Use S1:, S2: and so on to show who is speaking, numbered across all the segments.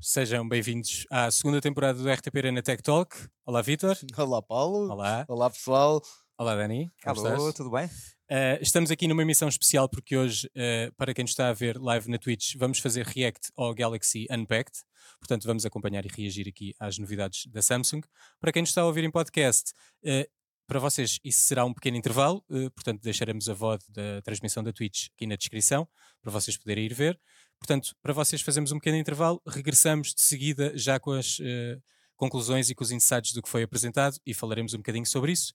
S1: Sejam bem-vindos à segunda temporada do RTP Arena Tech Talk. Olá, Vitor.
S2: Olá, Paulo.
S1: Olá.
S2: Olá, pessoal.
S1: Olá, Dani. Como
S3: Alô,
S1: estás?
S3: tudo bem?
S1: Eh, estamos aqui numa emissão especial porque hoje, eh, para quem nos está a ver live na Twitch, vamos fazer react ao Galaxy Unpacked. Portanto, vamos acompanhar e reagir aqui às novidades da Samsung. Para quem nos está a ouvir em podcast, eh, para vocês isso será um pequeno intervalo, eh, portanto deixaremos a VOD da transmissão da Twitch aqui na descrição, para vocês poderem ir ver. Portanto, para vocês fazemos um pequeno intervalo, regressamos de seguida já com as eh, conclusões e com os insights do que foi apresentado e falaremos um bocadinho sobre isso.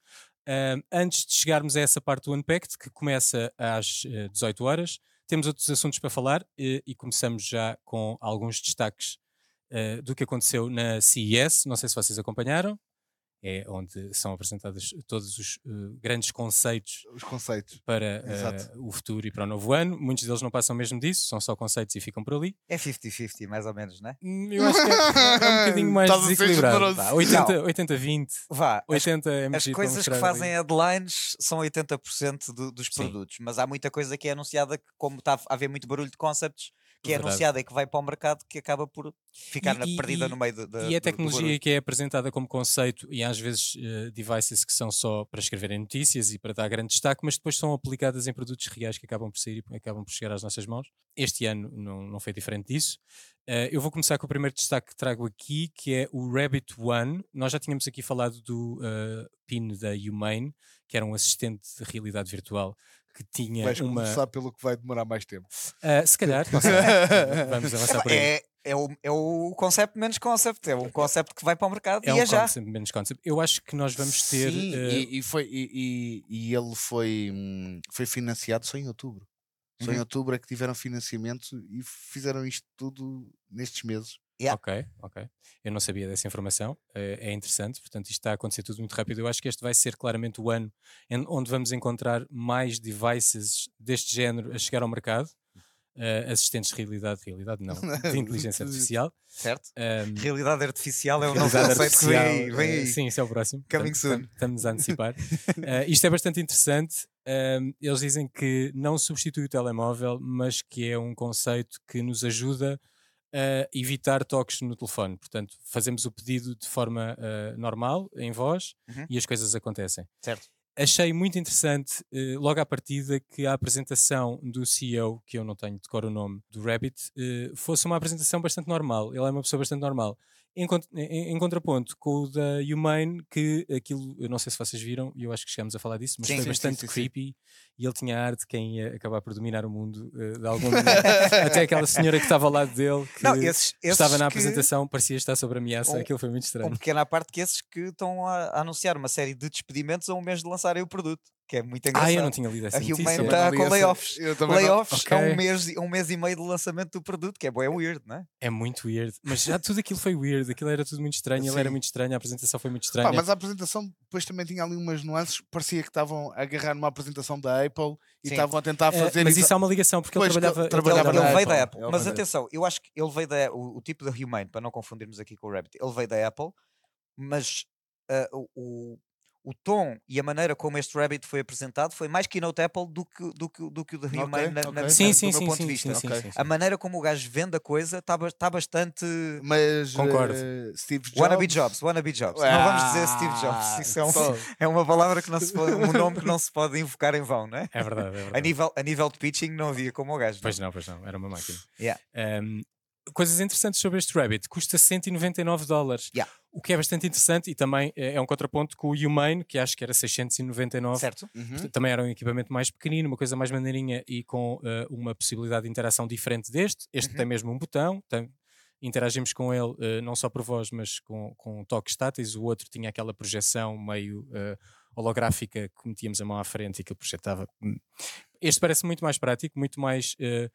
S1: Ahm, antes de chegarmos a essa parte do Unpacked, que começa às eh, 18 horas, temos outros assuntos para falar eh, e começamos já com alguns destaques eh, do que aconteceu na CES. Não sei se vocês acompanharam, é onde são apresentados todos os eh, grandes conceitos
S2: Os conceitos.
S1: para eh,
S2: Exato.
S1: o futuro e para o novo ano. Muitos deles não passam mesmo disso, são só conceitos e ficam por ali.
S3: É 50-50, mais ou menos, né?
S1: Hum, Eu acho que é, é um bocadinho mais
S2: Estás a ser
S1: desequilibrado. pá.
S2: generoso.
S1: 80, 80-20,
S3: Vá, as,
S1: 80 é
S3: as
S1: mexido para
S3: coisas que
S1: mostrar ali.
S3: fazem headlines são 80% do- dos
S1: Sim.
S3: produtos, mas há muita coisa que é anunciada, que, como está a haver muito barulho de concepts, que é
S1: Verdade.
S3: anunciada e que vai para o mercado que acaba por ficar
S1: E-
S3: na
S1: e-
S3: perdida
S1: e-
S3: no meio do- da.
S1: E a
S3: do- do barulho.
S1: tecnologia que é apresentada como conceito e às vezes eh, devices que são só para escreverem notícias e para dar grande destaque, mas depois são aplicadas em produtos reais que acabam por sair e acabam por chegar às nossas mãos. Este ano não, não foi diferente disso. Eh, eu vou começar com o primeiro destaque que trago aqui, que é o Rabbit One. Nós já tínhamos aqui falado do eh, PIN da Humane, que era um assistente de realidade virtual que tinha
S2: Vais
S1: É uma.
S2: começar pelo que vai demorar mais tempo.
S1: Ah, se calhar, não sei. vamos avançar por aí.
S3: É, é, o, é o concept menos concept, é um concept que vai para o mercado
S1: É
S3: e
S1: um
S3: é já.
S1: concept menos concept. Eu acho que nós vamos ter.
S2: Sim,
S1: eh,
S2: e, e foi, e, e- e ele foi, hum, foi financiado só em outubro. Só em
S3: Uhum.
S2: outubro é que tiveram financiamento e fizeram isto tudo nestes meses.
S3: Yeah.
S1: Ok, ok. Eu não sabia dessa informação. eh, É interessante, portanto, isto está a acontecer tudo muito rápido. Eu acho que este vai ser claramente o ano em- onde vamos encontrar mais devices deste género a chegar ao mercado. eh, assistentes de realidade, realidade não, de inteligência artificial.
S3: Certo?
S1: ehm,
S3: Realidade artificial é um novo
S1: Realidade
S3: conceito que vem aí.
S1: artificial,
S3: Vem
S1: eh,
S3: aí.
S1: Sim, isso é o próximo.
S3: Coming
S1: Portanto,
S3: soon.
S1: tam- Estamos a antecipar. Eh, isto é bastante interessante. Ehm, eles dizem que não substitui o telemóvel, mas que é um conceito que nos ajuda a evitar toques no telefone. Portanto, fazemos o pedido de forma eh, normal, em voz,
S3: Uhum.
S1: e as coisas acontecem.
S3: Certo.
S1: Achei muito interessante, eh, logo à partida, que a apresentação do CEO, que eu não tenho de cor o nome, do Rabbit, eh, fosse uma apresentação bastante normal. Ele é uma pessoa bastante normal em, con- em- em contraponto com o da Humane, que aquilo, eu não sei se vocês viram, e eu acho que chegamos a falar disso, mas
S3: Sim.
S1: foi
S3: Sim,
S2: sim,
S1: bastante
S2: sim, sim.
S1: creepy e ele tinha a arte de quem ia acabar por dominar o mundo eh, de alguma maneira. Até aquela senhora que estava ao lado dele, que
S3: Não, esses, esses
S1: estava na
S3: que-
S1: apresentação, parecia estar sobre ameaça,
S3: Um-
S1: aquilo foi muito estranho.
S3: um pequeno à parte que esses que estão a, a anunciar uma série de despedimentos a um mês de lançarem o produto, que é muito engraçado.
S1: Ah, eu não tinha lido essa
S3: A Humane
S1: notícia.
S3: Também tá- não li com essa- layoffs.
S2: Eu também não-
S3: Layoffs a
S1: Ok.
S3: um mês, e- um mês e meio do lançamento do produto, que é, bué weird, não é?
S1: É muito weird. Mas já tudo aquilo foi weird, aquilo era tudo muito estranho, ele era
S2: Sim.
S1: muito estranho, a apresentação foi muito
S2: Pá,
S1: estranha.
S2: mas a apresentação depois também tinha ali umas nuances. Parecia que estavam a agarrar numa apresentação da Apple e
S3: Sim.
S2: estavam a tentar
S1: Eh,
S2: fazer
S1: mas isso há uma ligação, porque
S2: Pois,
S1: ele
S2: que
S1: trabalhava,
S2: ele trabalhava
S3: ele
S2: na
S3: veio
S2: Apple.
S3: da
S1: É
S3: Apple.
S2: Ele
S3: Mas
S2: veio da-
S3: atenção, eu acho que ele veio da. O, o tipo da Humane, para não confundirmos aqui com o Rabbit, ele veio da Apple, mas ah, o, o, o tom e a maneira como este Rabbit foi apresentado foi mais keynote Apple do que, o- do que, o- do que o da
S2: Ok,
S3: Humane, na,
S2: ok.
S3: na-
S1: Sim,
S3: na-
S1: sim,
S3: do meu
S1: sim,
S3: ponto
S1: sim,
S3: de vista.
S1: sim, sim,
S2: Ok.
S1: sim, sim.
S3: A maneira como o gajo vende a coisa está bastante.
S2: Mas
S1: é Concordo.
S2: eh, Steve Jobs.
S3: Wannabe Jobs, wannabe Jobs. Não vamos dizer Steve Jobs, isso é, um-
S2: Ah, Só-
S3: é uma palavra que não se pode, um nome que não se pode invocar em vão, não é?
S1: É verdade, é verdade.
S3: A nível, a nível de pitching não havia como o gajo. não é?
S1: Pois não, pois não, era uma máquina.
S3: Yeah.
S1: Um, coisas interessantes sobre este Rabbit, custa 199 dólares,
S3: Yeah.
S1: o que é bastante interessante e também é é um contraponto com o Humane, que acho que era 699.
S3: Certo?
S2: Uhum.
S1: Portanto, Também era um equipamento mais pequenino, uma coisa mais maneirinha e com eh, uma possibilidade de interação diferente deste. Este
S3: Uhum.
S1: tem mesmo um botão, tem- interagimos com ele eh, não só por voz, mas com, com toques táteis. O outro tinha aquela projeção meio eh, holográfica que metíamos a mão à frente e que ele projetava. Hum. Este parece muito mais prático, muito mais eh,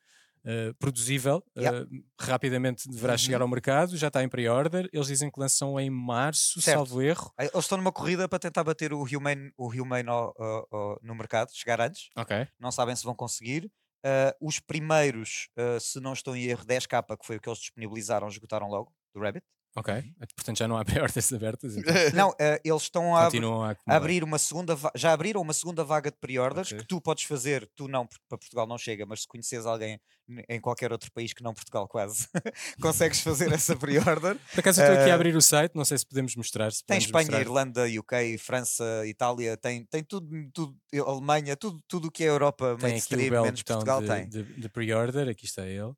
S1: eh, produzível.
S3: Yeah. Uhum.
S1: eh, rapidamente deverá chegar ao mercado, já está em pre-order. Eles dizem que lançam em março,
S3: Certo.
S1: salvo erro.
S3: Ah, Eles estão numa corrida para tentar bater o Humane, o Humane ao- ao- ao- no mercado, chegar antes.
S1: Ok.
S3: Não sabem se vão conseguir. Ah, os primeiros, ah, se não estou em erro, 10k, que foi o que eles disponibilizaram, esgotaram logo, do Rabbit.
S1: Ok. Portanto, já não há pré-ordens abertas. então
S3: Não, eh, eles estão a, abrir-
S1: continuam a
S3: a
S1: acumular.
S3: abrir uma segunda, va- já abriram uma segunda vaga de pre-orders
S1: é? Ok.
S3: que tu podes fazer, tu não, porque para Portugal não chega, mas se conheces alguém n- em qualquer outro país que não Portugal quase, consegues fazer essa pre-order.
S1: Por acaso eu estou aqui
S3: Eh,
S1: a abrir o site, não sei se podemos mostrar. Se
S3: Tem
S1: podemos
S3: Espanha,
S1: mostrar.
S3: Irlanda, UK, França, Itália, tem, tem tudo, tudo, e- Alemanha, tudo, tudo o que é Europa
S1: Tem aqui o
S3: mainstream,
S1: belo
S3: menos
S1: botão
S3: Portugal
S1: de,
S3: tem.
S1: de- de pre-order, aqui está ele.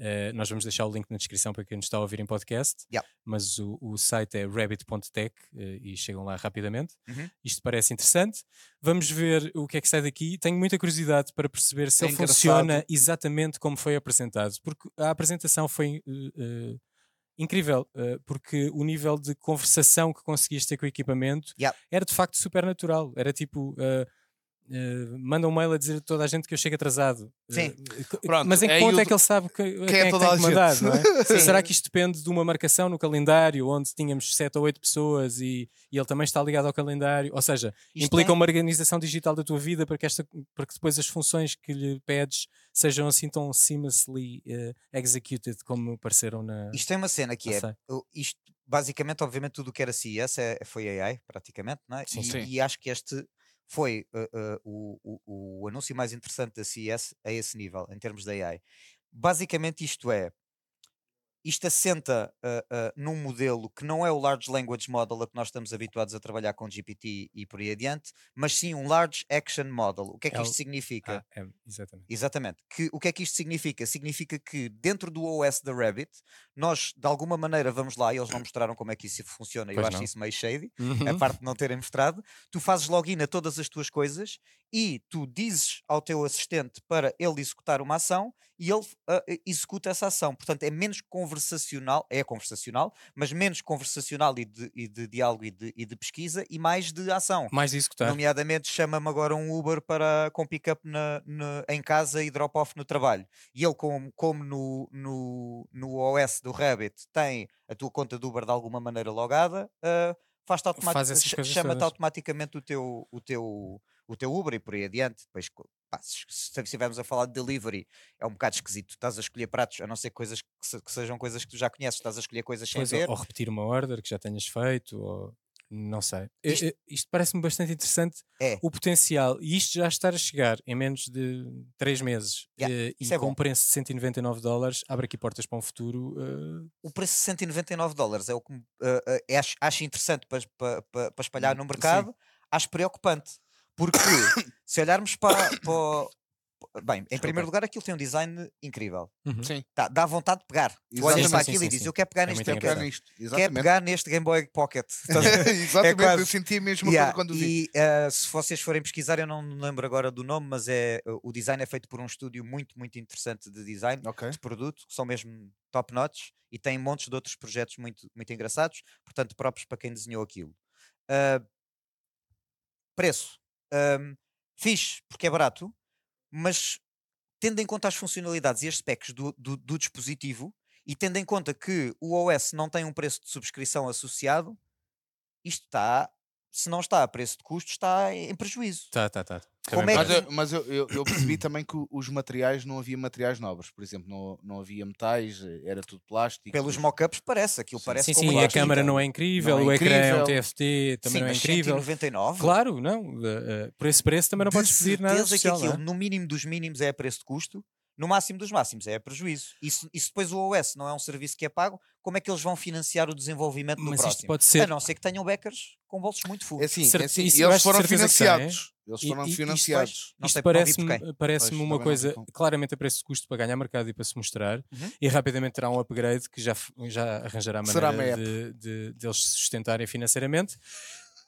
S1: Eh, nós vamos deixar o link na descrição para quem nos está a ouvir em podcast,
S3: Yeah.
S1: mas o, o site é rabbit.tech eh, e chegam lá rapidamente.
S3: Uhum.
S1: Isto parece interessante. Vamos ver o que é que sai daqui. Tenho muita curiosidade para perceber se
S3: É
S1: ele
S3: engraçado.
S1: funciona exatamente como foi apresentado, porque a apresentação foi eh, eh, incrível, eh, porque o nível de conversação que conseguias ter com o equipamento
S3: Yeah.
S1: era de facto super natural. Era tipo. eh, eh, manda um mail a dizer a toda a gente que eu chego atrasado.
S3: Sim.
S1: Eh, co-
S2: Pronto,
S1: mas em que
S2: é
S1: ponto é
S2: YouTube-
S1: que ele sabe que, quem, é que
S2: toda
S1: tem
S2: a
S1: que mandar,
S2: gente?
S1: não é?
S3: Sim.
S1: Será que isto depende de uma marcação no calendário onde tínhamos sete ou oito pessoas e, e ele também está ligado ao calendário? Ou seja,
S3: Isto é
S1: implica
S3: tem-
S1: uma organização digital da tua vida para que, esta, para que depois as funções que lhe pedes sejam assim tão seamlessly eh, executed como pareceram na.
S3: Isto tem uma cena que
S1: não
S3: é,
S1: sei.
S3: o- isto, basicamente, obviamente, tudo o que era CIS é, foi AI, praticamente, não é?
S2: Sim,
S3: e,
S2: sim.
S3: e acho que este foi uh, uh, o, o- o anúncio mais interessante da CIS a esse nível, em termos de AI. Basicamente, isto é, isto assenta uh, uh, num modelo que não é o Large Language Model a que nós estamos habituados a trabalhar com GPT e por aí adiante, mas sim um Large Action Model. O que é que
S1: L-
S3: isto significa?
S1: Ah, é, exatamente.
S3: Exatamente. Que, o que é que isto significa? Significa que dentro do OS da Rabbit, nós de alguma maneira vamos lá, e eles não mostraram como é que isso funciona, e eu
S1: Pois
S3: acho
S1: não.
S3: isso meio shady, a
S1: Uhum.
S3: parte de não terem mostrado. Tu fazes login a todas as tuas coisas e tu dizes ao teu assistente para ele executar uma ação e ele ah, eh, executa essa ação. Portanto, é menos conversacional, é conversacional, mas menos conversacional e de, e de diálogo e de, e de pesquisa e mais de ação.
S1: Mais de executar.
S3: Nomeadamente, chama-me agora um Uber para, com pick-up na- na- em casa e drop-off no trabalho. E ele, como, como no, no, no OS do Rabbit tem a tua conta do Uber de alguma maneira logada, ah, faz-te automatic-
S1: Faz essas
S3: cha-
S1: coisas
S3: chama-te
S1: todas.
S3: automaticamente o teu, o, teu, o teu Uber e por aí adiante. Depois, co- pá, se se estivermos a falar de delivery, é um bocado esquisito. Estás a escolher pratos, a não ser coisas que, se- que sejam coisas que tu já conheces, estás a escolher coisas sem
S1: Pois,
S3: ver.
S1: ou, ou repetir uma order que já tenhas feito, ou não sei. Eu- eu-
S3: Isto-
S1: Isto, parece-me bastante interessante
S3: É.
S1: o potencial. E isto já estar a chegar em menos de 3 meses
S3: Yeah,
S1: eh, e
S3: isso é
S1: com
S3: bom.
S1: um preço de 199 dólares, abre aqui portas para um futuro. eh,
S3: o preço de 199 dólares é o que me- ah, ah, é- acho, acho interessante para, para, para, espalhar no mercado, acho preocupante. Porque se olharmos para. para o- bem, em
S1: Desculpa.
S3: primeiro lugar, aquilo tem um design incrível.
S1: uhum.
S2: Sim.
S3: Dá, dá vontade de pegar. Tu olhas
S2: Exatamente.
S3: para
S1: Sim, sim,
S3: aquilo e
S1: sim,
S3: dizes:
S1: sim.
S3: Eu quero pegar
S1: É
S3: neste.
S1: muito
S3: Eu
S1: engraçado.
S2: pegar
S1: engraçado.
S2: nisto.
S3: quero
S2: Exatamente.
S3: pegar neste Game Boy Pocket. Estás a ver?
S2: Exatamente.
S3: É quase-
S2: Eu senti a mesma
S3: Yeah,
S2: É coisa quando vi.
S3: e ah, se vocês forem pesquisar, eu não me lembro agora do nome, mas é o design é feito por um estúdio muito, muito interessante de design
S2: Ok.
S3: de produto, que são mesmo top notch e têm montes de outros projetos muito, muito engraçados, portanto, próprios para quem desenhou aquilo. Ah, preço. Um, fixe, porque é barato, mas tendo em conta as funcionalidades e as specs do, do- do dispositivo e tendo em conta que o OS não tem um preço de subscrição associado, isto está, se não está a preço de custo, está em prejuízo.
S1: Tá, tá, tá.
S3: Como
S1: Também
S3: é
S2: Mas,
S1: parece.
S3: que-
S2: eu, mas eu- eu- eu percebi também que o- os materiais não havia materiais nobres, por exemplo, não, não havia metais, eh, era tudo plástico.
S3: Pelos mockups parece, aquilo
S2: Sim,
S3: parece
S1: Sim,
S3: com
S1: sim,
S3: uma
S1: e a
S3: tinta.
S1: câmara não é incrível,
S2: Não é
S1: o ecrã é um
S2: incrível.
S1: TFT, também
S3: Sim,
S1: não é
S3: mas
S1: incrível.
S3: 199?
S1: Claro, não. eh, eh, por esse preço também não
S3: De
S1: podes pedir nada
S3: certeza
S1: especial,
S3: que aquilo,
S1: não é?
S3: no mínimo dos mínimos, é a preço de custo, no máximo dos máximos é a prejuízo. E se, e se depois o OS não é um serviço que é pago, como é que eles vão financiar o desenvolvimento do
S1: Mas
S3: próximo?
S1: isto pode
S3: A
S1: ser.
S3: não ser que tenham backers com bolsos muito
S2: É
S3: fundos.
S2: assim,
S1: Cer-
S2: é assim,
S1: isso
S2: e
S1: eu
S2: eles
S1: acho de
S2: foram
S1: certeza que sei, é?
S2: financiados. Eles
S1: E-
S2: foram
S1: e- isto faz-
S2: financiados.
S3: Não
S1: Isto
S3: sei- não vi por
S1: parece-me parece
S2: é. Pois,
S1: uma
S2: também não vi
S1: coisa
S2: como.
S1: claramente a preço de custo para ganhar mercado e para se mostrar.
S3: Uhum.
S1: E rapidamente terá um upgrade que já, f- já arranjará a
S2: Será
S1: maneira
S2: uma
S1: de, de, de eles se sustentarem financeiramente.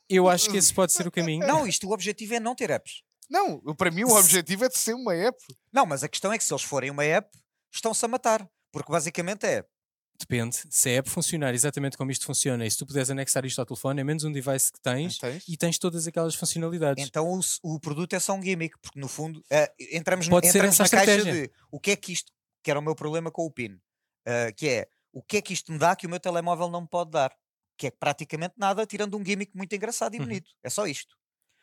S1: Eu acho que esse pode ser o caminho.
S3: Não, isto o objetivo é não ter apps.
S2: Não, para mim o
S1: Se-
S2: objetivo é de ser uma app.
S3: Não, mas a questão é que se eles forem uma app, estão-se a matar. Porque basicamente é,
S1: Depende. Se a app funcionar exatamente como isto funciona e se tu puderes anexar isto ao telefone, é menos um device que tens
S2: Entende?
S1: e tens todas aquelas funcionalidades.
S3: então o, s- o produto é só um gimmick, porque no fundo eh, entramos, no-
S1: Pode ser
S3: entramos
S1: essa
S3: na
S1: a
S3: caixa
S1: estratégia.
S3: de o que é que isto, que era o meu problema com o PIN, eh, que é o que é que isto me dá que o meu telemóvel não me pode dar, que é praticamente nada, tirando um gimmick muito engraçado e
S1: Uhum.
S3: bonito. É só isto.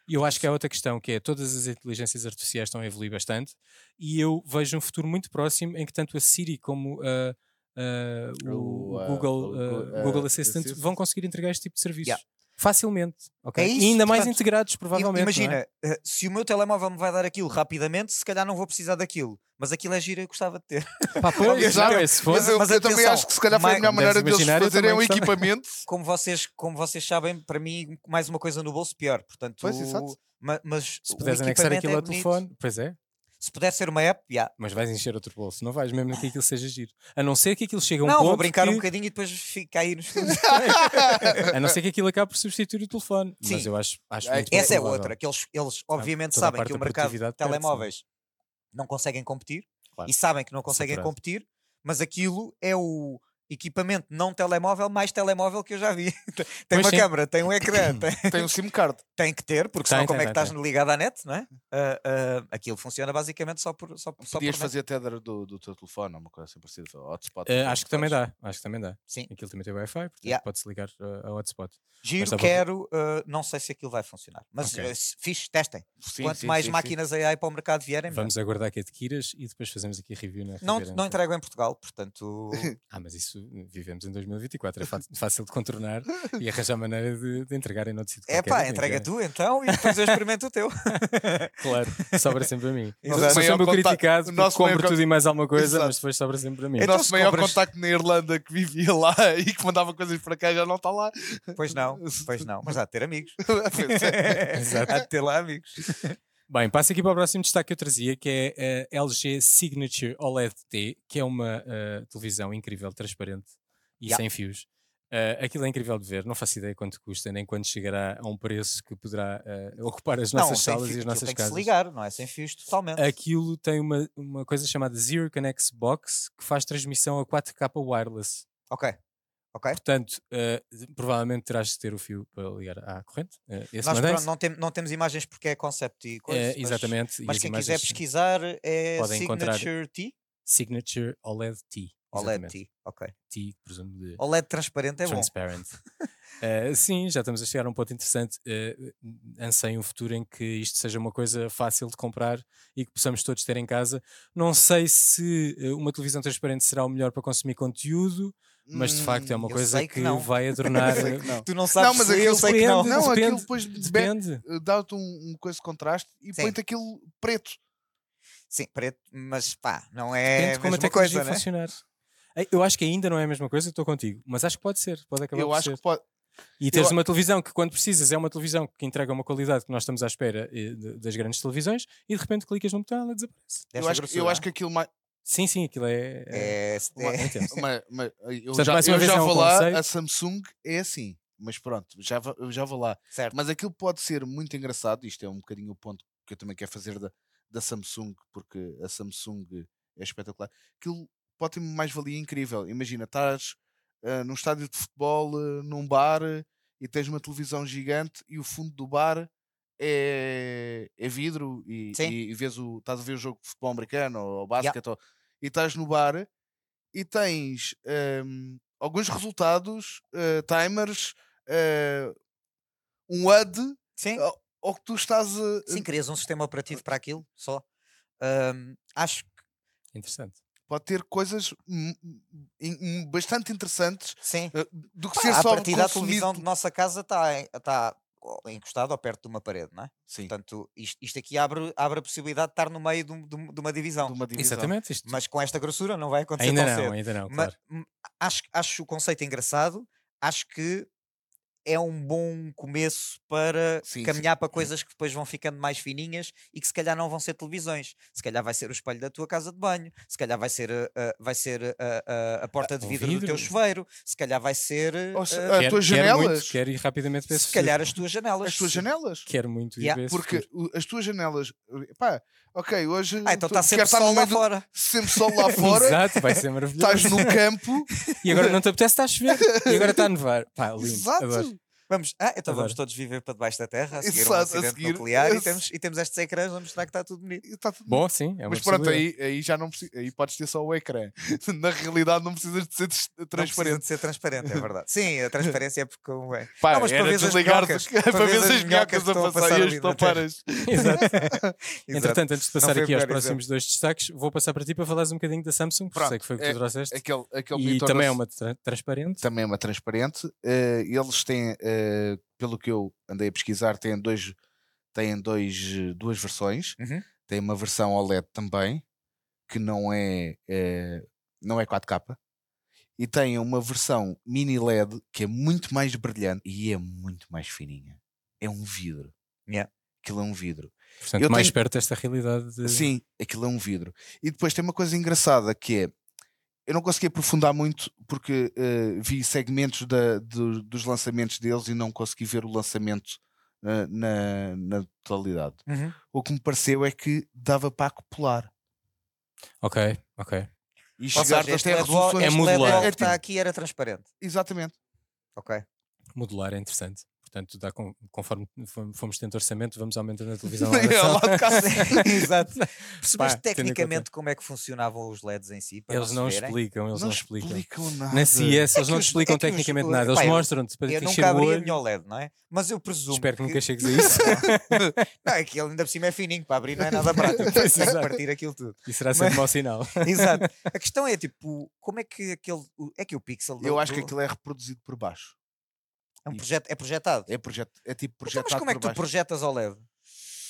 S1: E Eu acho que há outra questão que é todas as inteligências artificiais estão a evoluir bastante e eu vejo um futuro muito próximo em que tanto a Siri como a, eh, o,
S2: O,
S1: o
S3: ah,
S2: eh,
S1: Google,
S2: o Gu-
S1: eh,
S2: eh,
S1: Google Assistant,
S2: Assistant.
S1: vão conseguir entregar este tipo de serviços.
S3: Yeah.
S1: Facilmente, ok?
S3: É isso,
S1: e ainda mais
S3: portanto,
S1: integrados,
S3: Im-
S1: provavelmente. não é?
S3: Imagina, eh, se o meu telemóvel me vai dar aquilo rapidamente, se calhar não vou precisar daquilo. Mas aquilo é giro e eu gostava de ter.
S1: Pá, pois,
S2: Eu já-
S1: não, é? esse foi-
S2: Mas eu,
S3: mas
S2: eu também
S3: atenção,
S2: acho que se calhar foi a
S3: Mike,
S2: melhor maneira
S1: deves
S2: deles
S1: imaginar, eu
S2: fazerem um
S1: também gostava.
S2: equipamento.
S3: Como vocês, como vocês sabem, para mim, mais uma coisa no bolso, pior. Portanto,
S2: Pois, exato.
S3: ma- mas
S1: se
S3: o
S1: puderes anexar
S3: equipamento
S1: aquilo
S3: é
S1: ao
S3: bonito.
S1: telefone, pois é,
S3: Se puder ser uma app, já.
S1: mas vais encher outro bolso, não vais, mesmo que aquilo seja giro. A não ser que aquilo chegue a um
S3: não,
S1: ponto.
S3: vou brincar um
S1: que-
S3: bocadinho e depois fica aí nos fundos.
S1: A não ser que aquilo acabe por substituir o telefone. Mas
S3: Sim.
S1: eu acho, acho
S2: Ah,
S1: muito
S3: Essa é
S1: provável.
S3: outra, que eles, eles obviamente
S1: toda a
S3: sabem
S1: parte
S3: que o
S1: da
S3: mercado de
S1: produtividade perde-se, não é?
S3: telemóveis não conseguem competir
S1: Claro.
S3: e sabem que não conseguem
S1: Saturado.
S3: competir, mas aquilo é o equipamento não telemóvel mais telemóvel que eu já vi. Tem
S1: Pois
S3: uma
S1: sim.
S3: câmara, tem um ecrã, tem,
S2: Tem um SIM card.
S3: tem que ter, porque
S1: Tem,
S3: senão como
S1: tem,
S3: é que
S1: tem,
S3: estás ligado à net, não é? Ah, ah, aquilo funciona basicamente só por. Só, só por
S2: Podias
S3: net.
S2: fazer tether do, do teu telefone, ou uma coisa assim parecida. ou Hotspot.
S1: Eh,
S2: ou
S1: acho que também
S2: hotspot.
S1: dá, acho que também dá.
S3: Sim.
S1: Aquilo também tem Wi-Fi, portanto
S3: Yeah.
S1: pode-se ligar eh, ao hotspot.
S3: Giro,
S1: dá para-
S3: quero, ah, não sei se aquilo vai funcionar, mas
S1: Ok.
S3: ah, se- fixe, testem.
S2: Sim,
S3: Quanto
S2: sim,
S3: mais
S2: sim, sim.
S3: máquinas AI para o mercado vierem, É melhor.
S1: Vamos aguardar que adquiras e depois fazemos aqui a review na
S3: não,
S1: Ribeira,
S3: não
S1: sei.
S3: entrego em Portugal, portanto.
S1: Ah, mas isso eh, vivemos em 2024, é fa- fácil de contornar e arranjar maneira de, de entregar em outro sítio.
S3: É
S1: qualquer,
S3: pá,
S1: não
S3: entrega
S1: é?
S3: tu então e depois eu experimento o teu.
S1: Claro, sobra sempre a mim.
S3: Exato.
S1: Sou
S2: Maior
S1: sempre o
S2: conta-
S1: criticado,
S2: o
S1: porque
S2: nosso maior
S1: compro
S2: con-
S1: tudo e mais alguma coisa,
S2: Exato.
S1: mas depois sobra sempre a mim.
S2: O
S3: Então,
S2: nosso
S3: se
S2: maior
S3: compras-
S2: contacto na Irlanda que vivia lá e que mandava coisas para cá já não está lá.
S3: Pois não, pois não, mas há de ter amigos.
S1: é. Exato.
S3: Há de ter lá amigos.
S1: Bem, passo aqui para o próximo destaque que eu trazia, que é a LG Signature OLED T, que é uma eh, televisão incrível, transparente e
S3: Yeah.
S1: sem fios. Eh, aquilo é incrível de ver, não faço ideia quanto custa, nem quando chegará a um preço que poderá eh, ocupar as nossas
S3: não, sem
S1: salas
S3: fio-
S1: e as
S3: aquilo
S1: nossas
S3: tem que se
S1: casas.
S3: ligar, não é sem fios totalmente.
S1: Aquilo tem uma, uma coisa chamada Zero Connects Box, que faz transmissão a 4K wireless.
S3: Ok. Ok.
S1: Portanto, eh, provavelmente terás de ter o fio para ligar à corrente. eh, esse
S3: Nós pronto,
S1: mantém-se.
S3: não, tem- não temos imagens porque é concept e coisa.
S1: Eh,
S3: mas-
S1: exatamente. e
S3: Mas,
S1: as
S3: quem
S1: imagens-
S3: quiser pesquisar é
S1: podem encontrar-
S3: Signature T.
S1: Signature OLED T.
S3: OLED
S1: exatamente.
S3: T. Ok.
S1: T, presumo de
S3: OLED transparente é bom.
S1: transparent. Eh, sim, já estamos a chegar a um ponto interessante. Uh, anseio um futuro em que isto seja uma coisa fácil de comprar e que possamos todos ter em casa. Não sei se eh, uma televisão transparente será o melhor para consumir conteúdo, mas de facto é uma
S3: Hum, eu
S1: coisa
S3: sei
S1: que,
S3: que não.
S1: vai adornar. eh,
S2: Eu sei que não.
S3: Tu é não sabes
S2: mas
S3: se eu
S2: aquilo
S3: sei que não.
S1: surpreende. é?
S2: Não,
S1: Depende,
S2: aquilo depois be-
S1: Depende.
S2: dá-te um, um coisa de contraste e
S3: Sim.
S2: põe-te aquilo preto.
S3: Sim, preto, mas pá, não
S1: Depende
S3: é a
S1: de como a
S3: mesma
S1: tecnologia
S3: coisa, né?
S1: funcionar. Ei, Eu acho que ainda não é a mesma coisa, estou contigo, mas acho que é pode ser, pode acabar
S2: Eu
S1: por
S2: acho
S1: ser.
S2: que pode.
S1: E tens
S2: Eu-
S1: uma televisão que, quando precisas, é uma televisão que entrega uma qualidade que nós estamos à espera eh, de- das grandes televisões e de repente clicas no botão e ela desaparece.
S2: Eu acho, eu acho que aquilo mais.
S1: Sim, sim, aquilo é. é-
S3: é,
S1: é
S3: é-
S1: intenso.
S2: mas- mas eu
S1: Portanto,
S2: já,
S1: mais uma
S2: eu
S1: vez
S2: já
S1: é um
S2: vou lá,
S1: conceito.
S2: a Samsung é assim. Mas pronto, já, vou- eu já vou lá.
S3: certo.
S2: Mas aquilo pode ser muito engraçado, isto é um bocadinho o ponto que eu também quero fazer da, da Samsung, porque a Samsung é espetacular. Aquilo pode ter uma mais-valia incrível. Imagina, estás ah, num estádio de futebol, ah, num bar, ah, e tens uma televisão gigante e o fundo do bar é, é vidro e,
S3: Sim.
S2: e, e vês o, estás a ver o jogo de futebol americano ou, ou basquete ou- e estás no bar e tens ahm, alguns resultados, ah, timers, ah, um HUD
S3: Sim.
S2: ao- ao que tu estás a.
S3: Sim, crias um sistema operativo para aquilo só. Ahm, acho que
S1: Interessante.
S2: Pode ter coisas hum, hum, hum, bastante interessantes
S3: sim.
S2: ah, do que
S3: Pá,
S2: ser
S3: a
S2: só
S3: partir da televisão de
S2: consumido.
S3: nossa casa está tá encostado ou perto de uma parede, não é?
S2: Sim,
S3: Portanto, isto, isto aqui abre, abre a possibilidade de estar no meio de, um- de um- de uma divisão.
S2: de uma divisão.
S1: Exatamente. Isto.
S3: Mas com esta grossura não vai acontecer
S1: ainda
S3: tão
S1: não,
S3: cedo.
S1: ainda não,
S3: Ma-
S1: claro.
S3: m- hum, acho, acho o conceito engraçado, acho que é um bom começo para
S2: Sim, Uhum. sim.
S3: caminhar para coisas que depois vão ficando mais fininhas e que se calhar não vão ser televisões. Se calhar vai ser o espelho da tua casa de banho, se calhar vai ser, a- a- vai ser a- a,
S2: Ah,
S3: a porta de
S1: um
S3: vidro, do teu
S1: vidro.
S3: chuveiro, se calhar vai ser
S2: Ou Oh, se-
S3: ah,
S2: As tuas janelas?
S1: Muito, quero ir rapidamente para esse
S3: se
S1: futuro.
S3: calhar as tuas janelas.
S2: As tuas janelas.
S1: Quero muito ir
S3: Yeah,
S1: para esse
S2: Porque
S1: futuro.
S2: o- as tuas janelas. eh, Pá, ok, hoje.
S3: Ah, então
S2: tu-
S3: está
S2: tu
S3: sempre
S2: queres estar no
S3: sol lá
S2: meio do-
S3: fora.
S2: Sempre sol lá fora.
S1: Exato, vai ser maravilhoso.
S2: Estás num campo.
S1: E agora não te apetece, está a chover. E agora está a nevar. Pá, lindo.
S2: Exato.
S1: adoro.
S3: Vamos, ah, então vamos
S1: Adoro.
S3: todos viver para debaixo da terra, a seguir um
S2: Tá Exato, a
S3: acidente
S2: seguir,
S3: nuclear e
S2: esse-
S3: temos, e temos estes ecrãs, vamos mostrar que está tudo bonito.
S2: Está tá tudo
S1: Bom, sim, é uma
S2: Mas pronto,
S1: possibilidade.
S2: aí, aí já não precisas. Aí podes ter só o ecrã. Na realidade, não precisas de ser des-
S3: Não precisa
S2: transparente.
S3: de ser transparente, é verdade. Sim, a transparência é porque... ué,
S2: Pá,
S3: Não, mas para
S2: era
S3: veres as
S2: desligar
S3: minhocas,
S2: para veres as minhocas a
S3: estão
S2: passar e
S3: ali
S2: as
S3: na
S2: toparas.
S1: Exato.
S3: exato.
S1: Entretanto, antes de
S3: Não
S1: passar
S3: foi o
S1: aqui aos
S3: pior
S1: próximos dois destaques, vou passar para ti para falares um bocadinho da Samsung, porque
S2: Pronto,
S1: sei que foi o que tu trouxeste.
S2: Aquele, aquele
S1: e
S2: monitor
S1: também
S2: da-
S1: é uma tra- transparente.
S2: também é uma transparente. eh, eles têm, eh, pelo que eu andei a pesquisar, têm, dois, têm dois, eh, duas versões.
S3: Uhum.
S2: Tem uma versão OLED também, que não é, eh, não é 4K. E tem uma versão mini LED que é muito mais brilhante e é muito mais fininha. É um vidro.
S3: Yeah.
S2: Aquilo é um vidro.
S1: Portanto,
S2: eu
S1: mais
S2: tenho-
S1: perto desta realidade. de-
S2: Sim, aquilo é um vidro. E depois tem uma coisa engraçada que é. Eu não consegui aprofundar muito porque eh, vi segmentos da- do- dos lançamentos deles e não consegui ver o lançamento eh, na, na totalidade.
S3: Uhum.
S2: O que me pareceu é que dava para acoplar
S1: Ok, ok.
S2: e
S3: Ou
S2: chegar
S3: seja, este
S2: até
S3: LED ball-
S2: resoluções.
S1: é
S3: este
S1: modular.
S3: LED ball que
S2: É
S3: está
S2: tipo-
S3: aqui era transparente.
S2: Exatamente.
S3: Ok.
S1: Modular é interessante. Portanto, dá com- conforme fom- fomos tendo orçamento, vamos aumentando a televisão. lá na
S2: É
S1: sala.
S2: lá de casa.
S3: Exato.
S1: Pá,
S3: Percebeste
S1: tendo em conta-
S3: tecnicamente como é que funcionavam os LEDs em si? para
S1: Eles
S3: se
S1: não
S3: verem?
S1: explicam, eles não,
S2: não
S1: explicam.
S2: explicam nada.
S1: Na CS,
S3: É
S1: eles
S3: que
S1: não
S3: os-
S1: te explicam
S3: é que os-
S1: tecnicamente nada. Eles
S3: pá, eu-
S1: mostram-te para
S3: Eu
S1: te
S3: nunca
S1: encher o
S3: abri a
S1: olho.
S3: minha OLED, não é? Mas eu presumo.
S1: Espero que nunca
S3: que-
S1: chegues a isso.
S3: Não, é que ele ainda por cima é fininho para abrir, não é nada prático. Tem
S1: Pois,
S3: que
S1: exato.
S3: partir aquilo tudo.
S1: E será sempre
S3: Mas-
S1: mau sinal.
S3: Exato. A questão é tipo, como é que aquele. o- É que o pixel. do-
S2: Eu acho que
S3: do-
S2: aquilo é reproduzido por baixo.
S3: é, um projet, é projetado.
S2: É, projet, é tipo
S3: Então,
S2: projetado
S3: mas como é que
S2: por
S3: tu
S2: baixo.
S3: projetas OLED?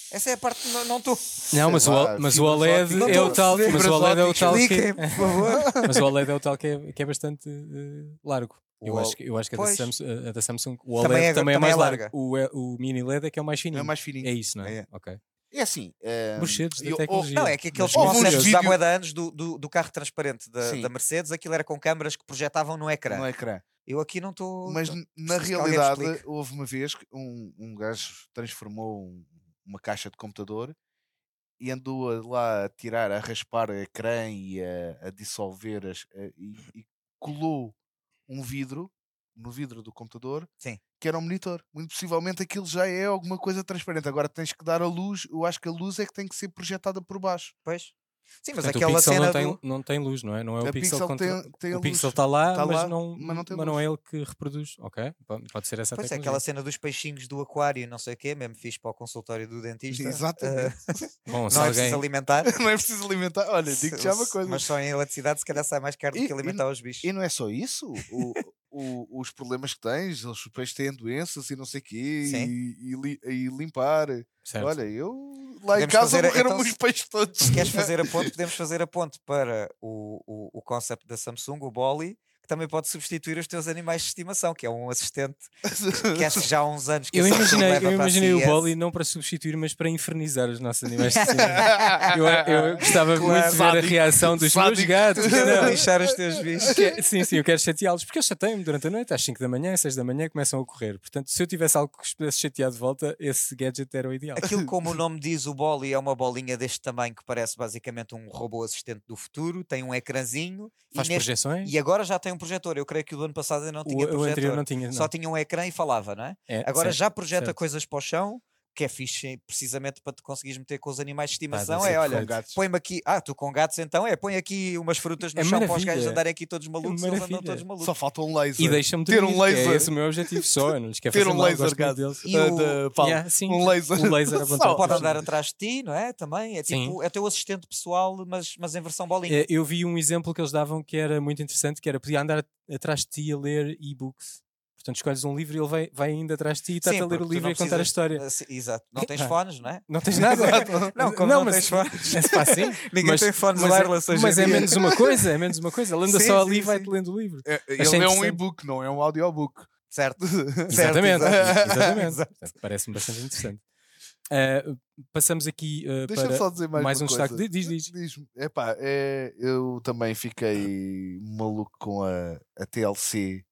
S3: Essa é a parte que não- não estou.
S1: Não, mas,
S2: Sei
S1: o,
S2: lá,
S1: o- mas o
S2: fibras
S1: OLED
S2: ópticas.
S1: é o tal, mas o OLED é o tal que,
S3: Expliquem, por favor.
S1: mas o OLED é o tal que é, que é bastante eh, largo.
S3: O
S1: Eu
S3: Ol-
S1: acho, que- eu acho que a da,
S3: Pois.
S1: Samsung, a- a da Samsung, o OLED
S3: Também
S1: também
S3: é-
S1: é,
S3: também é
S1: mais largo.
S3: larga.
S1: O, eh, o mini LED é que é o mais
S2: Não
S1: fininho.
S2: é
S1: É,
S2: mais fininho.
S1: isso, não é?
S3: É.
S1: Ok.
S2: É assim. eh,
S1: Buchetes da
S2: eu- oh,
S1: tecnologia.
S3: Não, é que aqueles
S1: Mas-
S2: Houve uns
S3: conceitos da
S2: vídeo-
S3: moeda anos do, do, do carro transparente da,
S2: Sim.
S3: da Mercedes, aquilo era com câmaras que projetavam no ecrã.
S2: no
S1: é?
S2: é ecrã.
S3: Eu aqui não estou.
S2: Mas n- na
S3: então, preciso que alguém me
S2: realidade,
S3: explique.
S2: houve uma vez que um, um gajo transformou um- uma caixa de computador e andou a, lá a tirar, a raspar o ecrã e a, a dissolver as, a- e, e colou um vidro no vidro do computador
S3: Sim.
S2: que era um monitor. Muito possivelmente aquilo já é alguma coisa transparente. Agora tens que dar a luz. Eu acho que a luz é que tem que ser projetada por baixo.
S3: Pois. Sim, mas
S1: Portanto, o
S3: aquela
S1: Pixel
S3: cena
S1: não tem,
S3: do.
S1: não tem luz, não é? Não é
S2: a
S1: o Pixel,
S2: Pixel
S1: contra-
S2: tem, tem a
S1: O Pixel
S2: luz.
S1: está lá,
S2: Tá
S1: mas,
S2: lá,
S1: não,
S2: mas não tem
S1: mas não é ele que reproduz. Ok, po- pode ser essa a
S3: Pois é,
S1: tecnologia.
S3: aquela cena dos peixinhos do aquário, e não sei o quê, mesmo fiz para o consultório do dentista.
S2: Exatamente.
S3: Ah,
S1: Bom, se
S3: não é preciso
S1: alguém...
S3: alimentar.
S2: não é preciso alimentar. Olha,
S3: se-
S2: digo-te já uma
S3: se-
S2: coisa.
S3: Mas só em eletricidade, se calhar sai mais caro do
S2: E-
S3: que
S2: e-
S3: alimentar os bichos.
S2: E não é só isso. o- o- os problemas que tens, eles depois têm doenças e não sei o quê,
S3: Sim.
S2: e, e li- e limpar.
S1: Certo.
S2: Olha, eu lá
S3: Podemos
S2: em casa
S3: fazer a-
S2: morreram
S3: então,
S2: os
S3: se-
S2: peixes todos.
S3: Se queres fazer a ponte, podemos fazer a ponte para o, o, o concept da Samsung, o Bolly, que também pode substituir os teus animais de estimação, que é um assistente que acho que já há uns anos que a
S1: Eu
S3: Samsung
S1: imaginei,
S3: leva
S1: eu
S3: para a
S1: imaginei o
S3: CES.
S1: Boli não para substituir, mas para infernizar os nossos animais de estimação. Eu, eu gostava muito
S2: Claro.
S1: de ver a
S2: Sádico.
S1: reação dos meus
S2: Sádico.
S1: gatos.
S3: Quero
S1: não.
S3: lixar os teus bichos.
S1: Eu que- é, Sim, sim, eu quero chateá-los, porque eles chateiam-me durante a noite, às 5 da manhã, às 6 da manhã, começam a correr. Portanto, se eu tivesse algo que os pudesse chatear de volta, esse gadget era o ideal.
S3: Aquilo como o nome diz, o Bolly é uma bolinha deste tamanho que parece basicamente um robô assistente do futuro, tem um ecrãzinho
S1: Faz
S3: e, neste-
S1: projeções?
S3: e agora já tem um projetor. Eu creio que o do ano passado ainda não
S1: O,
S3: tinha
S1: o
S3: projetor.
S1: anterior não tinha. Não.
S3: Só tinha um ecrã e falava, não é?
S1: É,
S3: Agora
S1: certo.
S3: já projeta
S1: certo.
S3: coisas para o chão, que é fixe precisamente para te conseguires meter com os animais de
S1: deve
S3: estimação.
S1: ser
S3: É, olha,
S1: perfeito.
S2: gatos.
S3: põe-me aqui. Ah, tu com gatos então? É, põe aqui umas frutas no
S1: É
S3: chão para os gajos
S1: maravilha. É
S3: andarem aqui todos malucos, eles andam todos
S1: maravilha.
S3: malucos.
S2: Só falta um laser.
S1: E deixa-me
S2: Ter
S1: dormir,
S2: um
S1: que
S2: laser.
S1: É esse o meu objetivo só. Eu não lhes quero
S2: Ter
S1: fazer
S2: um
S1: mal,
S2: laser,
S1: gosto muito
S2: gato.
S1: deles.
S3: E
S2: Ah,
S3: o-
S2: da Palma.
S1: Yeah, sim,
S2: um laser.
S1: o laser apontado
S2: Só.
S1: para
S3: Pode
S1: os
S3: andar atrás de ti, não é? Também é tipo, é teu assistente pessoal, mas, mas em versão bolinha.
S1: Eh, Eu vi um exemplo que eles davam que era muito interessante, que era podia andar atrás de ti a ler e-books. Portanto, escolhes um livro e ele vai, vai ainda atrás de ti e está-te
S3: Sim,
S1: a ler
S3: porque
S1: o
S3: tu
S1: livro
S3: não
S1: e a contar a
S3: precisas-
S1: história.
S3: Ah, sim, exato. Não tens
S1: Epá.
S3: fones, não é?
S1: Não tens nada.
S3: Não, como não tens fones.
S1: É pá, sim.
S3: Ninguém
S1: mas-
S3: tem fones
S1: mas é-
S3: wireless hoje em
S1: Mas é
S3: dia.
S1: menos uma coisa, é menos uma coisa. Ele anda
S3: Sim,
S1: só
S3: sim,
S1: ali e vai-te
S3: sim.
S1: lendo o livro.
S2: É,
S1: Achei
S2: Ele é um
S1: interessante.
S2: e-book, não é um audiobook.
S3: Certo. certo,
S1: Exatamente.
S3: exato.
S1: exatamente. Portanto, Parece-me bastante interessante. Ah, passamos aqui ah,
S2: Deixa-me
S1: para.
S2: só dizer mais,
S1: mais
S2: uma
S1: um
S2: coisa.
S1: destaque. Di- diz, diz.
S2: Diz-me. Epá, é, eu também fiquei maluco com a, a TLC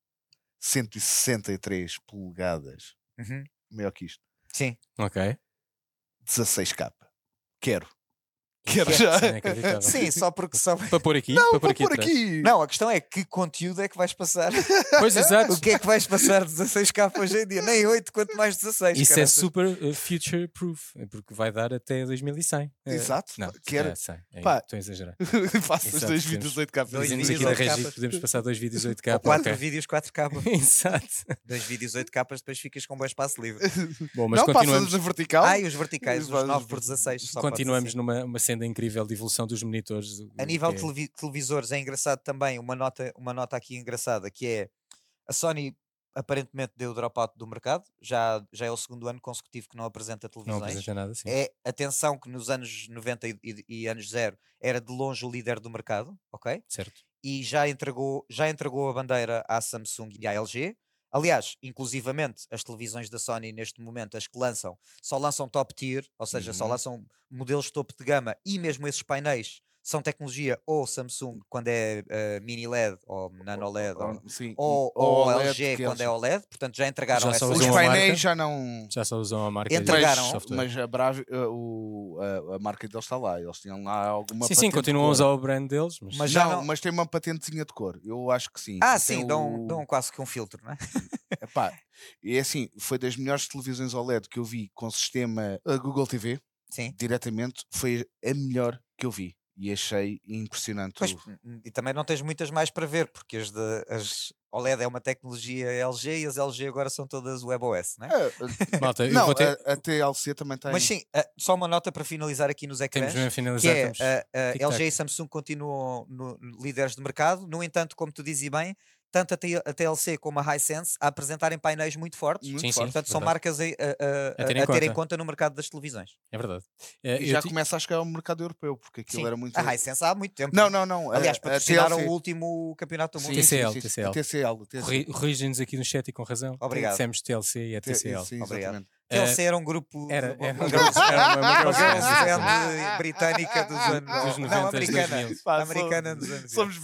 S2: 163 polegadas.
S3: Uhum.
S2: Maior que isto.
S3: Sim.
S1: Ok.
S2: 16k. Quero. Que era
S1: Isso
S2: já.
S1: é inacreditável.
S3: Sim, só porque sabem.
S1: Para pôr aqui,
S2: Não,
S1: para pôr
S2: vou
S1: aqui.
S2: pôr
S1: atrás.
S2: aqui.
S3: Não, a questão é que conteúdo é que vais passar?
S1: Pois, exato.
S3: o que é que vais passar 16 capas hoje em dia? Nem 8, quanto mais 16.
S1: Isso é
S3: caraças.
S1: super eh, future proof, eh, porque vai dar até 2100. Eh,
S2: Exato,
S1: Não,
S2: pá, que era-
S1: é, sei, é,
S2: pá.
S1: estou a exagerar.
S2: Faço as
S1: Exato,
S2: dois
S1: temos
S2: vídeos 8 capas.
S3: Dois
S1: Dizemos
S3: vídeos,
S1: aqui na
S3: oito
S1: regi
S3: capas.
S1: que podemos passar dois vídeos 8K.
S3: Ou 4 vídeos, 4 capas.
S1: Exato.
S3: 2 vídeos, 8 capas, depois ficas com bom espaço livre.
S1: Então? Bom, mas
S2: Não
S1: continuamos.
S2: passas a vertical.
S3: Ah, e os verticais, os
S2: Exato.
S3: 9 por 16. só pode
S1: Continuamos
S3: ser.
S1: numa uma senda incrível de evolução dos monitores. o-
S3: A
S1: o
S3: nível
S1: que
S3: de
S1: é-
S3: televi- televisores é engraçado também, uma nota, uma nota aqui engraçada, que é a Sony aparentemente deu o dropout do mercado, já, já é o segundo ano consecutivo que não apresenta
S1: Não
S3: televisões.
S1: apresenta nada, sim.
S3: é atenção que nos anos 90 e, e- e anos zero era de longe o líder do mercado, ok?
S1: Certo.
S3: E já entregou, já entregou a bandeira à Samsung e à LG. Aliás, inclusivamente as televisões da Sony neste momento, as que lançam, só lançam top tier, ou seja, só
S2: Uhum.
S3: lançam modelos topo de gama e mesmo esses painéis são tecnologia ou Samsung quando é eh, mini LED ou nano LED ou,
S2: Sim.
S3: ou-
S2: e-
S3: ou
S2: OLED,
S3: LG
S2: que
S3: quando é OLED, portanto já entregaram
S1: Já só
S3: essa
S1: usam
S2: Os
S1: Usam é a
S3: linha.
S1: marca.
S2: painéis já não.
S1: Já só usão a marca de
S3: Entregaram,
S1: software.
S2: Mas a, Bravi, a, o- a- a marca deles está lá. Eles tinham lá alguma.
S1: sim, sim,
S2: patente de
S1: continuam a
S2: cor.
S1: usar o brand deles, mas,
S3: Mas-
S1: mas,
S3: já
S2: não,
S3: não-
S2: mas tem uma patentezinha de cor. Eu acho que sim.
S3: Ah,
S2: E tem
S3: sim, dão,
S2: o-
S3: dão quase que um filtro, não é?
S2: Epá, e é assim, foi das melhores televisões OLED que eu vi com sistema a Google TV,
S3: Sim.
S2: diretamente, foi a melhor que eu vi. E achei impressionante.
S3: Pois,
S2: o-
S3: n- n- e também não tens muitas mais para ver, porque as, de, as OLED é uma tecnologia LG e as LG agora são todas WebOS, não é?
S2: Ah,
S1: malta,
S2: ah,
S1: eu
S2: não,
S1: vou
S3: eh,
S1: ter-
S2: a, a TLC também tem.
S3: Mas sim, ah, só uma nota para finalizar aqui nos
S1: temos
S3: ecrãs,
S1: mesmo a
S3: que
S1: finalizar.
S3: é
S1: temos-
S3: ah, ah,
S1: tic-tac.
S3: LG e Samsung continuam no- no líderes de mercado, no entanto, como tu dizes e bem, tanto a, T- a TLC como a Hisense a apresentarem painéis muito fortes,
S2: muito
S1: sim, sim,
S2: forte.
S3: portanto são
S1: verdade.
S3: marcas a, a- a-
S1: A
S3: a-
S1: terem em
S3: a ter em
S1: conta.
S3: conta no mercado das televisões.
S1: É verdade. Eh,
S2: E
S1: eu
S2: já
S1: ti-
S2: começa a chegar ao mercado europeu, porque aquilo
S3: Sim.
S2: era muito.
S3: A Hisense há muito tempo. é?
S2: Não, não, não. a-
S3: Aliás,
S2: a
S3: patrocinaram
S2: TLC.
S3: o último campeonato do
S2: Sim,
S3: mundo.
S2: sim, sim,
S1: TCL,
S2: sim, sim,
S1: TCL.
S2: a TCL.
S1: corri- Corrigem-nos aqui no chat e com razão.
S3: Obrigado.
S1: Dissemos TLC e é TCL.
S2: Sim,
S3: Obrigado.
S2: exatamente.
S1: Eh,
S3: TLC era um grupo. de
S1: Era,
S3: bo-
S1: era
S3: um
S1: uma
S3: grupo-
S1: grosse- era uma- uma
S3: Mas
S1: grosse
S3: é
S1: grande, sim, sim.
S3: uma britânica dos anos
S1: ah, Dos
S3: não,
S1: 90,
S3: americana,
S1: 2000.
S2: Pá,
S3: americana
S2: somos-
S3: dos anos
S2: Somos
S3: 20.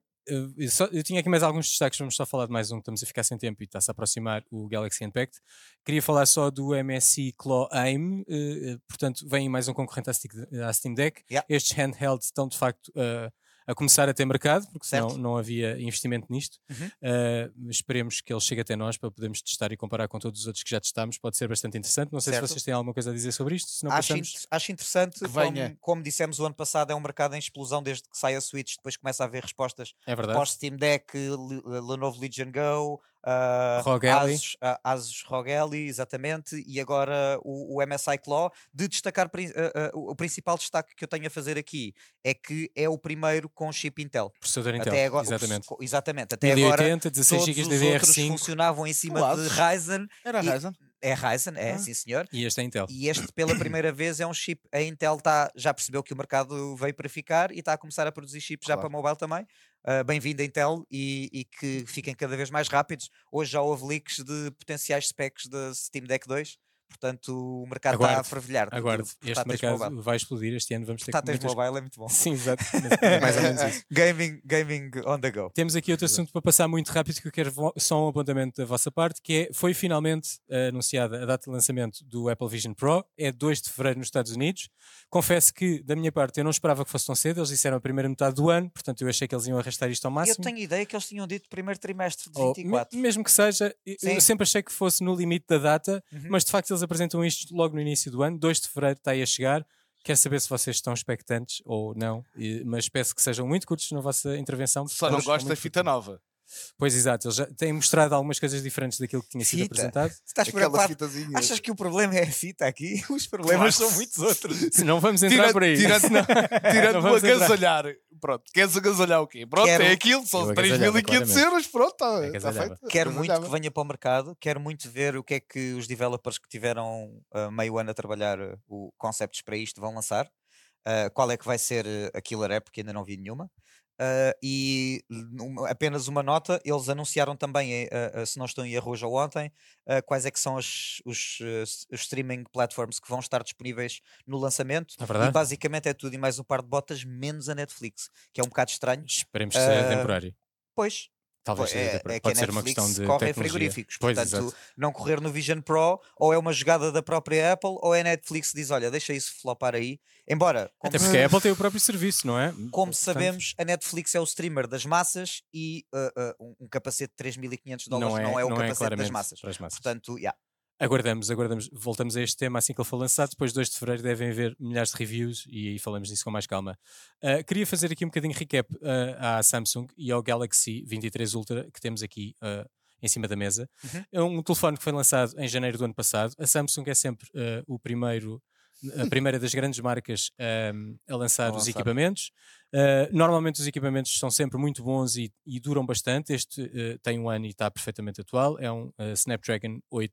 S1: Ah, eu, só- eu tinha aqui mais alguns destaques, vamos só falar de mais um, que estamos a ficar sem tempo e está-se a aproximar o Galaxy Impact. Queria falar só do MSI Claw Aim, eh, eh, portanto, vem mais um concorrente à, Stick- à Steam Deck.
S3: Yeah.
S1: Estes handhelds estão de facto eh, a começar a ter mercado, porque senão
S3: Certo.
S1: não havia investimento nisto.
S3: Uhum.
S1: Eh, esperemos que ele chegue até nós para podermos testar e comparar com todos os outros que já testámos, pode ser bastante interessante. Não sei
S3: Certo.
S1: se vocês têm alguma coisa a dizer sobre isto, se não
S3: Acho,
S1: passamos.
S3: inter- acho interessante,
S2: Que venha.
S3: como, como dissemos o ano passado, é um mercado em explosão desde que sai a Switch, depois começa a haver respostas
S1: É verdade.
S3: pós Steam Deck, Le- Lenovo Legion Go, ah,
S1: ROG Ally.
S3: Asus, ah, Asus ROG Ally, exatamente, e agora o, o MSI Claw. De destacar, prin- ah, ah, o o principal destaque que eu tenho a fazer aqui é que é o primeiro com chip Intel.
S1: Processador Intel,
S3: até agora, o-
S1: exatamente.
S3: exatamente, até agora
S1: 1080, 16
S3: todos
S1: GB
S3: os outros
S1: DDR5
S3: funcionavam em cima
S2: Claro.
S3: de Ryzen.
S2: Era a
S3: E-
S2: Ryzen.
S3: É Ryzen, é,
S2: Ah.
S3: sim senhor.
S1: e este é Intel.
S3: E este, pela primeira vez, é um chip. A Intel tá, já percebeu que o mercado veio para ficar e está a começar a produzir chips já
S2: Claro.
S3: para mobile também. Ah, Bem-vindo, Intel, e, e que fiquem cada vez mais rápidos. Hoje já houve leaks de potenciais specs da Steam Deck 2, portanto o mercado está a
S1: Aguarde,
S3: fervilhar. de
S1: Aguarde,
S3: tudo.
S1: este
S3: Portáteis
S1: mercado
S3: tá mobile.
S1: vai explodir este ano. Vamos ter
S3: Portáteis
S1: muitas-
S3: mobile é muito bom.
S1: Sim, exato. mas é mais ou menos isso.
S3: Gaming, gaming on the go.
S1: Temos aqui outro assunto para passar muito rápido que eu quero vo- só um apontamento da vossa parte, que é, foi finalmente eh, anunciada a data de lançamento do Apple Vision Pro, é 2 de fevereiro nos Estados Unidos. Confesso que, da minha parte, eu não esperava que fosse tão cedo, eles disseram a primeira metade do ano, portanto eu achei que eles iam arrastar isto ao
S3: Eu
S1: máximo.
S3: tenho ideia que eles tinham dito primeiro trimestre de
S1: Ou, me-
S3: 24.
S1: mesmo que seja, eu-
S3: Sim.
S1: eu sempre achei que fosse no limite da data,
S3: Uhum.
S1: mas de facto eles apresentam isto logo no início do ano, 2 de fevereiro está aí a chegar. Quero saber se vocês estão expectantes ou não, e- mas peço que sejam muito curtos na vossa intervenção.
S2: Só
S1: porque
S2: não
S1: eles estão
S2: gosto da
S1: muito
S2: fita
S1: curtos.
S2: nova.
S1: Pois exato, eles já têm mostrado algumas coisas diferentes daquilo que tinha sido
S3: Fita.
S1: apresentado.
S3: Estás
S2: Aquela
S3: preocupado?
S2: fitazinha.
S3: Achas que o problema é a fita aqui? Os problemas são muitos outros.
S1: Se não vamos entrar
S2: Tirando,
S1: por aí.
S2: tirando,
S1: senão-
S2: tirando
S1: não
S2: o
S1: vamos entrar.
S2: agasalhar. Pronto, queres agasalhar o quê? Pronto,
S3: Quero-
S2: é aquilo, são
S1: Eu agasalhava,
S2: 3.500
S1: claramente.
S2: euros, pronto, está tá
S1: Agasalhava.
S2: feito.
S3: Quero muito que
S2: Agasalhava.
S3: venha para o mercado, quero muito ver o que é que os developers que tiveram ah, meio ano a trabalhar ah, o conceptos para isto vão lançar. Ah, qual é que vai ser ah, a killer app, que ainda não vi nenhuma. Ah, e numa- apenas uma nota, eles anunciaram também, eh, ah, ah, se não estão em erro hoje ou ontem, ah, quais é que são as- os, ah, s- os streaming platforms que vão estar disponíveis no lançamento.
S1: É
S3: E
S1: verdade?
S3: basicamente é tudo e mais um par de botas, menos a Netflix, que é um bocado estranho.
S1: Esperemos que seja
S3: Ah,
S1: temporário.
S3: Pois,
S1: Talvez
S3: Pô, é,
S1: seja,
S3: é
S1: pode
S3: que a
S1: ser uma
S3: Netflix
S1: questão de
S3: corre em
S1: tecnologia.
S3: frigoríficos.
S1: Pois,
S3: portanto,
S1: exato.
S3: não correr no Vision Pro ou é uma jogada da própria Apple ou é a Netflix que diz, olha, deixa isso flopar aí. Embora, como,
S1: Até porque a Apple tem o próprio serviço, não é?
S3: como
S1: Portanto,
S3: sabemos, a Netflix é o streamer das massas e ah, ah, um- um capacete de 3.500 dólares não é, o capacete das
S1: claramente
S3: massas.
S1: para as massas.
S3: Portanto, yeah.
S1: Aguardamos, aguardamos. Voltamos a este tema assim que ele for lançado. Depois de 2 de fevereiro devem haver milhares de reviews e aí falamos disso com mais calma. Ah, queria fazer aqui um bocadinho recap ah, à Samsung e ao Galaxy 23 Ultra que temos aqui ah, em cima da mesa.
S3: Uhum.
S1: É um telefone que foi lançado em janeiro do ano passado. A Samsung é sempre ah, o primeiro, a primeira das grandes marcas ahm, a lançar os
S2: lançar.
S1: equipamentos. Ah, normalmente os equipamentos são sempre muito bons e, e duram bastante. Este ah, tem um ano e está perfeitamente atual. É um ah, Snapdragon 8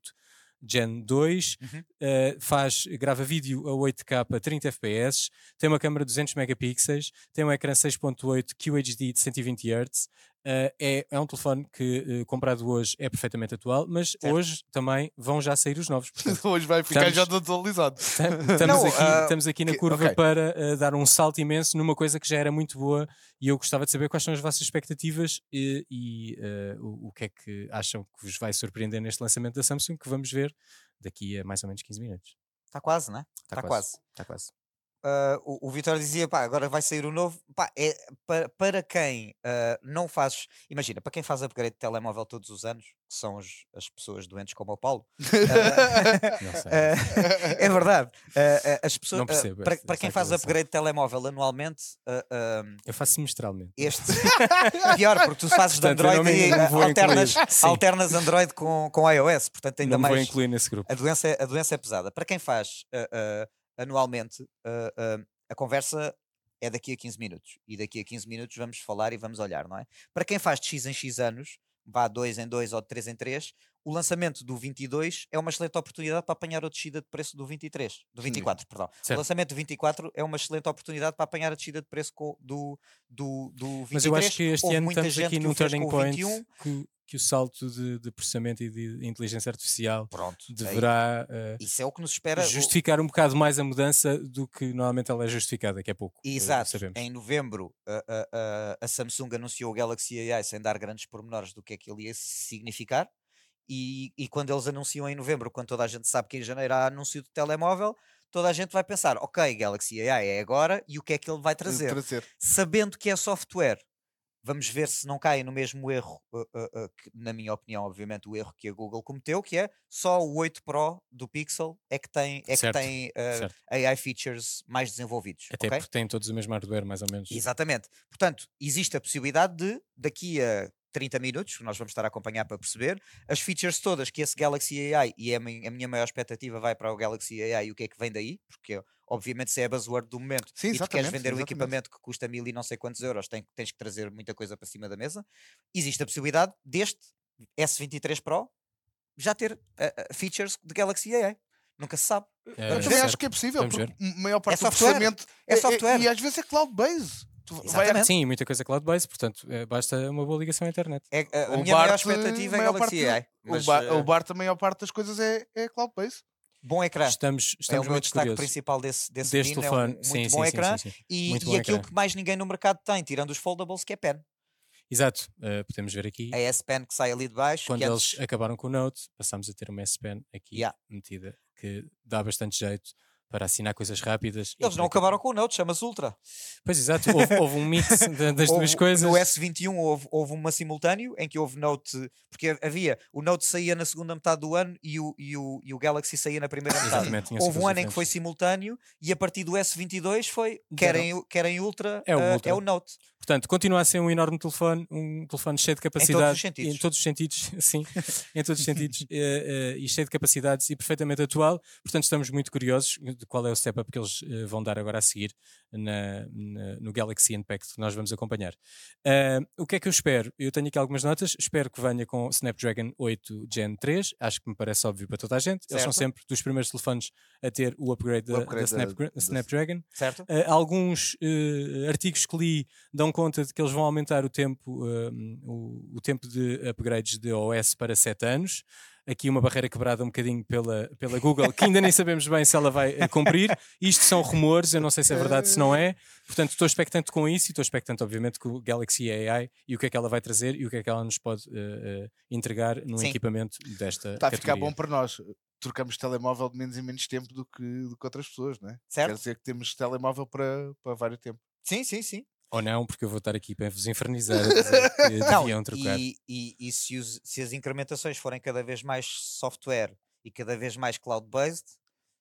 S1: Gen 2,
S3: Uhum.
S1: eh, faz, grava vídeo a 8K a 30 fps, tem uma câmera de 200 megapixels, tem um ecrã 6.8 QHD de 120 Hz. eh, é, é um telefone que, eh, comprado hoje, é perfeitamente atual, mas
S3: Certo.
S1: hoje também vão já sair os novos. Portanto,
S2: Hoje vai ficar
S1: Estamos-
S2: já atualizado.
S1: Tam- Estamos,
S3: Não,
S1: aqui,
S3: ah,
S1: estamos aqui na
S2: que-
S1: curva
S2: ok.
S1: para ah, dar um salto imenso numa coisa que já era muito boa e eu gostava de saber quais são as vossas expectativas e, e, ah, o, o que é que acham que vos vai surpreender neste lançamento da Samsung, que vamos ver daqui a mais ou menos 15 minutos.
S3: Está quase, não é? Está quase.
S1: Está Tá quase.
S3: Ah, o, o Vitório dizia, pá, agora vai sair o novo. Pá, é, para, para quem ah, não faz. Imagina, para quem faz upgrade de telemóvel todos os anos, que são as, as pessoas doentes como o Paulo. ah,
S1: Não sei.
S3: ah, é verdade. Ah, ah, as pessoas,
S1: Não
S3: ah,
S1: percebo
S3: para,
S1: essa-
S3: para
S1: essa
S3: quem faz
S1: aclaração.
S3: upgrade de telemóvel anualmente, ah, ah,
S1: eu faço semestralmente.
S3: este. é Pior, porque tu fazes de
S1: Portanto, eu não
S3: Android
S1: me-
S3: e
S1: não me
S3: ah,
S1: vou incluir.
S3: alternas,
S1: Sim.
S3: alternas Android com, com iOS. Portanto, ainda
S1: Ainda não me
S3: mais.
S1: vou incluir nesse grupo.
S3: A doença, é- a doença é pesada. Para quem faz ah, ah, anualmente, ah, ah, a conversa é daqui a 15 minutos. E daqui a 15 minutos vamos falar e vamos olhar, não é? Para quem faz de X em X anos, vá de 2 em 2 ou de 3 em 3, o lançamento do 22 é uma excelente oportunidade para apanhar a descida de preço do 23, do 24, perdão.
S1: Certo.
S3: O lançamento do 24 é uma excelente oportunidade para apanhar a descida de preço co- do, do, do 23.
S1: Mas eu acho que este
S3: Houve
S1: ano
S3: muita
S1: estamos
S3: gente
S1: aqui
S3: que o
S1: num
S3: fez
S1: turning
S3: com o
S1: point
S3: 21.
S1: que, o- que o salto de, de processamento e de inteligência artificial
S3: Pronto. aí-
S1: deverá ah,
S3: Isso é o que nos espera. o-
S1: justificar um bocado mais a mudança do que normalmente ela é justificada, que é pouco. eh,
S3: Exato.
S1: Sabemos.
S3: Em novembro, a, a- a- a Samsung anunciou o Galaxy AI sem dar grandes pormenores do que é que ele ia significar. E, e quando eles anunciam em novembro, quando toda a gente sabe que em janeiro há anúncio do telemóvel, toda a gente vai pensar: ok, Galaxy AI é agora e o que é que ele vai trazer?
S2: Trazer.
S3: Sabendo que é software, vamos ver se não caem no mesmo erro, uh, uh, uh, que, na minha opinião, obviamente, o erro que a Google cometeu, que é só o 8 Pro do Pixel é que tem, é que
S1: Certo,
S3: tem uh,
S1: certo.
S3: AI features mais desenvolvidos.
S1: Até
S3: ok?
S1: porque têm todos o mesmo hardware, mais ou menos.
S3: Exatamente. Portanto, existe a possibilidade de, daqui a 30 minutos, nós vamos estar a acompanhar para perceber, as features todas que esse Galaxy AI, e é a min- a minha maior expectativa vai para o Galaxy AI e o que é que vem daí, porque obviamente se é a buzzword do momento
S2: Sim,
S3: e tu queres
S2: exatamente,
S3: vender um
S2: exatamente.
S3: equipamento que custa mil e não sei quantos euros, tem- tens que trazer muita coisa para cima da mesa, existe a possibilidade deste S23 Pro já ter ah, ah, features de Galaxy AI. Nunca se sabe.
S1: Eh,
S2: Eu também
S1: certo.
S2: acho que é possível,
S1: Vamos
S2: porque a maior parte do
S3: software.
S2: processamento
S3: É software.
S2: E, às vezes é cloud-based. Tu vai-
S3: Exatamente.
S1: Sim, muita coisa cloud-based, portanto, eh, basta uma boa ligação à internet.
S3: É, a- a
S2: O
S3: minha maior
S2: Bart,
S3: expectativa é
S2: maior
S3: Galaxy
S2: parte-
S3: AI.
S2: o,
S3: mas,
S2: bar,
S1: eh,
S3: ah,
S2: o bar, a maior parte das coisas é, é cloud-based.
S3: bom ecrã.
S1: Estamos, estamos
S3: é o meu
S1: muito
S3: destaque
S1: curiosos.
S3: principal desse, desse
S1: Deste
S3: menino, é um
S1: telefone,
S3: muito
S1: sim,
S3: bom
S1: sim,
S3: ecrã
S1: sim, sim, sim.
S3: e,
S1: Muito
S3: e
S1: bom
S3: aquilo
S1: ecrã.
S3: que mais ninguém no mercado tem, tirando os foldables, que é pen.
S1: Exato, eh, podemos ver aqui.
S3: A S-Pen que sai ali de baixo,
S1: quando
S3: que é
S1: eles
S3: antes-
S1: acabaram com o Note, passámos a ter uma S Pen aqui
S3: Yeah.
S1: metida, que dá bastante jeito para assinar coisas rápidas. e
S3: eles não
S1: para-
S3: acabaram com o Note, chama-se Ultra.
S1: Pois exato, houve, houve um mix da- das duas
S3: Houve-
S1: coisas.
S3: No S21 houve, houve uma simultâneo em que houve Note, porque havia, o Note saía na segunda metade do ano e o, e o, e o Galaxy saía na primeira metade.
S1: Exatamente, tinham
S3: Houve um
S1: sido
S3: ano em que foi simultâneo e a partir do S22 foi querem, o- querem Ultra,
S1: É o
S3: ah,
S1: Ultra.
S3: é o Note.
S1: Portanto, continua a ser um enorme telefone, um telefone cheio de capacidade. e
S3: sentidos.
S1: Em todos os sentidos, sim. em todos os sentidos. eh, eh, e cheio de capacidades e perfeitamente atual. Portanto, estamos muito curiosos de qual é o step-up que eles eh, vão dar agora a seguir na- na- no Galaxy Impact que nós vamos acompanhar. Ah, o que é que eu espero? Eu tenho aqui algumas notas. Espero que venha com Snapdragon 8 Gen 3. Acho que me parece óbvio para toda a gente. Eles são
S3: Certo.
S1: sempre dos primeiros telefones a ter o upgrade, da-
S2: upgrade
S1: da,
S2: da-
S1: Snapgra-
S2: da-
S1: Snapdragon.
S3: Certo?
S1: Eh, alguns eh, artigos que li dão conta de que eles vão aumentar o tempo, eh, o, o tempo de upgrades de OS para 7 anos. aqui uma barreira quebrada um bocadinho pela, pela Google, que ainda nem sabemos bem se ela vai eh, cumprir. Isto são rumores, eu não sei se é verdade, se não é. Portanto, estou expectante com isso e estou expectante, obviamente, com o Galaxy AI e o que é que ela vai trazer e o que é que ela nos pode eh, eh, entregar num
S3: Sim. Tá
S1: equipamento desta
S2: Está a
S1: categoria.
S2: ficar bom para nós. Trocamos telemóvel de menos em menos tempo do que, do que outras pessoas, não é? Quer
S3: Certo?
S2: dizer que temos telemóvel para, para vários tempos.
S3: Sim, sim, sim.
S1: Ou não, porque eu vou estar aqui para vos infernizar a dizer que
S3: Não,
S1: deviam trocar.
S3: e, e- e se, os- se as incrementações forem cada vez mais software e cada vez mais cloud-based,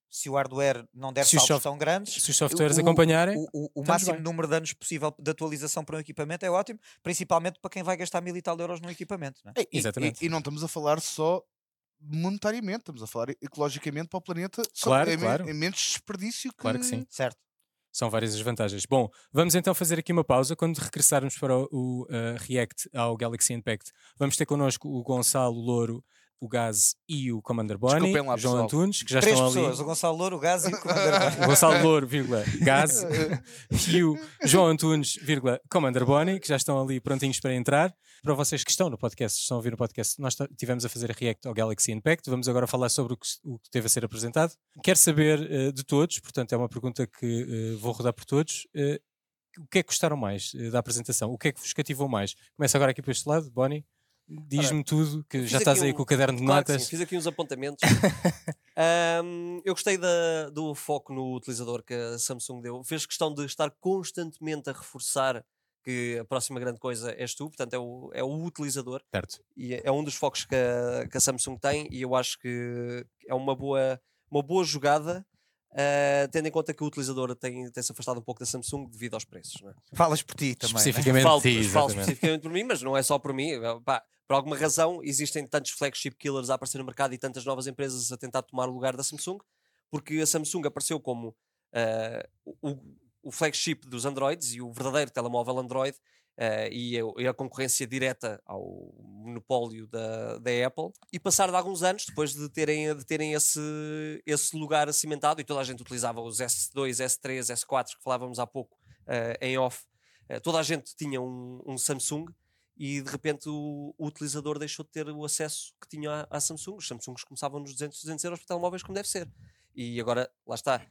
S3: se o hardware não der
S1: Se o
S3: saltos
S1: soft-
S3: tão grandes,
S1: Se os softwares
S3: o-
S1: acompanharem,
S3: o, o- o
S1: estamos
S3: máximo
S1: bem.
S3: número de anos possível de atualização para um equipamento é ótimo, principalmente para quem vai gastar mil e tal euros num equipamento. Não é?
S2: E- e-
S1: Exatamente.
S2: E, não estamos a falar só monetariamente, estamos a falar ecologicamente para o planeta. Só
S1: Claro,
S2: é, men-
S1: claro.
S2: é menos desperdício que... eh,
S1: Claro que sim.
S3: Certo.
S1: São várias as vantagens. Bom, vamos então fazer aqui uma pausa. Quando regressarmos para o, o, eh, React ao Galaxy Impact, vamos ter connosco o Gonçalo Louro, o Gaz e o Commander Bonnie,
S2: Desculpem lá,
S1: João
S2: pessoal.
S1: Antunes, que já
S3: Três
S1: estão
S3: pessoas,
S1: ali.
S3: o Gonçalo Louro, o Gás e o Comandante.
S1: O Gonçalo Louro, vírgula, Gaz,
S2: eh,
S1: e o João Antunes, vírgula, Commander Bonnie, que já estão ali prontinhos para entrar. Para vocês que estão no podcast, estão a ouvir no podcast, nós ta- tivemos a fazer a React ao Galaxy Impact. Vamos agora falar sobre o que, se- o que teve a ser apresentado. Quero saber eh, de todos, portanto é uma pergunta que eh, vou rodar por todos. eh, o que é que gostaram mais eh, da apresentação? O que é que vos cativou mais? Começa agora aqui para este lado, Bonnie. Diz-me tudo, que já
S4: fiz
S1: estás
S4: aqui
S1: aí
S4: um-
S1: com o caderno de
S4: Claro que
S1: notas.
S4: sim, fiz aqui uns apontamentos. Ahm, eu gostei da- do foco no utilizador que a Samsung deu. Fez questão de estar constantemente a reforçar que a próxima grande coisa és tu, portanto, é o, é o utilizador.
S1: Certo.
S4: E é é um dos focos que a, que a Samsung tem e eu acho que é uma boa, uma boa jogada. ah, tendo em conta que o utilizador tem, tem se afastado um pouco da Samsung devido aos preços, não é?
S3: Falas por ti também. não é?
S1: Especificamente,
S4: falo,
S1: sim,
S4: falo
S1: exatamente.
S4: especificamente por mim, mas não é só por mim. eh, pá, por alguma razão, existem tantos flagship killers a aparecer no mercado e tantas novas empresas a tentar tomar o lugar da Samsung, porque a Samsung apareceu como eh, o, o flagship dos Androids e o verdadeiro telemóvel Android eh, e, a, e a concorrência direta ao monopólio da, da Apple. E passar de alguns anos, depois de terem, de terem esse, esse lugar cimentado, e toda a gente utilizava os S2, S3, S4 que falávamos há pouco eh, em off, eh, toda a gente tinha um, um Samsung e de repente o, o utilizador deixou de ter o acesso que tinha à, à Samsung. Os Samsungs começavam nos 200, 200 euros para telemóveis, como deve ser. E agora, lá está.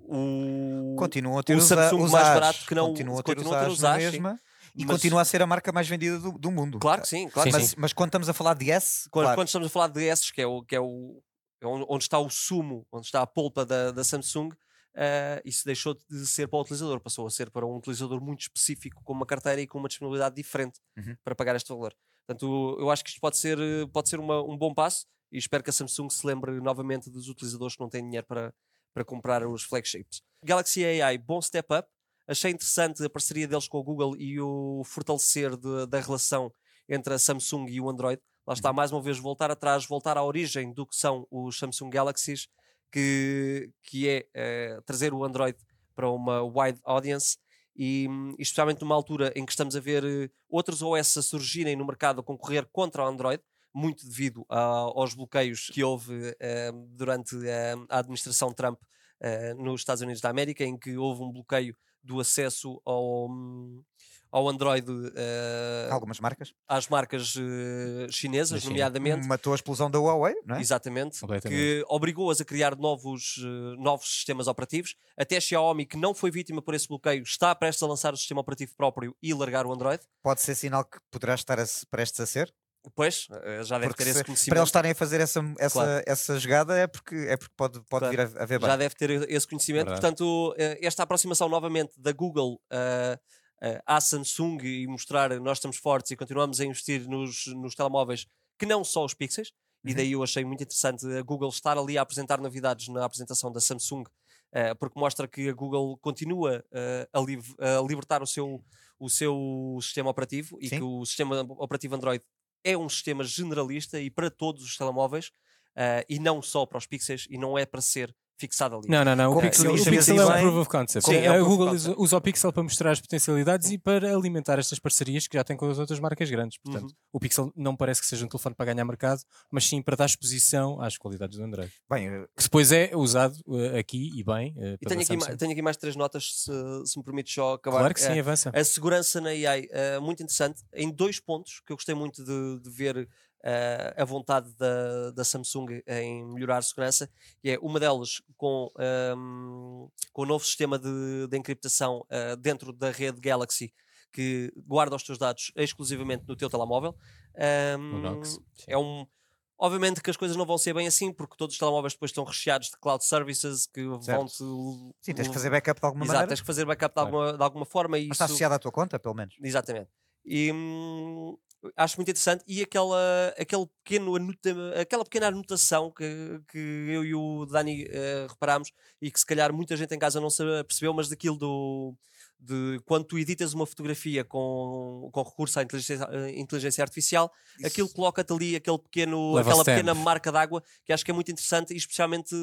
S4: O...
S3: Continuam a ter
S4: o
S3: os a-
S4: Samsung
S3: os
S4: mais
S3: As,
S4: barato que não-
S3: continuam a ter
S4: continuam a ter
S3: os
S4: os
S3: As na
S4: As, sim.
S3: mesma e
S4: Mas-
S3: continua a ser a marca mais vendida do, do mundo.
S4: Claro que sim, claro
S1: Sim,
S4: que
S1: sim.
S4: sim.
S3: Mas, mas quando estamos a falar de S,
S4: Quando,
S3: claro,
S4: quando estamos a falar de S, que é o que é o é onde onde está o sumo, onde está a polpa da, da Samsung, eh, isso deixou de ser para o utilizador, passou a ser para um utilizador muito específico, com uma carteira e com uma disponibilidade diferente
S3: Uhum.
S4: para pagar este valor. Portanto, eu acho que isto pode ser, eh, pode ser uma- um bom passo e espero que a Samsung se lembre novamente dos utilizadores que não têm dinheiro para, para comprar os flagships. Galaxy AI, bom step up. Achei interessante a parceria deles com o Google e o fortalecer de- da relação entre a Samsung e o Android. Lá está, mais uma vez, voltar atrás, voltar à origem do que são os Samsung Galaxies, que, que é eh, trazer o Android para uma wide audience e, hum, e especialmente numa altura em que estamos a ver eh, outros OS a surgirem no mercado a concorrer contra o Android, muito devido a- aos bloqueios que houve eh, durante eh, a administração Trump eh, nos Estados Unidos da América, em que houve um bloqueio do acesso ao, hum, ao Android eh,
S3: algumas marcas.
S4: às marcas eh,
S1: Da
S4: chinesas,
S1: China.
S4: nomeadamente.
S3: Matou a explosão da Huawei, Hum, não é?
S4: Exatamente,
S1: Completamente.
S4: que obrigou-as a criar novos, eh, novos sistemas operativos. Até a Xiaomi, que não foi vítima por esse bloqueio, está prestes a lançar o sistema operativo próprio e largar o Android.
S3: Pode ser sinal que poderá estar a, se- prestes a ser.
S4: Pois, eh, já deve
S3: Porque
S4: ter esse
S3: se- Para eles
S4: conhecimento.
S3: estarem a fazer essa, essa,
S4: Claro.
S3: essa jogada é porque, é porque pode, pode
S4: Claro.
S3: vir a, a ver bem.
S4: Já deve ter esse conhecimento.
S1: Verdade.
S4: Portanto, eh, esta aproximação novamente da Google eh, eh, à Samsung e mostrar nós estamos fortes e continuamos a investir nos, nos telemóveis que não só os Pixels. E
S3: Uhum.
S4: daí eu achei muito interessante a Google estar ali a apresentar novidades na apresentação da Samsung, eh, porque mostra que a Google continua eh, a, liv- a libertar o seu, o seu sistema operativo e
S3: Sim.
S4: que o sistema operativo Android é um sistema generalista e para todos os telemóveis eh, e não só para os Pixels e não é para ser fixado ali.
S1: Não, não, não. O
S3: Como
S1: Pixel,
S3: tu
S1: o
S3: dizes
S1: Pixel é um
S3: bem-
S1: proof of concept.
S4: Sim,
S1: Sim,
S4: é um
S1: a
S4: proof of
S1: Google usa,
S4: concept.
S1: usa o Pixel para mostrar as potencialidades e para alimentar estas parcerias que já tem com as outras marcas grandes. Portanto,
S4: Uhum.
S1: o Pixel não parece que seja um telefone para ganhar mercado, mas sim para dar exposição às qualidades do Android.
S3: Bem, eh,
S1: Que depois é usado eh, aqui e bem eh,
S4: E
S1: pela
S4: tenho aqui, ma-
S1: Samsung.
S4: tenho aqui mais três notas, se, se me permite só acabar.
S1: Claro que
S4: Eh,
S1: sim, avança.
S4: A segurança na AI, eh, muito interessante, em dois pontos que eu gostei muito de, de ver eh, eh, a vontade da, da Samsung em melhorar a segurança, que é uma delas com, ehm, com o novo sistema de, de encriptação eh, dentro da rede Galaxy, que guarda os teus dados exclusivamente no teu telemóvel. Ehm,
S1: No Docs,
S4: é um. Obviamente que as coisas não vão ser bem assim, porque todos os telemóveis depois estão recheados de cloud services que vão-te.
S3: Sim, tens de fazer backup de alguma
S4: Exato,
S3: maneira.
S4: tens que fazer backup de
S1: Claro.
S4: alguma, de alguma forma e
S3: Mas está
S4: isso-
S3: associado à tua conta, pelo menos.
S4: Exatamente. E hum, acho muito interessante. E aquela, aquele pequeno anota- aquela pequena anotação que, que eu e o Dani eh, reparámos e que se calhar muita gente em casa não se percebeu, mas daquilo do. De quando tu editas uma fotografia com, com recurso à inteligência, eh, inteligência artificial, aquilo coloca-te ali aquele pequeno,
S1: Leva
S4: aquela
S1: stamp.
S4: pequena marca d'água que acho que é muito interessante e especialmente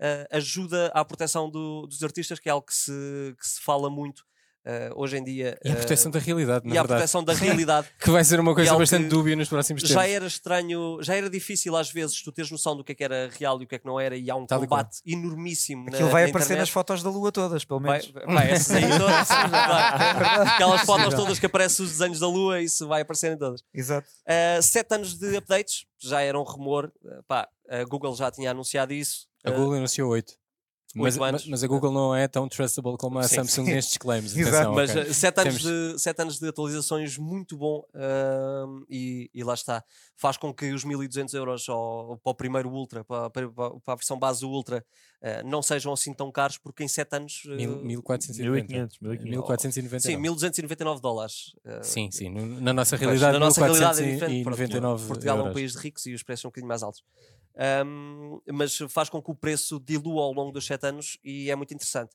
S4: eh, ajuda à proteção do- dos artistas, que é algo que se, que se fala muito eh, hoje em dia.
S1: E a
S4: eh,
S1: proteção da realidade, na
S4: e à
S1: verdade.
S4: proteção da realidade.
S1: Que vai ser uma coisa
S4: algo
S1: bastante
S4: que
S1: dúbia nos próximos tempos.
S4: já era estranho, já era difícil às vezes tu teres noção do que é que era real e o que é que não era, e há um
S1: Tal e qual.
S4: combate enormíssimo.
S3: Aquilo
S4: na,
S3: vai
S4: na
S3: aparecer nas
S4: internet.
S3: fotos da lua todas, pelo
S4: Vai,
S3: menos.
S4: vai, essas aí
S1: É
S4: todas, vai. Aquelas fotos
S3: Possível.
S4: todas que aparecem os desenhos da lua, isso vai aparecer em todas.
S3: Exato.
S4: Uh, sete anos de updates, já era um rumor. uh, pá, a Google já tinha anunciado isso.
S1: A
S4: uh,
S1: Google anunciou 8. Mas,
S4: oito anos.
S1: mas- mas a Google não é tão trustable como a
S4: Sim,
S1: Samsung
S3: sim.
S1: nestes claims.
S3: Exato.
S1: atenção,
S4: Mas
S1: Ah, ok?
S4: eh, sete, anos de, sete anos de atualizações muito bom ahm, e, e lá está. Faz com que os 1200 euros ao- para o primeiro Ultra, para, para- para a versão base do Ultra, eh, não sejam assim tão caros, porque em sete anos. eh,
S1: Mil- 1490.
S5: 1500, 1500.
S1: 1499.
S4: Sim, 1299 dólares. eh,
S1: Sim, sim. no- Na nossa
S4: Pois,
S1: realidade,
S4: na nossa realidade é diferente. pronto,
S1: 1499
S4: Portugal é um
S1: euros.
S4: país de ricos e os preços são um bocadinho mais altos. Ahm, mas faz com que o preço dilua ao longo dos 7 anos e é muito interessante.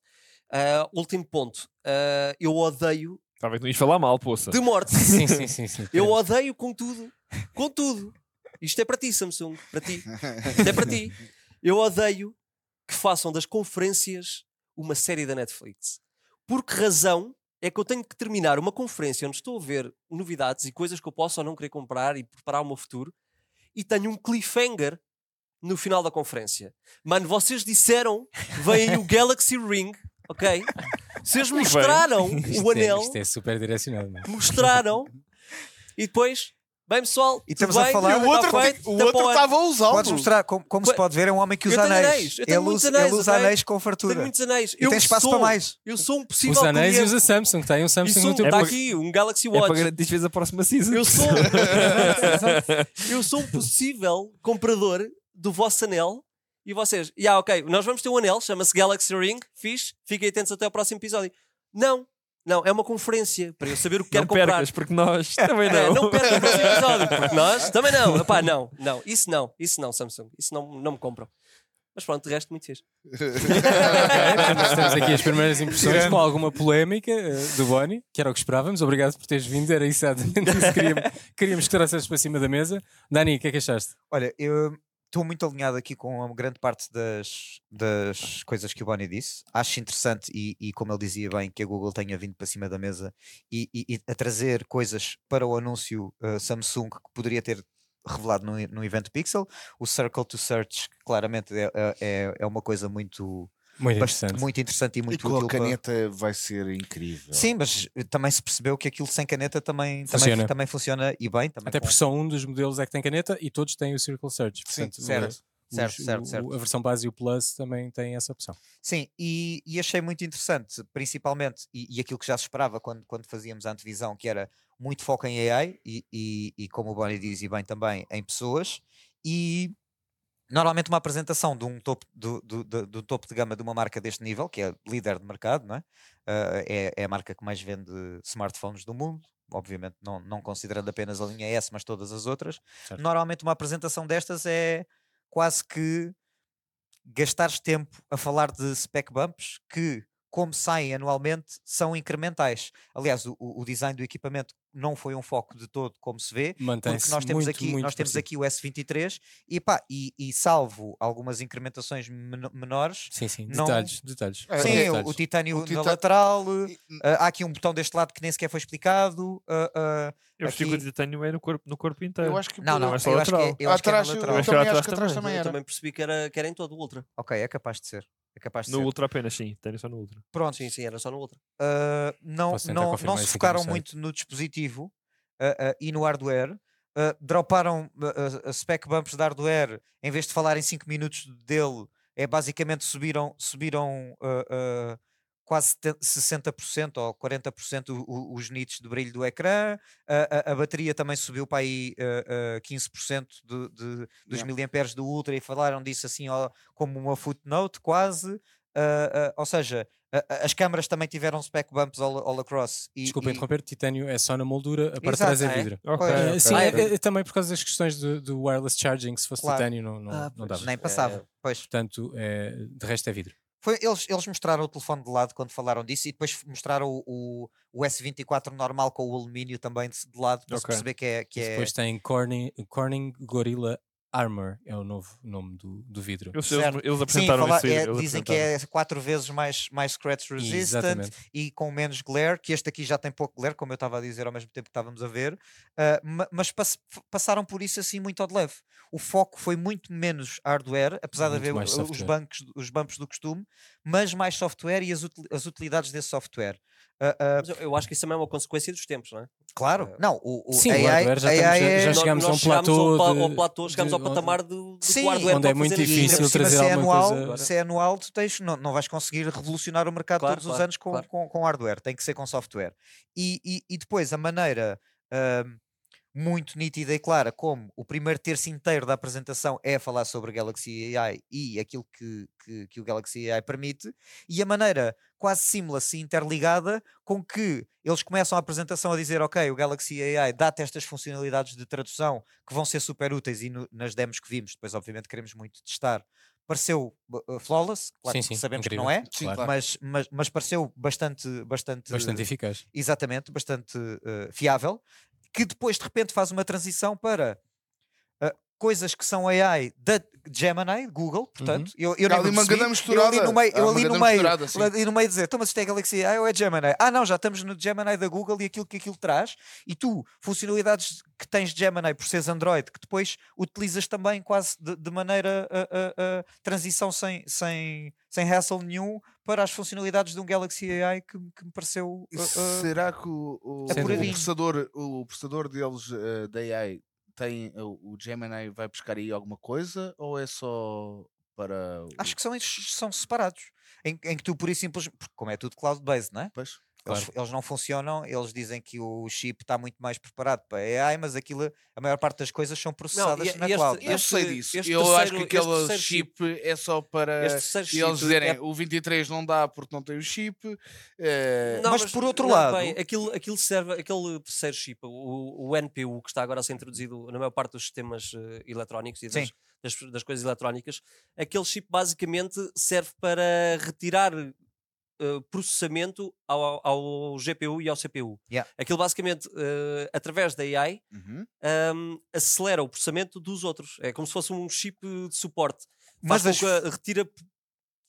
S4: Ah, último ponto. Ah, eu odeio
S5: Estava que não Tá ias falar mal, poça.
S4: de morte.
S1: Sim, sim, sim. sim.
S4: Eu odeio contudo, contudo. Isto é para ti, Samsung, para ti. Isto é para ti. Eu odeio que façam das conferências uma série da Netflix. Por que razão é que eu tenho que terminar uma conferência onde estou a ver novidades e coisas que eu posso ou não querer comprar e preparar o meu futuro e tenho um cliffhanger no final da conferência? Mano, vocês disseram, vem aí o Galaxy Ring, ok? Vocês mostraram
S1: Isto
S4: o
S1: é-
S4: anel
S1: Isto é super direcionado. não é?
S4: mostraram e depois, bem pessoal,
S3: E
S4: tudo
S3: estamos a
S4: bem?
S3: falar-
S2: E o outro,
S4: Tá feito,
S2: tipo, o
S4: tapa
S2: outro
S4: o ano.
S2: estava a usá-lo.
S3: Podes mostrar, como, como se
S4: Qua-
S3: pode ver, é um homem que
S4: Eu
S3: usa
S4: tenho
S3: anéis.
S4: anéis, eu tenho
S3: ele,
S4: muitos
S3: usa,
S4: anéis,
S3: ele usa
S4: ok?
S3: anéis com
S4: Tenho
S3: fartura.
S4: muitos anéis.
S3: E
S4: Eu
S3: tem espaço
S4: sou,
S3: para mais.
S4: Eu sou um possível
S1: Os anéis e
S4: cliente.
S1: usa Samsung. Tem um
S4: E
S1: Samsung
S4: sou,
S1: no teu
S4: está
S5: para-
S4: aqui um Galaxy
S5: É para
S4: Watch.
S5: garantir vezes a próxima season.
S4: eu sou eu sou um possível comprador do vosso anel e vocês, yeah, ok, nós vamos ter um anel, chama-se Galaxy Ring, fixe, fiquem atentos até ao próximo episódio. Não, não, é uma conferência para eu saber o que
S5: Não
S4: quero comprar.
S5: percas, porque nós também
S4: É,
S5: não.
S4: não perca o próximo episódio, porque nós também não. Epá, não, não, isso não, isso não, Samsung, isso não, não me compram. Mas pronto, de resto, muito fixe. um
S1: Nós temos aqui as primeiras impressões
S3: Tirando.
S1: com alguma polémica eh, do Boni, que era o que esperávamos. Obrigado por teres vindo, era exatamente isso que queríamos, queríamos que trouxesses para cima da mesa. Dani, o que é que achaste?
S3: Olha, eu estou muito alinhado aqui com a grande parte das, das coisas que o Bonnie disse. Acho interessante e, e, como ele dizia bem, que a Google tenha vindo para cima da mesa e, e- e a trazer coisas para o anúncio eh, Samsung que poderia ter revelado no, e- no evento Pixel. O Circle to Search, que claramente é, é- é, é uma coisa muito,
S1: Muito
S3: bast-
S1: É interessante.
S3: muito interessante e muito
S2: E com
S3: útil
S2: a
S3: para-
S2: caneta vai ser incrível.
S3: Sim, mas eh, também se percebeu que aquilo sem caneta também
S1: Funciona.
S3: Também, também funciona e bem. Também
S1: Até
S3: com-
S1: porque só um dos modelos é que tem caneta e todos têm o Circle Search.
S2: Sim,
S1: Portanto,
S3: certo,
S1: o-
S3: certo,
S1: os-
S3: certo,
S1: o-
S3: certo.
S1: A versão base e o Plus também têm essa opção.
S3: Sim, e, e achei muito interessante, principalmente, e, e aquilo que já se esperava quando, quando fazíamos a antevisão, que era muito foco em AI e, e, e como o Bonnie diz, e bem também, em pessoas, e normalmente uma apresentação de um topo, do, do, do- do topo de gama de uma marca deste nível, que é líder de mercado, não é? Ah, é, é a marca que mais vende smartphones do mundo, obviamente não, não considerando apenas a linha S, mas todas as outras.
S1: Certo.
S3: Normalmente uma apresentação destas é quase que gastares tempo a falar de spec bumps que, como saem anualmente, são incrementais. Aliás, o, o o design do equipamento não foi um foco de todo, como se vê, porque
S1: Mantém-se
S3: nós temos,
S1: muito,
S3: aqui,
S1: muito
S3: nós temos
S1: parecido.
S3: aqui o S23 e, pá, e, e salvo algumas incrementações meno- menores.
S1: Sim, sim,
S3: não-
S1: detalhes, detalhes.
S2: É,
S3: Sim,
S1: detalhes.
S3: o, tipo o titânio
S2: O
S3: na
S2: tita-
S3: lateral,
S2: E-
S3: ah, há aqui um botão deste lado que nem sequer foi explicado. ah, ah,
S5: Eu vesti
S3: Aqui-
S5: que o titânio é no corpo, no corpo inteiro.
S2: Eu acho que
S3: não, não,
S5: é
S3: eu acho
S5: só
S3: que é,
S5: lateral.
S3: eu acho que é na
S2: atrás, eu
S3: lateral.
S5: Acho que
S2: também
S5: era
S2: acho que
S5: atrás
S2: atrás também
S4: Eu
S2: era.
S4: também percebi que era, que era em todo o Ultra.
S3: Ok, é capaz de ser. É capaz de
S5: No
S3: ser.
S5: Ultra apenas, sim. Titânio é só no Ultra.
S3: Pronto,
S4: Sim, sim, era só no Ultra.
S3: Uh, não,
S1: Posso tentar
S3: não, não
S1: confirmar
S3: se
S1: isso aqui no
S3: focaram
S1: site.
S3: muito no dispositivo uh, uh, ah, e no hardware, uh, droparam uh, uh, spec bumps de hardware, em vez de falar em 5 minutos dele, é basicamente subiram, subiram uh, uh, quase seten- 60% ou 40% o- o- os nits de brilho do ecrã, a, a- a bateria também subiu para aí uh, uh, 15% de, de- dos
S2: Yeah.
S3: miliamperes do Ultra e falaram disso assim ó, como uma footnote quase. Uh, uh, ou seja, a- a- as câmaras também tiveram spec bumps all, all across. E,
S1: Desculpa
S3: e-
S1: interromper, titânio é só na moldura, a parte de
S3: Exato,
S1: trás é
S4: ah, é?
S1: vidro.
S5: Ok,
S3: Pois.
S1: Eh,
S5: ok.
S1: Sim,
S4: Ah,
S1: é-
S4: ok.
S1: é também por causa das questões do, do wireless charging, se fosse
S3: Claro.
S1: titânio não, não,
S4: Ah,
S1: não
S4: pois.
S1: dava.
S3: Nem passava.
S4: É.
S3: Pois.
S1: Portanto, eh, de resto é vidro.
S3: Foi, eles, eles mostraram o telefone de lado quando falaram disso e depois mostraram o, o, o S24 normal com o alumínio também de, de lado para se
S5: Ok.
S3: perceber que é. Que
S1: E
S3: é...
S1: depois tem Corning, Corning Gorilla Armor, é o novo nome do, do vidro.
S5: Eles,
S3: Certo.
S5: eles, eles
S3: Sim,
S5: apresentaram
S3: fala-
S5: isso aí,
S3: é-
S5: eles
S3: dizem que
S5: apresentaram.
S3: é quatro vezes mais, mais scratch resistant
S1: Exatamente.
S3: e com menos glare, que este aqui já tem pouco glare, como eu estava a dizer ao mesmo tempo que estávamos a ver, ah, ma- mas pass- f- passaram por isso assim muito ao de leve. O foco foi muito menos hardware, apesar
S1: Muito
S3: de haver
S1: mais
S3: o- os,
S1: software.
S3: bancos, os bumps do costume, mas mais software e as, util- as utilidades desse software. Ah, ah,
S4: Mas eu- eu acho que isso também é uma consequência dos tempos, não é?
S3: Claro,
S4: Eh,
S3: não, o, o
S1: Hum. Sim, o
S3: AI,
S1: hardware já estamos-
S3: AI
S1: já-
S3: é-
S1: já
S4: Nós-
S1: chegámos a
S4: nós
S1: um platô
S4: ao pa-
S1: de-
S4: ao platô, chegámos
S1: de-
S4: ao patamar do, do que
S3: Sim,
S4: o hardware
S1: onde é
S4: pode
S1: muito
S4: fazer.
S3: e
S1: difícil
S3: ainda por cima,
S1: trazer
S3: se é
S1: alguma
S3: anual,
S1: coisa-
S3: Se é anual, tu tens, não, não vais conseguir revolucionar o mercado
S4: Claro,
S3: todos os
S4: claro,
S3: anos com,
S4: claro.
S3: com, com hardware, tem que ser com software. E, e, e depois a maneira ahm, muito nítida e clara como o primeiro terço inteiro da apresentação é falar sobre Galaxy AI e aquilo que, que, que o Galaxy AI permite, e a maneira quase seamless e interligada com que eles começam a apresentação a dizer ok, o Galaxy AI dá-te estas funcionalidades de tradução que vão ser super úteis e no- nas demos que vimos, depois obviamente queremos muito testar, pareceu uh, uh, flawless, claro
S1: Sim,
S3: que
S1: sim,
S3: sabemos
S1: incrível.
S3: que não é,
S2: Sim,
S1: Claro.
S2: claro.
S3: mas, mas, mas pareceu bastante, bastante,
S1: Bastante eficaz.
S3: exatamente, bastante uh, fiável, que depois de repente faz uma transição para uh, coisas que são AI da Gemini, Google, portanto, eu, eu
S2: Há
S3: nem
S2: ali
S3: me
S2: uma
S3: apercebi,
S2: grande
S3: eu ali
S2: misturada.
S3: no meio,
S2: Há
S3: eu
S2: uma
S3: ali no
S2: grande
S3: meio,
S2: misturada, sim.
S3: ali no meio dizer, então mas isto é Galaxy AI ou é Gemini? Ah não, já estamos no Gemini da Google e aquilo que aquilo traz, e tu, funcionalidades que tens de Gemini por seres Android, que depois utilizas também quase de, de maneira ah, ah, ah, transição sem, sem, sem hassle nenhum para as funcionalidades de um Galaxy AI que, me- que me pareceu...
S2: E
S3: ah, ah,
S2: será que o, o-
S1: É
S2: o
S1: puradinho.
S2: processador, o processador deles eh, da AI tem eh, o Gemini vai buscar aí alguma coisa ou é só para o-
S3: Acho que são, estes- são separados. Em, em que tu, por e simplesmente. Porque, como é tudo cloud-based, não é?
S2: pois?
S3: Eles, eles não funcionam, eles dizem que o chip está muito mais preparado para AI, mas aquilo, a maior parte das coisas são processadas
S4: e-
S3: na
S4: e este-
S3: cloud. não é?
S2: Eu
S4: este-
S2: sei disso.
S4: este
S2: Eu acho que
S4: terceiro- este
S2: aquele
S4: terceiro tipo,
S2: chip, é só para
S4: Este terceiro
S2: e eles
S4: chip
S2: dizerem
S4: é-
S2: o 23 não dá porque não tem o chip. eh,
S4: Não,
S3: Mas, por outro
S4: não,
S3: lado-
S4: bem, aquilo, aquilo serve, aquele terceiro chip, o, o NPU, que está agora a ser introduzido na maior parte dos sistemas eh, eletrónicos e das,
S3: Sim.
S4: das, das coisas eletrónicas, aquele chip basicamente serve para retirar eh, processamento ao, ao- ao GPU e ao CPU.
S3: Yeah.
S4: Aquilo basicamente, eh, através da AI,
S2: uhum.
S4: ahm, acelera o processamento dos outros. É como se fosse um chip de suporte. Mas
S3: Mas as-
S4: retira p-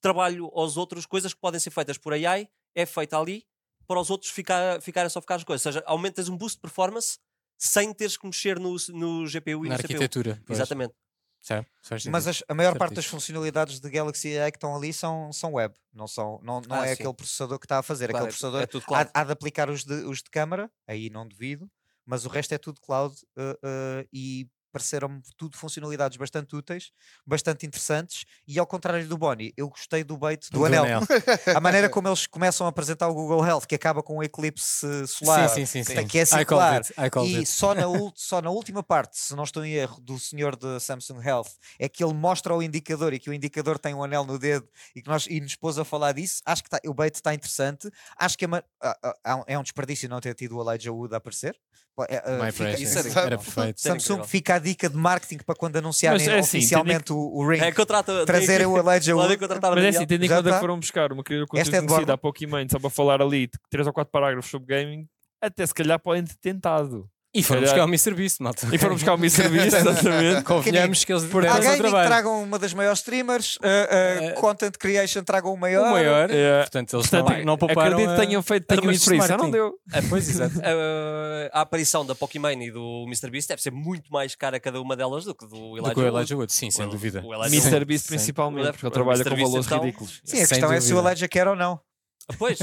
S4: trabalho aos outros, coisas que podem ser feitas por AI, é feita ali, para os outros ficar, ficar só ficar as coisas. Ou seja, aumentas um boost de performance sem teres que mexer no, no GPU e
S1: Na
S4: no CPU.
S1: arquitetura. pois.
S4: Exatamente.
S1: Certo, faz
S3: Mas
S1: sentido.
S3: as- a maior
S1: Certo
S3: parte das
S1: isso.
S3: funcionalidades de Galaxy AI que estão ali são, são web, não, são, não, não
S4: Ah,
S3: é
S4: sim.
S3: aquele processador que está a Ah, fazer.
S4: Claro,
S3: aquele processador
S4: é tudo
S3: há,
S4: claro.
S3: há de aplicar os de, os de câmara, aí não duvido, mas o resto é tudo cloud eh, eh, e pareceram-me tudo funcionalidades bastante úteis, bastante interessantes e ao contrário do Boni, eu gostei do bait do, anel. A maneira como eles começam a apresentar o Google Health, que acaba com um eclipse solar
S1: sim, sim, sim, sim.
S3: que é
S1: I
S3: circular,
S1: called it. I called
S3: e
S1: it.
S3: só na, ul- só na última parte, se não estou em erro, do senhor da Samsung Health, é que ele mostra o indicador e que o indicador tem um anel no dedo e que nós e nos pôs a falar disso. Acho que tá- o bait está interessante. Acho que é, ma- ah, ah, há um- é um desperdício não ter tido o Elijah Wood a aparecer. Pô, é, ah,
S1: My
S3: fica-
S1: precious.
S4: isso era
S1: Era
S2: incrível.
S1: perfeito.
S4: era
S3: Samsung
S4: incrível.
S3: fica a dica de marketing para quando anunciarem
S5: é assim,
S3: oficialmente o, o Ring,
S4: É, contrata.
S3: trazerem o Elijah
S4: Podem
S3: Wood.
S4: contratar o
S5: Mas é
S4: Daniel.
S5: assim, tendo em
S3: Já
S5: conta
S3: tá.
S5: que foram buscar uma criatura
S3: Esta é de
S5: conhecida
S3: borla.
S5: há pouco e mãe, só para falar ali de três ou quatro parágrafos sobre gaming, até se calhar podem ter tentado.
S1: E foram buscar o Mr. Beast, malta.
S5: E foram buscar o meu serviço, exatamente.
S1: Convenhamos que eles
S3: Há
S1: deram o seu
S3: gaming,
S1: trabalho.
S3: tragam uma das maiores streamers, ah, ah,
S1: Eh,
S3: content creation, tragam o maior.
S1: O maior.
S5: É,
S1: Portanto, eles
S5: portanto,
S1: não, não pouparam.
S5: acredito
S1: a-
S5: que tenham feito
S1: a
S5: também
S1: caminhos de
S5: por isso. Ah, não
S1: marketing.
S5: deu.
S1: Ah, pois, exato.
S4: Eh, a aparição da Pokémon e do MrBeast deve ser muito mais cara cada uma delas do que do
S1: Do
S4: Elijah,
S1: que o
S4: Wood.
S1: Elijah Wood, sim, sem
S4: O-
S1: dúvida.
S4: o Elijah
S1: Sim,
S5: Mr. Beast
S1: sem-
S5: principalmente, porque
S4: O
S5: ele trabalha
S4: Mr.
S5: com
S4: Beast,
S5: valores
S4: então,
S5: ridículos.
S3: Sim, a
S1: Sem
S3: questão é se o
S1: dúvida.
S3: Elijah quer ou não.
S4: Ah, Pois,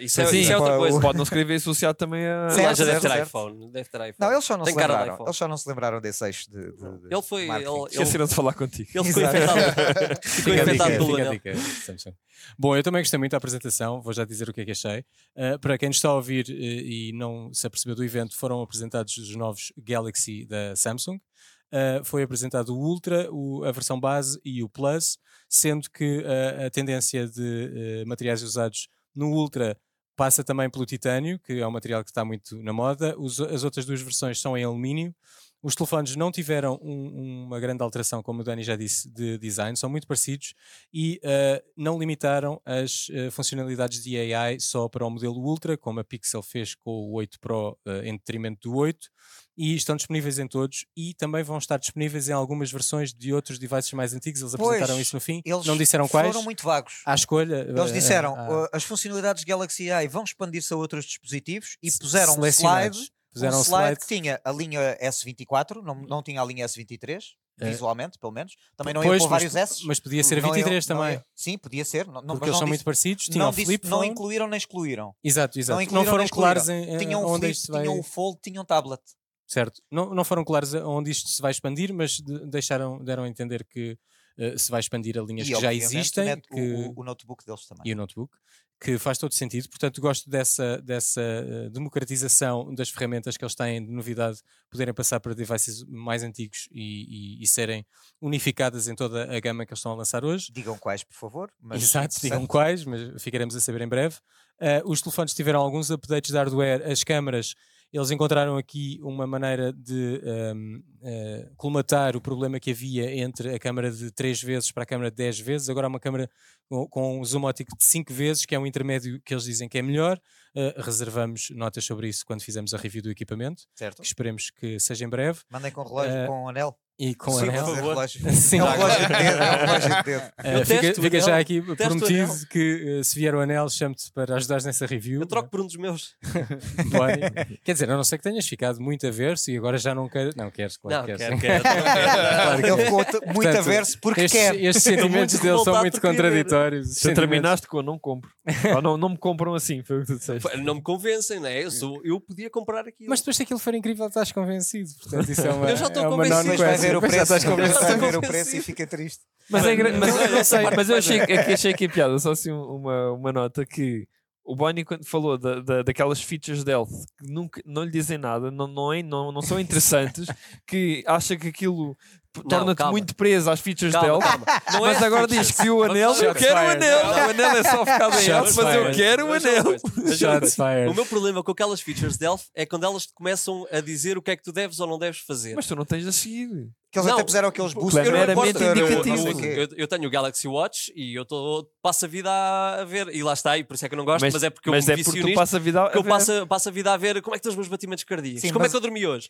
S4: isso é,
S5: Sim,
S4: isso é outra
S3: pá,
S4: coisa.
S5: Pode não se querer ver associado também é- a.
S4: Ele
S3: Certo,
S4: já deve ter
S3: certo.
S4: iPhone. Deve ter iPhone.
S3: Não, eles só não
S4: Tem
S3: se
S4: cara de
S3: lembraram.
S4: iPhone.
S3: Eles só não se lembraram desse eixo de, de, de
S4: Ele foi-
S3: marketing.
S4: ele-
S5: Esqueceram de falar contigo.
S4: Ele ficou
S3: Exato.
S4: infectado. ficou
S1: Fica a dica,
S4: infectado
S3: dica,
S4: pelo
S1: fica a
S4: anel.
S1: dica, Samsung. Bom, eu também gostei muito da apresentação, vou já dizer o que é que achei. Uh, para quem nos está a ouvir uh, e não se apercebeu do evento, foram apresentados os novos Galaxy da Samsung. Uh, foi apresentado o Ultra, o- a versão base e o Plus, sendo que uh, a tendência de uh, materiais usados no Ultra passa também pelo titânio, que é um material que está muito na moda. Os- as outras duas versões são em alumínio. Os telefones não tiveram um- uma grande alteração, como o Dani já disse, de design, são muito parecidos e eh, não limitaram as eh, funcionalidades de AI só para o modelo Ultra, como a Pixel fez com o 8 Pro eh, em detrimento do 8, e estão disponíveis em todos e também vão estar disponíveis em algumas versões de outros devices mais antigos. Eles
S3: Pois,
S1: apresentaram isso no fim,
S3: Eles
S1: não disseram
S3: foram
S1: quais.
S3: muito vagos.
S1: À escolha.
S3: Eles
S1: eh,
S3: disseram
S1: ah,
S3: "Uh, as funcionalidades Galaxy AI vão expandir-se a outros dispositivos e
S1: se-
S3: puseram um
S1: selecionados.
S3: slide,
S1: Puseram
S3: um
S1: um Hum.
S3: slide que tinha a linha S24, não, não tinha a linha S23,
S1: É.
S3: visualmente, pelo menos. Também não
S1: Pois,
S3: ia pôr
S1: mas-
S3: vários S.
S1: Mas podia ser a
S3: Não iam-
S1: 23
S3: não
S1: também.
S3: iam- sim, podia ser. Não, não,
S1: porque
S3: mas
S1: eles são
S3: não disse-
S1: muito parecidos. Tinham
S3: não,
S1: o
S3: disse-
S1: flip
S3: não
S1: phone.
S3: incluíram nem excluíram.
S1: Exato, exato. Não,
S3: incluíram
S1: foram
S3: nem
S1: claros em, em
S3: Tinham um
S1: onde
S3: flip,
S1: isto vai...
S3: tinham um fold, tinham um tablet.
S1: Certo. Não, não foram claros aonde isto se vai expandir, mas de- deixaram, deram a entender que eh, se vai expandir a linhas
S3: E,
S1: que já
S3: obviamente, o
S1: existem
S3: net- o-
S1: que-
S3: o, o notebook deles também.
S1: e o notebook, que faz todo sentido. Portanto, gosto dessa, dessa eh, democratização das ferramentas que eles têm de novidade, poderem passar para devices mais antigos e, e- e serem unificadas em toda a gama que eles estão a lançar hoje.
S3: Digam quais, por favor. Mas
S1: Exato, digam
S3: interessante.
S1: quais, mas ficaremos a saber em breve. Ah, os telefones tiveram alguns updates de hardware, as câmaras, eles encontraram aqui uma maneira de ahm, ah, colmatar o problema que havia entre a câmara de 3 vezes para a câmara de 10 vezes. Agora há uma câmara com, com um zoom óptico de 5 vezes, que é um intermédio que eles dizem que é melhor. Ah, reservamos notas sobre isso quando fizermos a review do equipamento,
S3: Certo?
S1: que esperemos que seja em breve.
S3: Mandem com relógio,
S1: Eh,
S3: com anel.
S1: E com
S4: Sim,
S1: anel.
S4: por favor.
S3: Relógio.
S1: Sim.
S3: É um relógio de dedo, é um relógio de dedo.
S1: Ah,
S4: Eu
S1: fica
S4: testo o
S1: fica já
S4: anel,
S1: aqui
S4: o
S1: prometido
S4: anel.
S1: que ah, se vier o anel, chamo-te para ajudares nessa review.
S4: Eu troco por um dos meus.
S1: Boni. Quer dizer, a não ser que tenhas ficado muito averso e agora já não queres. Não, queres, claro
S4: Não,
S1: que
S4: quero,
S1: queres.
S4: quero. Claro que
S3: Ele ficou t- muito
S1: Portanto,
S3: averso porque
S1: estes,
S3: quer.
S1: estes sentimentos dele
S4: muito
S1: são
S4: revoltado
S1: muito
S4: por querer.
S1: contraditórios. Os
S5: Já
S1: sentimentos-
S5: terminaste com não compro. Ou não, não me compram assim, foi o que tu disseste.
S4: Pá, Não me convencem, não é? Eu, sou, eu podia comprar aquilo.
S1: Mas depois, se aquilo for incrível, estás convencido. Portanto, isso é uma.
S4: Eu já estou
S1: é uma
S4: convencido.
S3: Depois vai
S1: non-question.
S3: ver o
S1: Depois já
S3: preço,
S1: estás
S3: depois
S1: convencido.
S3: vai ver o
S4: convencido.
S3: preço e fica triste.
S5: Mas, é engra-
S4: Mas-
S5: mas,
S4: mas-
S5: eu não sei, mas eu achei, é que achei aqui a piada, só assim um- uma, uma nota que o Bonnie quando falou da, da- daquelas features dele que nunca, não lhe dizem nada, não, não, é- não, não são interessantes, que acha que aquilo p-
S4: Não,
S5: torna-te
S4: calma.
S5: muito preso às features
S4: Calma,
S5: dele.
S4: calma. Não é
S5: Mas agora diz que o anel, eu
S1: Shots
S5: quero o
S1: fired.
S5: anel, o anel é só ficar bem alto,
S1: Shots
S5: mas eu
S1: fired.
S5: quero o
S4: Mas olha uma
S5: anel.
S4: coisa, mas olha uma
S1: Shots
S4: coisa.
S1: fired.
S4: O meu problema com aquelas features de Elf é quando elas te começam a dizer o que é que tu deves ou não deves fazer.
S5: Mas tu não tens a seguir.
S3: Que eles
S4: Não,
S3: até puseram aqueles
S5: é
S3: boosters.
S5: meramente
S3: não importa,
S5: indicativo.
S3: não sei o
S4: Eu,
S3: quê.
S4: eu- eu tenho o Galaxy Watch e eu tô, passo a vida a ver. E lá está, e por isso é que eu não gosto, mas, é porque eu
S5: mas
S4: me
S5: é porque
S4: vicio
S5: tu
S4: nisto,
S5: passas a vida a
S4: porque eu
S5: ver-
S4: passo, passo a vida a ver como é que estão os meus batimentos cardíacos,
S3: Uhum. Sim,
S4: como
S3: mas-
S4: é que eu dormi hoje.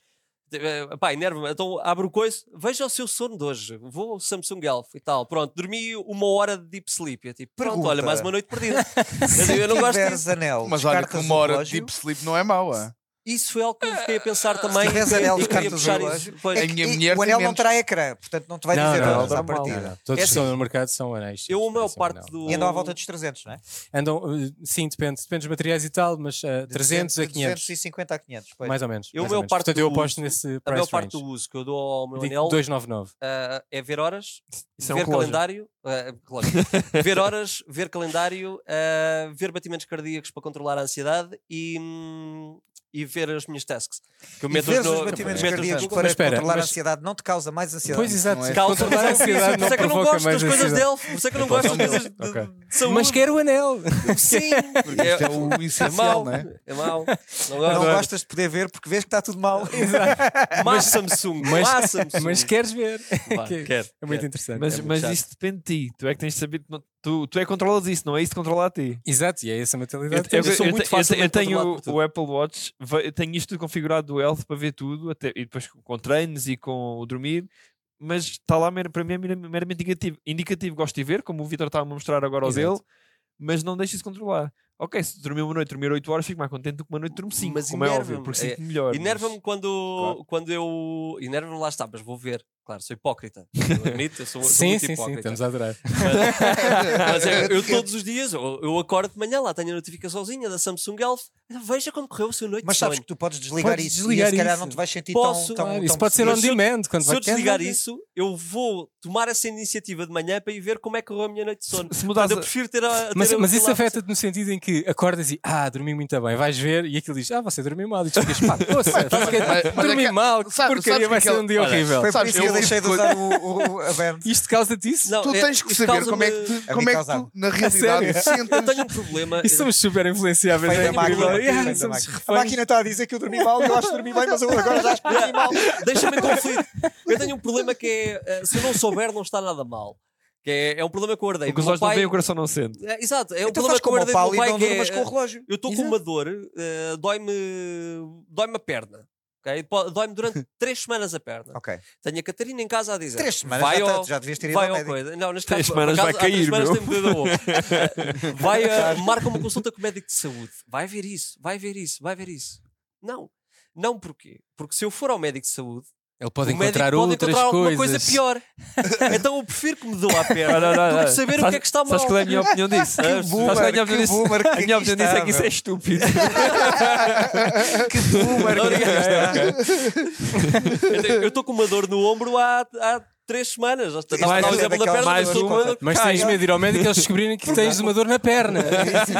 S4: Eh, Pá, enerva-me. Então abro o coiso, veja o seu sono de hoje. Vou ao Samsung Elf e tal. Pronto, dormi uma hora de deep sleep. Eu, tipo, pronto,
S3: Pergunta.
S4: olha, mais uma noite perdida. eu, digo, eu
S3: Se
S4: não gosto disso.
S3: tiveres anel,
S2: Mas olha que
S3: descartas
S2: uma
S3: o
S2: hora de
S3: relógio,
S2: deep sleep não é mau. ah.
S4: Isso foi algo que eu fiquei a pensar também.
S3: tiveres
S4: e-
S3: Ah, anel,
S4: e queria
S3: descartas o
S4: puxar isso.
S3: relógio.
S4: Pois.
S2: A
S3: é que-
S2: minha
S3: e
S2: mulher
S3: o
S2: tem
S3: anel não
S2: menos.
S3: terá ecrã, portanto não te vai
S1: Não,
S3: dizer
S1: não,
S3: nada à
S5: não, não.
S1: Não,
S3: partida.
S1: não. Todos
S4: É
S1: que estão
S4: assim,
S1: no mercado são anéis.
S4: eu, uma
S1: São
S4: parte
S1: anel.
S4: do-
S3: E andam à volta dos 300, não é?
S1: Andam, uh, sim, depende, depende dos materiais e tal, mas uh,
S3: De
S1: 300 a 500.
S3: 250 a 500. pois.
S1: Mais ou menos.
S4: Eu,
S1: mais
S4: a
S1: ou
S4: maior
S1: menos.
S4: parte
S1: Portanto, eu
S4: do-
S1: aposto nesse
S4: A maior
S1: price
S4: parte do
S1: range.
S4: uso que eu dou ao meu
S1: De-
S4: anel
S1: 299.
S4: ah, é ver horas,
S5: Isso é um
S4: ver
S5: relógio.
S4: calendário, ah, relógio. ver horas, ver calendário, ah, ver batimentos cardíacos para controlar a ansiedade e, hum, e ver as minhas tasks. Que eu
S3: E
S4: meto-as
S3: veres
S4: no-
S3: os batimentos
S4: meto-as
S3: cardíacos
S4: no-
S3: para
S1: Mas espera,
S3: controlar
S1: mas-
S3: a ansiedade não te causa mais ansiedade.
S1: Pois, exato.
S2: não é?
S4: Calma,
S1: Controlar a ansiedade
S4: por isso
S1: não
S4: é que eu não
S1: provoca
S4: gosto
S1: mais
S4: das coisas
S1: ansiedade.
S4: dele, por isso é que eu não gosto das coisas de,
S1: Ok.
S4: de saúde.
S1: Mas quero o anel!
S4: Sim,
S2: Porque isto é o
S4: é mau,
S2: essencial, não é?
S4: é mau.
S3: Não
S4: Não gosto.
S3: gostas de poder ver porque vês que está tudo mal.
S4: Mas Samsung,
S1: mas-
S4: mas Samsung.
S1: Mas queres ver?
S4: Vá,
S1: que-
S4: quero,
S1: É muito
S4: quero.
S1: interessante.
S5: Mas,
S4: É muito
S5: mas
S4: chato.
S5: isso depende de ti. Tu é que tens de saber. que não- Tu, tu é que controlas isso, não é isso que controla a ti.
S1: Exato, e é essa a
S5: Eu,
S1: mentalidade.
S5: eu,
S4: sou
S5: eu-
S4: muito
S5: eu-
S4: facilmente
S5: eu tenho
S4: controlado por
S5: o, Apple Watch, ve- eu tenho isto tudo configurado do Health para ver tudo, até, e depois com- com treinos e com o dormir, mas está lá mer- para mim é mer- meramente indicativo. Indicativo gosto de ver, como o Vitor estava a mostrar agora ao
S1: Exato.
S5: dele, mas não deixa isso controlar. Ok, se dormir uma noite, dormir 8 horas, fico mais contente do que uma noite dormir 5,
S4: Mas
S5: como é óbvio,
S4: enerva-me.
S5: porque
S4: É-
S5: sinto melhor. mas-
S4: Inerva-me quando,
S5: Claro.
S4: quando eu. Inerva-me lá está, mas vou ver. Claro, sou hipócrita. Eu admito, eu sou, sou
S1: Sim,
S4: muito
S1: sim, sim,
S4: hipócrita.
S1: estamos a adorar.
S4: Mas é,
S3: é,
S4: eu, eu todos os dias, eu, eu acordo de manhã, lá tenho a notificaçãozinha da Samsung Elf. Veja como correu a sua noite.
S3: Mas
S4: de
S3: sabes
S4: sonho.
S3: que tu podes desligar
S1: Podes
S3: isso
S1: desligar
S3: e se calhar
S1: isso.
S3: não te vais sentir
S4: Posso,
S3: tão, tão,
S1: Ah, isso
S3: tão
S1: pode ser
S3: perseguido.
S1: on
S4: Mas se eu-
S1: demand. Quando
S4: se
S1: vai-
S4: eu
S1: né? queres,
S4: desligar
S1: não queres.
S4: isso, eu vou tomar essa iniciativa de manhã para ir ver como é que correu a minha noite de sono.
S5: Se
S4: Portanto,
S5: mudares
S4: eu prefiro ter a.
S1: Mas,
S4: ter o
S1: mas isso é
S4: celular-
S1: afeta-te no sentido em que acordas e ah, dormi muito bem, vais ver e aquilo diz ah, você dormiu mal. E tu ficas pá, poça, estás a querer-
S2: mas- mas é
S1: dormi
S2: que-
S1: mal, que
S2: sabe- sabes
S1: porcaria,
S2: que
S1: vai ser
S2: aquela-
S1: um dia
S2: Olha,
S1: horrível.
S3: Foi por
S2: Sabes,
S3: isso que eu
S2: eu-
S3: deixei de usar o, o, o a Verne.
S1: Isto causa-te isso?
S4: Não,
S2: tu
S4: é-
S2: tens que
S4: isso
S2: saber como é que,
S4: causa-me-
S2: te-
S3: A
S2: como
S3: mim
S2: é que
S3: causa-me.
S2: tu, na realidade,
S4: Eu
S2: sentes.
S4: tenho um problema.
S1: Isso somos super influenciáveis,
S3: Feio
S1: é
S3: da máquina,
S1: incrível.
S3: feio
S1: Yeah,
S3: da
S1: somos
S3: máquina.
S1: reféns.
S3: está a dizer que eu dormi mal, eu acho que dormi bem, mas eu agora já acho que dormi mal.
S4: Ah, Deixa-me em conflito. Eu tenho um problema que é. eh, Se eu não souber, não está nada mal. Que é, é um problema que eu herdei.
S5: o que
S4: do
S5: os
S4: meu
S5: olhos não
S4: pai-
S5: veem, o coração não sente.
S4: É, Exato, é um
S3: Então
S4: problema
S3: faz
S4: que eu
S3: como o
S4: herdei do
S3: Paulo
S4: meu
S3: e
S4: pai.
S3: não
S4: que é,
S3: durmas com o relógio.
S4: Eu estou com
S1: Exato.
S4: uma dor, eh, dói-me dói-me a perna. ok? Po- Dói-me durante três semanas a perna.
S3: Ok.
S4: Tenho a Catarina em casa a dizer.
S3: Três semanas
S4: vai
S3: já,
S4: ao,
S3: tá- já devias ter ido
S4: vai
S3: ao
S4: ao
S3: médico.
S4: coisa. Não, neste
S5: Três
S4: caso,
S5: semanas
S4: por
S5: vai
S4: acaso, há três
S5: cair,
S4: semanas
S5: meu.
S4: tem-me doído a boca. vai, eh, marca uma consulta com o médico de saúde. Vai ver isso, vai ver isso, vai ver isso. Não. Não porquê? Porque se eu for ao médico de saúde,
S1: Ele pode
S4: o médico
S1: encontrar
S4: pode
S1: outras
S4: encontrar alguma coisa
S1: coisas.
S4: pior. então eu prefiro que me dou a
S5: Não,
S4: perna
S5: não, não,
S4: do
S5: não.
S4: que saber o
S5: Sabes-
S4: que é que está mal.
S5: Sabes qual é a minha opinião disso? Sabes qual é a minha opinião
S3: que
S5: disso?
S3: boomer
S5: A minha opinião disso é que isso é estúpido.
S3: que boomer que aqui está, meu.
S4: Eu estou com uma dor no ombro há, há três semanas. Já está
S1: é
S3: Mais
S4: mais,
S1: um,
S3: uma
S4: exemplo da
S3: daquelas
S4: perna, mas
S3: duas
S4: estou com uma dor.
S1: Mas tens medo de ir ao médico e eles descobrirem que tens uma dor na perna.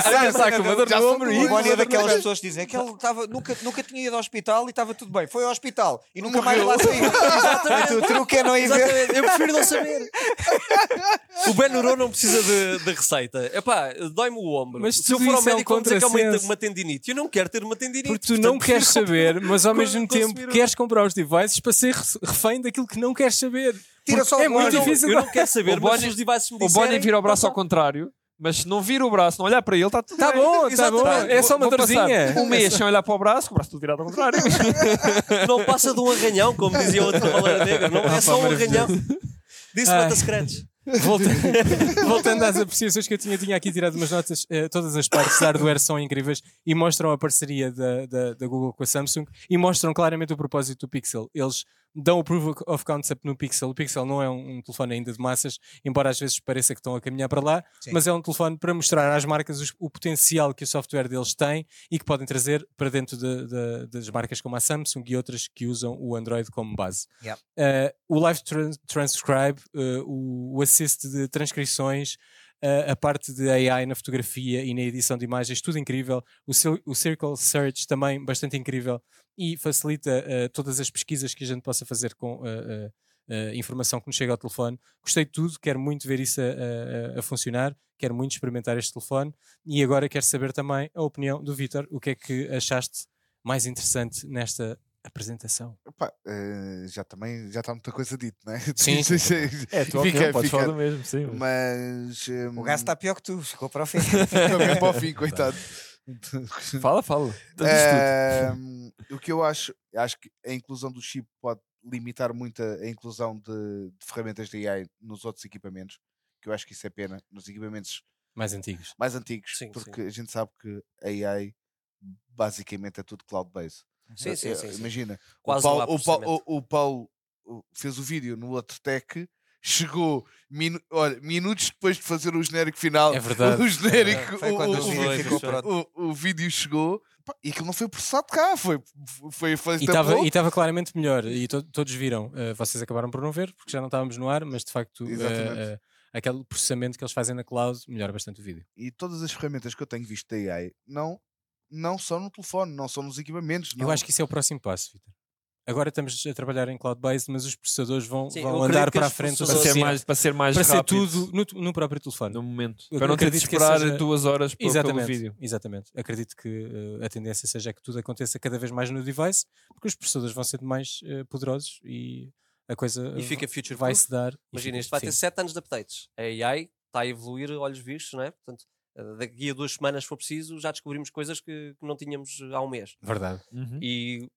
S1: Já está com uma dor
S2: Já
S1: no
S2: são
S1: ombro
S2: duas.
S1: e
S3: O Boni é
S1: uma dor
S3: daquelas
S1: na
S3: pessoas que dizem que ele tava, nunca, nunca tinha ido ao hospital e estava tudo bem. Foi ao hospital e nunca mais
S2: Morreu.
S3: lá saiu. Portanto, o truque é não ir ver.
S4: Exatamente, eu prefiro não saber. o Benurô não precisa de, de receita. Epá, dói-me o ombro.
S1: Mas
S4: se eu
S1: tudo
S4: for ao
S1: isso é um
S4: médico, vão dizer que é uma,
S1: contrassenso.
S4: uma tendinite. Eu não quero ter uma tendinite.
S1: Porque tu
S4: portanto,
S1: não queres
S4: prefiro
S1: saber, mas ao
S4: comprar-
S1: mesmo
S4: consumir
S1: tempo
S4: o-
S1: queres comprar os devices para ser re- refém daquilo que não queres saber.
S3: Tira
S1: Porque
S3: só o
S1: é muito
S3: olho.
S1: difícil.
S4: Eu não quero saber,
S5: O
S4: mas
S5: Bonnie-
S4: se os devices me
S5: O Bonnie
S4: disserem...
S5: vira o braço ao contrário, mas se não vira o braço, não olhar para ele, está tudo
S1: Tá
S5: bem.
S1: bom, tá bom.
S5: Tá,
S1: É só uma
S5: vou- vou passar
S1: dorzinha.
S5: Um mês sem olhar para o braço, com o braço tudo virado ao contrário.
S4: Não passa de um arranhão, como dizia outro cavaleiro negro. Não é
S1: pá,
S4: só um
S1: maravilhoso.
S4: arranhão. Disse
S1: Ai.
S4: mata secretos.
S1: Voltando, voltando às apreciações que eu tinha, tinha aqui tirado umas notas, eh, todas as partes da hardware são incríveis e mostram a parceria da, da, da Google com a Samsung e mostram claramente o propósito do Pixel. Eles dão o proof of concept no Pixel. O Pixel não é um, um telefone ainda de massas, embora às vezes pareça que estão a caminhar para lá,
S3: Sim.
S1: mas é um telefone para mostrar às marcas os- o potencial que o software deles tem e que podem trazer para dentro de- de- das marcas como a Samsung e outras que usam o Android como base. Uh, o live tran- transcribe, uh, o, o assist de transcrições, uh, a parte de AI na fotografia e na edição de imagens, tudo incrível. O, cir- o Circle Search também bastante incrível e facilita uh, todas as pesquisas que a gente possa fazer com uh, uh, uh, informação que nos chega ao telefone. Gostei de tudo, quero muito ver isso eh, a, a- a funcionar, quero muito experimentar este telefone e agora quero saber também a opinião do Vitor, o que é que achaste mais interessante nesta apresentação?
S2: Epá, eh, já também já está muita coisa dita, não é?
S1: Sim, sim, sim.
S5: É,
S2: Fica-
S5: tu opinião, podes
S2: fica.
S5: falar do mesmo, sim. mas-
S2: Mas.
S3: O gajo está pior que tu, ficou para o fim.
S2: também para o fim, coitado.
S5: Fala, fala.
S4: Então
S2: É, Ahm, Ehm, o que eu acho, acho que a inclusão do chip pode limitar muito a, a inclusão de, de ferramentas de AI nos outros equipamentos, que eu acho que isso é pena, nos equipamentos
S1: Mais antigos.
S2: mais antigos,
S4: Sim,
S2: porque a gente sabe que a AI basicamente é tudo cloud-based.
S4: Uhum. Sim, sim,
S2: Eh,
S4: sim, sim.
S2: Imagina, o
S4: Quase um não há
S2: Paulo, o, Paulo,
S4: processamento.
S2: o- o Paulo, o- fez o vídeo no outro tech, chegou minu- olha, minutos depois de fazer o genérico final.
S1: É verdade.
S2: O genérico,
S3: Foi
S2: o-
S3: quando
S2: É. o-
S3: o
S2: o-
S3: vídeo
S4: dois,
S3: ficou
S4: os dois.
S3: pronto.
S2: o, o vídeo chegou pá, e aquilo não foi processado cá, foi, foi, foi
S1: E estava e estava claramente melhor, e to- todos viram. Eh, vocês acabaram por não ver, porque já não estávamos no ar, mas de facto, eh,
S2: Exatamente.
S1: eh, aquele processamento que eles fazem na cloud melhora bastante o vídeo.
S2: e todas as ferramentas que eu tenho visto da AI não, não são no telefone, não são nos equipamentos. Não.
S1: Eu acho que isso é o próximo passo, Vitor. Agora estamos a trabalhar em cloud-based, mas os processadores vão,
S4: Sim,
S1: vão
S4: eu acredito
S1: andar
S4: que
S1: para a
S4: os
S1: frente o
S5: Para
S4: processadores-
S5: ser
S1: suficiente
S5: mais, para ser mais
S1: para ser
S5: rápido
S1: tudo no, no próprio telefone.
S5: no momento.
S1: Eu
S5: para não ter de
S1: acredito que
S5: esperar
S1: seja-
S5: duas horas pe- pelo
S1: Exatamente,
S5: vídeo.
S1: exatamente. Acredito que eh, a tendência seja que tudo aconteça cada vez mais no device, porque os processadores vão sendo mais eh, poderosos e a coisa
S4: E
S1: eh,
S4: fica future
S1: vai
S4: proof.
S1: se dar. e
S4: Imagina,
S1: fica-
S4: isto vai ter
S1: sim.
S4: 7 anos de updates. A AI está a evoluir a olhos vistos, não é? Portanto, eh, daqui a duas semanas, se for preciso, já descobrimos coisas que, que não tínhamos há um mês.
S1: Verdade.
S2: Hum.
S5: Uhum.
S4: E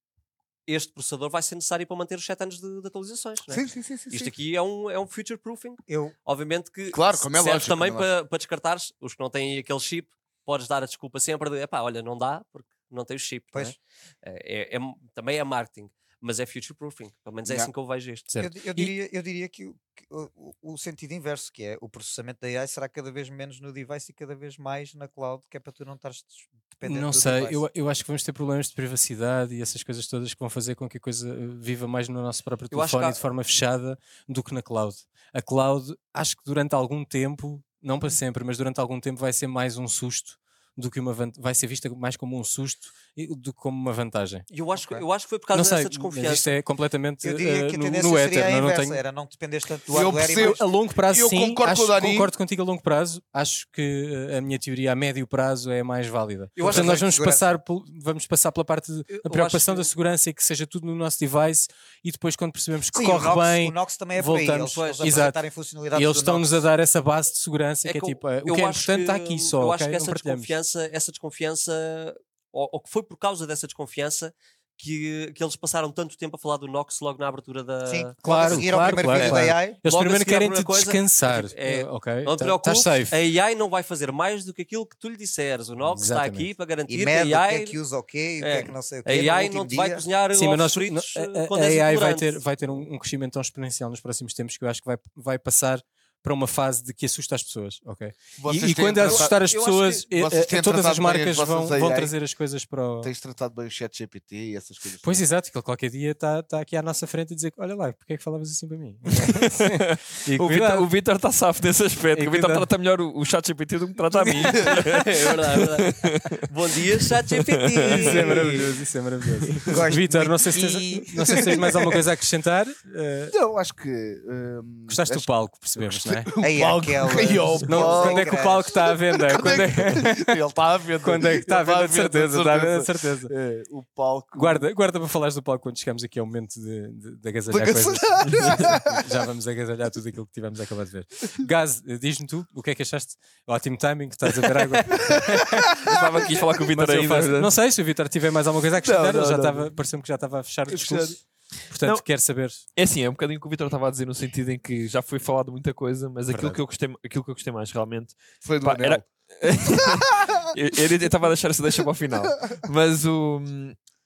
S4: este processador vai ser necessário para manter os 7 anos de, de atualizações, não é?
S2: Sim, sim, sim. sim,
S4: Isto
S2: sim.
S4: aqui é um, é um future proofing.
S3: Eu,
S4: Obviamente que
S2: Claro,
S4: se-
S2: como é
S4: serve
S2: lógico,
S4: também
S2: como é
S4: para, para descartares os que não têm aquele chip. Podes dar a desculpa sempre de, epá, olha, não dá porque não tem o chip. não é?
S3: pois,
S4: É, é- é- também é marketing. mas é future proofing. Pelo menos é
S2: Yeah.
S4: assim que eu vejo este.
S1: Certo.
S3: Eu, di- eu diria, eu diria que, o, que o- o- o sentido inverso, que é o processamento da AI será cada vez menos no device e cada vez mais na cloud, que é para tu não estares des- dependente
S1: Não
S3: do
S1: sei,
S3: device.
S1: eu, eh, eu acho que vamos ter problemas de privacidade e essas coisas todas que vão fazer com que a coisa eh, viva mais no nosso próprio
S4: Eu acho que
S1: telefone e
S4: há-
S1: de forma fechada do que na cloud. A cloud, acho que durante algum tempo, não para sempre, mas durante algum tempo vai ser mais um susto do que uma van- vai ser vista mais como um susto e- do que como uma vantagem.
S4: E eu acho, que-
S3: Ok.
S4: eu acho que foi por
S1: não
S4: causa
S1: sei,
S4: dessa
S1: mas
S4: desconfiança.
S1: isto é completamente
S3: Eu diria
S1: eh,
S3: que a
S1: no,
S3: tendência
S1: no
S3: seria
S1: éter,
S3: a
S1: não, não
S3: inversa,
S1: tenho...
S3: era não dependeres tanto do
S2: Eu
S3: hardware e
S2: percebo-
S3: mais-
S1: A longo prazo,
S2: eu
S1: sim,
S2: concordo com o
S1: acho-
S2: Dani.
S1: concordo contigo a longo prazo. Acho que eh, a minha teoria a médio prazo é a mais válida.
S4: Eu acho
S1: Portanto,
S4: que
S1: nós
S3: foi
S1: vamos
S3: segurança.
S1: passar, pel- vamos passar pela parte de-
S4: Eu- eu
S1: da preocupação
S4: acho
S1: da
S4: que-
S1: segurança e que seja tudo no nosso device e depois quando percebemos que
S3: Sim,
S1: corre
S3: o Nox,
S1: bem
S3: o Nox também é por aí, eles,
S1: voltamos,
S3: eles
S1: exato.
S3: apresentarem funcionalidades
S1: e eles
S3: do
S1: estão-nos a
S3: Nox.
S1: dar essa base de segurança que é
S4: que eu-
S1: tipo, eh,
S4: eu
S1: o que é
S4: acho
S1: importante está aqui só,
S4: Eu
S1: ok?
S4: acho que
S1: Não
S4: essa
S1: partilhamos.
S4: desconfiança, essa desconfiança, ou, ou que foi por causa dessa desconfiança que, que eles passaram tanto tempo a falar do Nox logo na abertura da.
S3: Sim, logo a
S1: Claro,
S3: seguir ao
S1: claro,
S3: primeiro
S1: claro,
S3: vídeo
S1: claro.
S3: da AI,
S1: Eles
S4: Logo a
S1: primeiro
S4: seguir à
S1: querem-te
S4: primeira coisa,
S1: descansar.
S4: é,
S1: Eh, ok,
S4: Não te
S1: tá-
S4: preocupes,
S1: estás safe.
S4: a AI não vai fazer mais do que aquilo que tu lhe disseres. O Nox está
S1: Exatamente.
S4: aqui para garantir
S3: e
S4: que
S3: mede
S4: a
S3: o que
S4: AI,
S3: é que usa o quê, e o que
S4: é,
S3: é que não sei o
S4: a
S3: quê, no
S4: AI
S3: último
S4: não te vai
S3: dia.
S1: Sim,
S4: cozinhar
S1: mas
S4: ovos
S1: nós,
S4: fritos
S1: no-
S4: eh,
S1: a,
S4: com
S1: a- a AI vai
S4: desodorantes.
S1: ter, vai ter um, um crescimento tão exponencial nos próximos tempos que eu acho que vai, vai passar para uma fase de que assusta as pessoas, ok?
S2: Vocês
S1: e e
S2: têm
S1: quando é
S2: tratado-
S1: assustar as
S4: eu acho que
S1: pessoas, eh,
S2: vocês
S1: eh,
S2: têm
S1: todas as
S2: tratado bem
S1: marcas
S2: as vossas
S1: vão, vão
S2: AI.
S1: trazer as coisas para o...
S2: Tens tratado bem o chat GPT e essas coisas.
S1: Pois
S2: todas.
S1: exato, que ele qualquer dia está tá aqui à nossa frente a dizer olha lá, porque é que falavas assim para mim? E
S5: O Vitor-
S1: cuidado.
S5: O Vitor está safo nesse aspecto.
S1: E
S5: O Vitor
S1: cuidado.
S5: trata melhor o, o chat GPT do que trata a mim.
S4: É verdade, é verdade. Bom dia, ChatGPT.
S1: Isso é maravilhoso, isso é maravilhoso.
S3: Gosto
S1: Vitor,
S3: muito
S1: não, sei se
S3: de
S1: tens-
S3: ti.
S1: não sei se tens mais alguma coisa a acrescentar. Eh,
S2: Então, acho que. hum,
S1: gostaste do
S2: acho-
S1: palco, percebemos, não é?
S3: Ei,
S2: palco,
S3: aquelas-
S2: ei, ó,
S3: os
S1: Não,
S2: Palco.
S1: quando é que o palco está à venda? Quando é,
S2: Ele está à venda.
S1: quando é que está à
S2: Ele tá
S1: venda? De certeza, está à venda, de certeza.
S2: É, o palco.
S1: Guarda, guarda para falares do palco quando chegamos aqui ao momento de, de, de agasalhar
S2: De
S1: coisas. Já vamos agasalhar tudo aquilo que tivemos acabado de ver. Gaz, eh, diz-me tu o que é que achaste? Ótimo timing, que estás a ver água.
S5: Estava aqui a falar com o
S1: Mas
S5: Vitor
S1: eu
S5: ainda.
S1: faço- Não sei se o Vitor tiver mais alguma coisa a acrescentar,
S2: não,
S1: ele já
S2: não,
S1: estava, pareceu-me que já estava a fechar o
S2: Eu
S1: discurso. Portanto,
S5: Não.
S1: quero saber.
S5: É assim, é um bocadinho o que o Vitor estava a dizer, no sentido em que já foi falado muita coisa, mas aquilo
S1: Verdade.
S5: que, eu gostei, aquilo que eu gostei mais realmente.
S2: Foi do
S5: Pá,
S2: anel.
S5: era- Eu eu- eu estava a deixar essa deixa para o final. Mas o.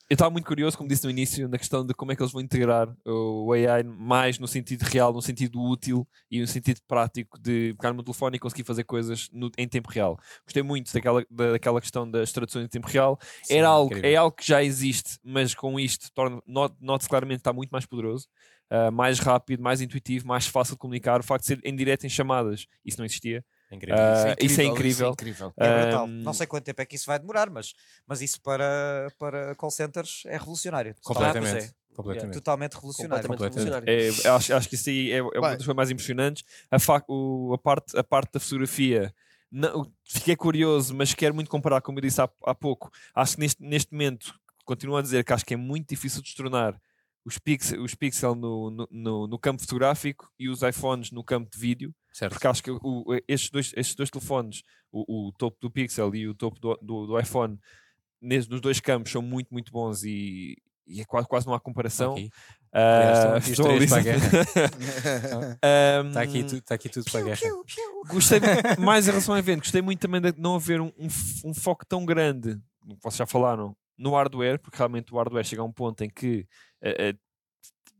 S5: Eu estava muito curioso, como disse no início, na questão de como é que eles vão integrar o AI mais no sentido real, no sentido útil e no sentido prático de pegar no telefone e conseguir fazer coisas no- em tempo real. Gostei muito daquela, da- daquela questão das traduções em tempo real.
S1: Sim,
S5: Era algo,
S1: incrível.
S5: é algo que já existe, mas com isto torna- not- nota-se claramente que está muito mais poderoso, ah, mais rápido, mais intuitivo, mais fácil de comunicar. O facto de ser em direto em chamadas, isso não existia.
S1: Incrível.
S5: Ah, isso é incrível.
S3: É brutal.
S5: Ahm,
S3: Não sei quanto tempo é que isso vai demorar, mas, mas isso para, para call centers é revolucionário. É
S1: Completamente.
S4: pois
S1: Completamente.
S3: Totalmente revolucionário.
S4: Completamente
S1: Completamente.
S4: revolucionário.
S5: É, eu acho, acho que isso aí é, é uma das coisas mais impressionantes. A, fa- o- a parte, a parte da fotografia, não- fiquei curioso, mas quero muito comparar, como eu disse há, há pouco. Acho que neste, neste momento, continuo a dizer que acho que é muito difícil destronar os pixels, os pixel no, no- no- no campo fotográfico e os iPhones no campo de vídeo,
S1: Certo.
S5: porque acho que o- estes, dois, estes dois telefones, o, o topo do pixel e o topo do, do- do iPhone, nes- nos dois campos são muito, muito bons e, e é quase, quase não há comparação.
S1: Ok. Aliás, estão
S5: Ah,
S1: aqui os
S5: estou a
S1: três para a
S5: dizer-
S1: guerra.
S5: Ahm,
S1: Está Tá aqui, tu- está aqui tudo para a guerra.
S5: Gostei mu- mais em relação ao evento, gostei muito também de não haver um, um f- um foco tão grande, como vocês já falaram, no hardware, porque realmente o hardware chega a um ponto em que eh, eh,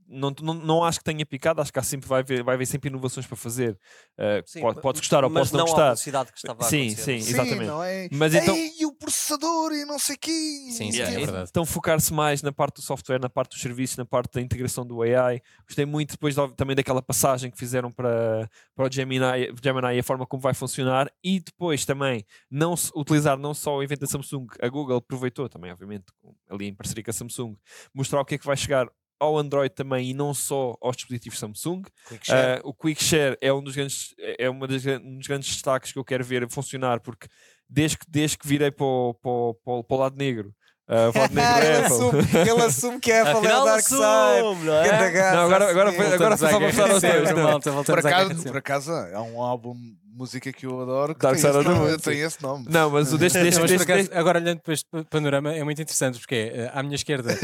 S5: não, não, não acho que tenha picado, acho que há sempre, vai, haver, vai haver sempre inovações para fazer. Eh,
S4: Sim,
S5: pode,
S4: ma-
S5: pode gostar ou
S4: mas
S5: pode não,
S4: à
S5: gostar.
S4: velocidade que estava a
S5: Sim,
S4: acontecer.
S5: sim.
S2: Sim,
S5: Exatamente.
S2: não é?
S5: Mas então-
S2: Ei, e o processador e não sei o quê.
S1: Sim, sim,
S5: Yeah,
S1: é
S5: é-
S1: verdade.
S5: Então focar-se mais na parte do software, na parte dos serviços, na parte da integração do AI. Gostei muito depois da- também daquela passagem que fizeram para, para o Gemini, Gemini e a forma como vai funcionar. E depois também não se- utilizar não só o evento da Samsung, a Google aproveitou também, obviamente, com- ali em parceria com a Samsung, mostrar o que é que vai chegar ao Android também e não só aos dispositivos Samsung.
S3: Quick share.
S5: Ah, o Quick Share é um dos grandes, é uma das, gran- um dos grandes destaques que eu quero ver funcionar, porque desde que, desde que virei para o, para o- para o- para o lado negro, ah, o lado negro é
S3: ele,
S5: Apple.
S3: assume, ele assume que é a Apple é o
S4: Afinal,
S3: Dark Side.
S4: assume, não é?
S3: Ganda gaza,
S5: Não, agora- agora
S3: assim.
S5: foi- agora- foi só para fechar os dois, então.
S2: Por acaso,
S1: casa
S2: por acaso, é um álbum de música que eu adoro que
S5: Dark
S2: tem,
S5: Side
S2: esse
S5: of the
S2: nome,
S5: Moon,
S2: tem esse nome.
S5: Não, mas o deste, deste,
S1: Mas, por
S5: deste,
S1: acaso, agora olhando para este pa- panorama é muito interessante porque é eh, à minha esquerda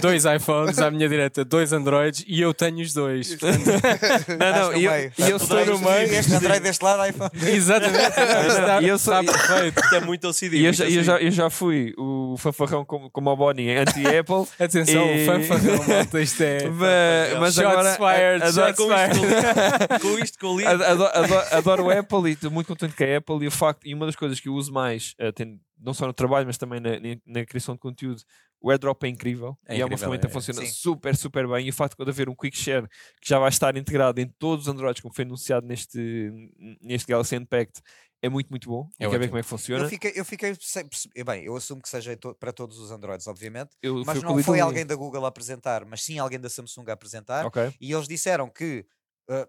S1: dois iPhones, à minha direita dois Androids e eu tenho os dois. é
S5: deste- não,
S3: Estás
S5: não,
S3: no
S5: e eu,
S3: meio.
S5: e eu
S3: Estás
S5: sou no
S3: meio.
S5: meio.
S3: Este Android deste lado, iPhone.
S1: Exatamente.
S5: Ah, Não, não,
S1: Está-
S5: e eu sou-
S1: está perfeito.
S4: Isto é muito OCD.
S5: E eu
S4: muito
S5: já, eu
S4: OCD.
S5: já- eu já fui o o fanfarrão como, como o Bonnie é anti-Apple.
S1: Atenção,
S5: E-
S1: fanfarrão, malta, isto é.
S5: mas mas
S1: Shots
S5: agora
S1: fired,
S5: a- adoro,
S1: shots fired.
S4: Com isto que eu li.
S5: ado- ado- ado- adoro o Apple e estou muito contente com a Apple e o facto e uma das coisas que eu uso mais eh, tem- não só no trabalho mas também na, na- na criação de conteúdo o AirDrop é incrível
S1: É
S5: e é uma
S1: incrível,
S5: ferramenta
S1: é.
S5: que funciona
S3: Sim.
S5: super super bem e o facto de haver um Quick Share que já vai estar integrado em todos os Androids como foi anunciado neste, neste Galaxy Unpacked é muito muito bom
S1: É
S5: eu quero ver
S1: ótimo.
S5: como é que
S3: Eu
S5: funciona
S3: fiquei, eu fiquei sem perceber. Bem, eu assumo que seja em to- para todos os Androids, obviamente.
S5: Eu fui
S3: Mas
S5: com o é
S3: não
S5: Lidl
S3: foi
S5: e-
S3: alguém da Google a apresentar, mas sim alguém da Samsung a apresentar.
S5: Ok.
S3: E eles disseram que. ah,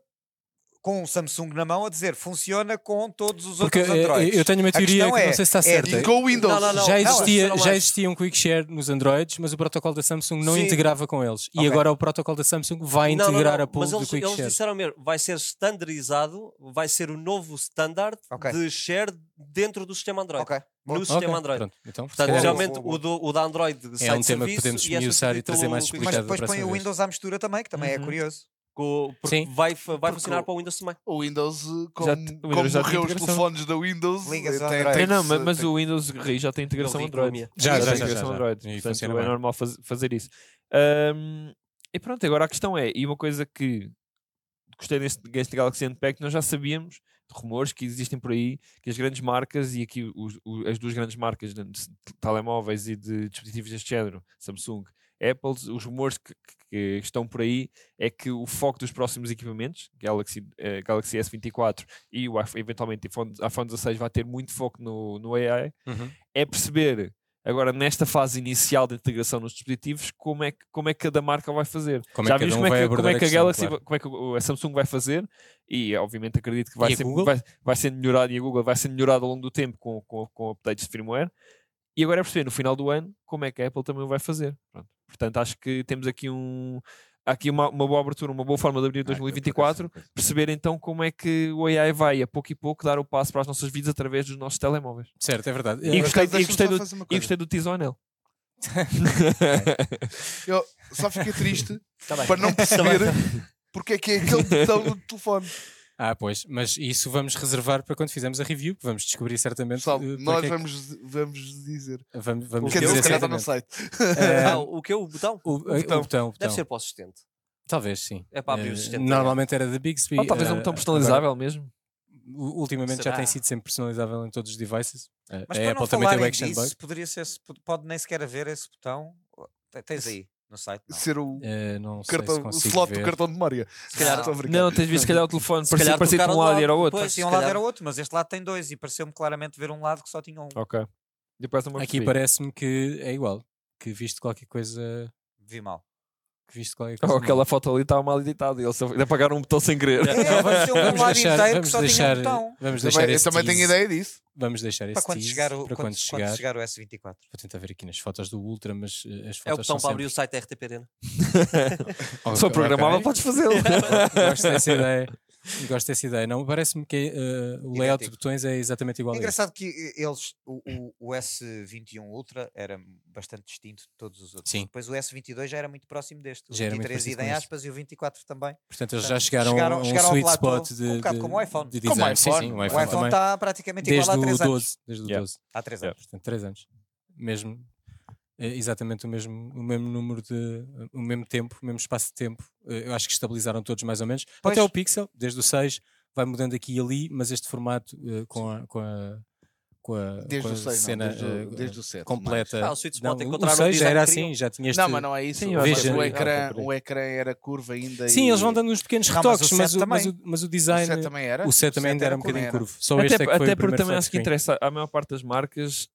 S3: com o Samsung na mão a dizer funciona com todos os
S1: Porque
S3: outros
S1: eh,
S3: Androids.
S1: eu tenho uma
S3: A
S1: teoria
S3: questão
S1: que
S3: é-
S1: não sei se está
S3: é
S1: certa.
S2: E com o Windows.
S4: Não, não, não.
S1: já,
S4: Não,
S1: existia,
S4: não,
S1: já
S4: acho.
S1: existia um quick share nos Androids, mas o protocolo da Samsung não
S3: Sim.
S1: integrava com eles. E
S3: Ok.
S1: agora o protocolo da Samsung vai
S4: Não, não, não,
S1: integrar a pool
S4: Mas
S1: do
S4: eles,
S1: quick
S4: eles
S1: share.
S4: disseram mesmo, vai ser standardizado, vai ser o novo standard
S3: Ok.
S4: de share dentro do sistema Android.
S3: Ok,
S4: No
S3: bom.
S1: Ok,
S4: sistema Android.
S1: Pronto, então,
S4: Portanto,
S3: Boa,
S4: geralmente
S3: boa, boa.
S4: o, do- o da Android sai
S1: um
S4: de
S1: tema que
S4: serviço
S1: podemos
S4: e
S1: esmiuçar
S4: é
S1: e
S4: substituído
S1: trazer
S4: pelo
S1: mais
S4: Quick
S3: Mas
S1: Obrigado,
S3: depois
S1: da
S3: põe
S1: próxima
S3: o
S1: vez.
S3: Windows à mistura também, que também é
S1: Uhum.
S3: curioso.
S4: Co- porque
S1: Sim.
S4: vai, fa- vai
S2: Porque
S4: funcionar
S2: o-
S4: para o Windows também.
S2: O Windows, eh, como,
S5: Já t- o
S2: como
S5: Windows já
S2: morreu
S5: tem
S2: os
S5: integração.
S2: telefones da Windows,
S3: Ligas
S2: eh,
S3: ao
S2: tem-
S3: Android.
S2: tem
S5: É,
S2: que
S5: não,
S2: se-
S5: mas, mas
S2: tem-
S5: o Windows RI já tem integração
S4: Ele
S5: Android.
S4: economia.
S1: Já,
S5: Sim,
S1: já,
S5: sim,
S1: já,
S5: sim,
S1: já,
S5: são
S1: já.
S5: Android.
S1: E
S5: Portanto,
S1: funciona
S5: é
S1: bem.
S5: normal faz- fazer isso. Ahm, e pronto, agora a questão é, e uma coisa que gostei deste, deste Galaxy Unpacked, nós já sabíamos de rumores que existem por aí, que as grandes marcas, e aqui os- o- as duas grandes marcas de de telemóveis e de dispositivos deste género, Samsung, Apple, os rumores que, que- que estão por aí é que o foco dos próximos equipamentos, Galaxy, eh, Galaxy S24 e o iPhone- eventualmente iPhone, iPhone 16 vai ter muito foco no, no AI,
S1: Uhum.
S5: é perceber agora nesta fase inicial de integração nos dispositivos como é que, como é que cada marca vai fazer.
S1: Como é
S5: Já
S1: que cada
S5: vimos
S1: um
S5: como é
S1: vai
S5: que,
S1: abordar
S5: como é
S1: a
S5: que a
S1: questão,
S5: Galaxy,
S1: claro.
S5: como é que o- a Samsung vai fazer e obviamente acredito que vai
S1: E a
S5: ser,
S1: Google?
S5: vai, vai ser melhorado e a Google vai ser melhorado ao longo do tempo com, com, com updates de firmware. E agora é perceber no final do ano como é que a Apple também o vai fazer. Pronto. Portanto, acho que temos aqui um há aqui uma, uma boa abertura, uma boa forma de abrir
S2: Ah, eu por acaso
S5: 2024
S2: não conheço.
S5: perceber então como é que o AI vai a pouco e pouco dar o passo para as nossas vidas através dos nossos telemóveis.
S1: Certo, é verdade.
S5: E
S1: Eh,
S2: Por
S5: gostei-
S2: acaso,
S5: e
S2: Então, deixa-me
S5: gostei
S2: só
S5: do-
S2: fazer uma
S5: E
S2: coisa.
S5: gostei do Tisonel.
S2: Só fiquei triste
S4: Tá bem.
S2: para não perceber porque é que é aquele botão no telefone.
S1: Ah, pois, mas isso vamos reservar para quando fizermos a review, que vamos descobrir certamente.
S2: Pessoal,
S1: eh, para
S2: nós
S1: que é que-
S2: vamos, vamos dizer.
S1: vamos, vamos
S2: Quer dizer,
S1: dizer
S2: se calhar está no
S1: certamente.
S2: site.
S1: Eh,
S4: Ah, o que? O botão?
S1: o, eh, o
S5: botão.
S1: botão, o
S4: Deve
S1: botão.
S4: ser para o assistente.
S1: Talvez sim.
S4: É para abrir o
S1: Eh,
S4: sistema.
S1: Normalmente era da Bixby.
S5: Ou talvez
S1: eh,
S5: um botão
S1: agora,
S5: personalizável mesmo.
S1: u- Ultimamente já tem
S4: Será?
S1: sido sempre personalizável em todos os devices. Eh,
S3: Mas
S1: a
S3: para
S1: Apple
S3: não
S1: também tem o
S3: falarem
S1: Action
S3: disso,
S1: Bug.
S3: poderia ser, se pod- pode nem sequer haver esse botão. Oh, te- Tens aí no site. não? é?
S2: Ser o,
S1: Eh, não sei se
S2: cartão, o
S1: consigo
S2: slot
S1: ver.
S2: do cartão de memória.
S4: Se calhar-
S2: Estou a brincar.
S5: Não, tens visto se calhar o telefone
S4: Se calhar
S5: parecia parecia de
S4: trocaram
S5: um
S4: de
S5: lado
S4: lado,
S5: e era o outro.
S4: depois-
S3: Parecia um
S4: se
S3: lado
S4: calhar-
S3: era outro, mas este lado tem dois e pareceu-me claramente ver um lado que só tinha um.
S5: Ok. Depois não me
S1: Aqui
S5: apercebi.
S1: parece-me que é igual. Que viste qualquer coisa.
S3: Vi mal.
S1: Que viste qualquer coisa.
S5: Oh, aquela foto ali estava mal editada e eles só- ainda apagaram um botão sem querer.
S3: É, pareceu um
S1: Vamos
S3: lado
S1: deixar,
S3: inteiro que
S1: vamos
S3: só
S1: deixar,
S3: tinha um botão.
S1: vamos
S2: Também-
S1: deixar
S2: eu
S1: esse
S2: também tenho
S1: tease-
S2: ideia disso.
S1: Vamos deixar esse
S3: Para quando
S1: tease
S3: chegar o,
S1: para
S3: quando,
S1: quando
S3: quando
S1: chegar.
S3: chegar o S24.
S1: Vou tentar ver aqui nas fotos do Ultra, mas eh, as fotos
S4: É o botão
S1: são
S4: para abrir o site da RTP Arena.
S1: sempre... Ok,
S5: Só
S1: ok.
S5: programável podes fazê-lo.
S1: Gosto dessa ideia. Gosto dessa ideia. Não, parece-me que eh, o layout de
S3: Idêntico.
S1: botões é exatamente igual a
S3: É
S1: esse.
S3: engraçado que eh, eles, o, o- o S21 Ultra era bastante distinto de todos os outros.
S1: Sim.
S3: Depois o S22 já era muito próximo deste. O
S1: Já era muito
S3: 23
S1: parecido
S3: idem
S1: com este.
S3: aspas e o 24 também.
S1: Portanto, eles já
S3: Portanto,
S1: chegaram,
S3: chegaram-
S1: a um
S3: chegaram ao
S1: sweet
S3: platô,
S1: spot de,
S3: um bocado como o
S1: de-
S3: iPhone.
S1: de
S2: Como o
S1: design. Sim,
S2: iPhone.
S1: sim, o iPhone,
S2: O
S3: O iPhone
S1: também.
S3: está praticamente igual
S1: desde
S3: há 3
S1: o
S3: anos.
S1: 12. Desde o
S5: Yeah.
S1: 12.
S3: Há 3
S5: Yeah.
S3: anos.
S1: Portanto, 3 anos. Mesmo, eh, exatamente o mesmo, o mesmo número de. o mesmo tempo, o mesmo espaço de tempo. Eh, Eu acho que estabilizaram todos mais ou menos.
S3: Pois.
S1: Até o Pixel, desde o 6, vai mudando aqui e ali, mas este formato eh, com a. Com a com a, com
S2: Desde
S1: a
S2: o 6,
S1: cena
S2: desde, o-
S1: eh,
S2: desde o 7.
S1: completa.
S4: Ah, o sweet spot
S1: não, o
S5: um
S4: encontraram o
S1: 6 já
S4: design
S1: era
S4: que queriam.
S1: assim, já tinha este.
S2: Não, mas não é isso.
S5: Sim,
S2: Sim,
S5: eu acho
S1: que é
S2: o,
S1: por aí.
S5: Ah,
S2: ecrã,
S5: por aí.
S2: o ecrã era curva ainda.
S1: Sim,
S2: e-
S1: eles vão dando uns pequenos
S3: Não, mas
S1: retoques,
S3: o
S1: mas,
S3: sete
S1: o, mas,
S3: também.
S1: o, mas o
S2: O
S1: design.
S2: 7 também era.
S1: O 7 também
S2: O
S1: ainda
S2: sete
S1: era um
S2: curva,
S1: bocadinho
S2: era.
S1: curvo. Só este é que
S5: Até, p-
S1: foi o
S5: até porque
S1: primeiro
S5: também
S1: flat
S5: acho que
S1: screen.
S5: interessa à maior parte das marcas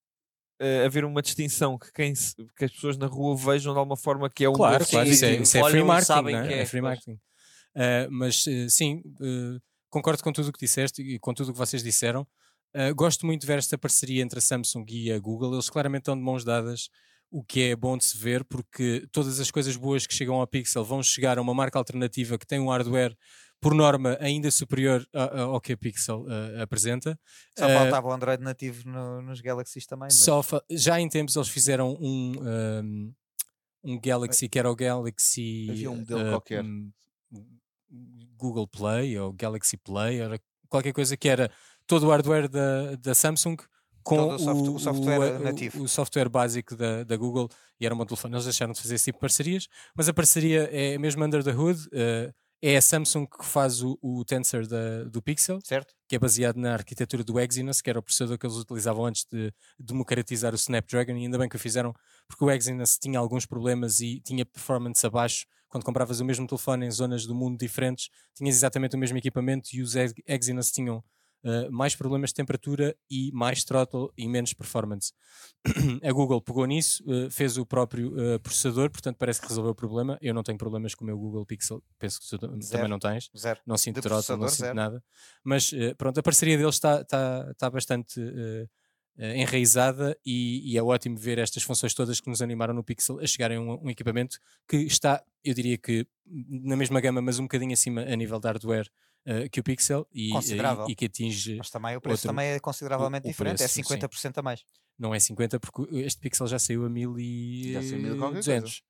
S5: eh, haver uma distinção que, quem se- que as pessoas na rua vejam de alguma forma que é um
S1: Claro,
S5: novo
S1: claro,
S5: dispositivo.
S1: isso é,
S4: sim.
S1: isso é
S4: Olham
S1: free
S4: e
S1: marketing,
S4: sabem
S1: não é?
S4: que é,
S1: É free
S4: pois.
S1: marketing. Uh, mas uh, sim, uh, concordo com tudo o que disseste e com tudo o que vocês disseram. Uh, gosto muito de ver esta parceria entre a Samsung e a Google. Eles claramente estão de mãos dadas, o que é bom de se ver, porque todas as coisas boas que chegam ao Pixel vão chegar a uma marca alternativa que tem um hardware, por norma, ainda superior a- a- ao que a Pixel uh, apresenta.
S3: Só
S1: Uh,
S3: faltava o Android nativo no- nos Galaxies também. mas-
S1: só fa- já em tempos eles fizeram um, um, um Galaxy que era o Galaxy
S2: Havia um modelo
S1: eh,
S2: qualquer.
S1: um, Google Play ou Galaxy Play, era qualquer coisa que era todo o hardware da, da Samsung com
S3: Todo o soft- o software nativo.
S1: o software básico da, da Google e era um bom telefone. Eles deixaram de fazer esse tipo de parcerias, mas a parceria é mesmo under the hood. eh, é a Samsung que faz o, o Tensor da- do Pixel,
S3: certo?
S1: que é baseado na arquitetura do Exynos, que era o processador que eles utilizavam antes de democratizar o Snapdragon, e ainda bem que o fizeram, porque o Exynos tinha alguns problemas e tinha performance abaixo. Quando compravas o mesmo telefone em zonas do mundo diferentes, tinhas exatamente o mesmo equipamento e os Ex- Exynos tinham eh, mais problemas de temperatura e mais throttle e menos performance. A Google pegou nisso, eh, fez o próprio eh, processador, portanto parece que resolveu o problema. Eu não tenho problemas com o meu Google Pixel, penso que tu tam-
S3: Zero.
S1: também não tens
S3: Zero.
S1: não sinto
S3: De
S1: trota, não
S3: processador,
S1: sinto
S3: zero.
S1: nada. Mas eh, pronto, a parceria deles está tá, tá bastante eh, eh, enraizada e, e é ótimo ver estas funções todas que nos animaram no Pixel a chegarem a um, um equipamento que está, eu diria que na mesma gama, mas um bocadinho acima a nível de hardware eh, que o Pixel e,
S3: Considerável.
S1: e, e que atinge,
S3: Mas também o preço
S1: Outro-
S3: também é consideravelmente
S1: o- o
S3: diferente,
S1: preço, sim.
S3: é 50% a mais.
S1: não é 50, porque este Pixel já saiu a
S2: Já saiu mil e qualquer
S1: 1200.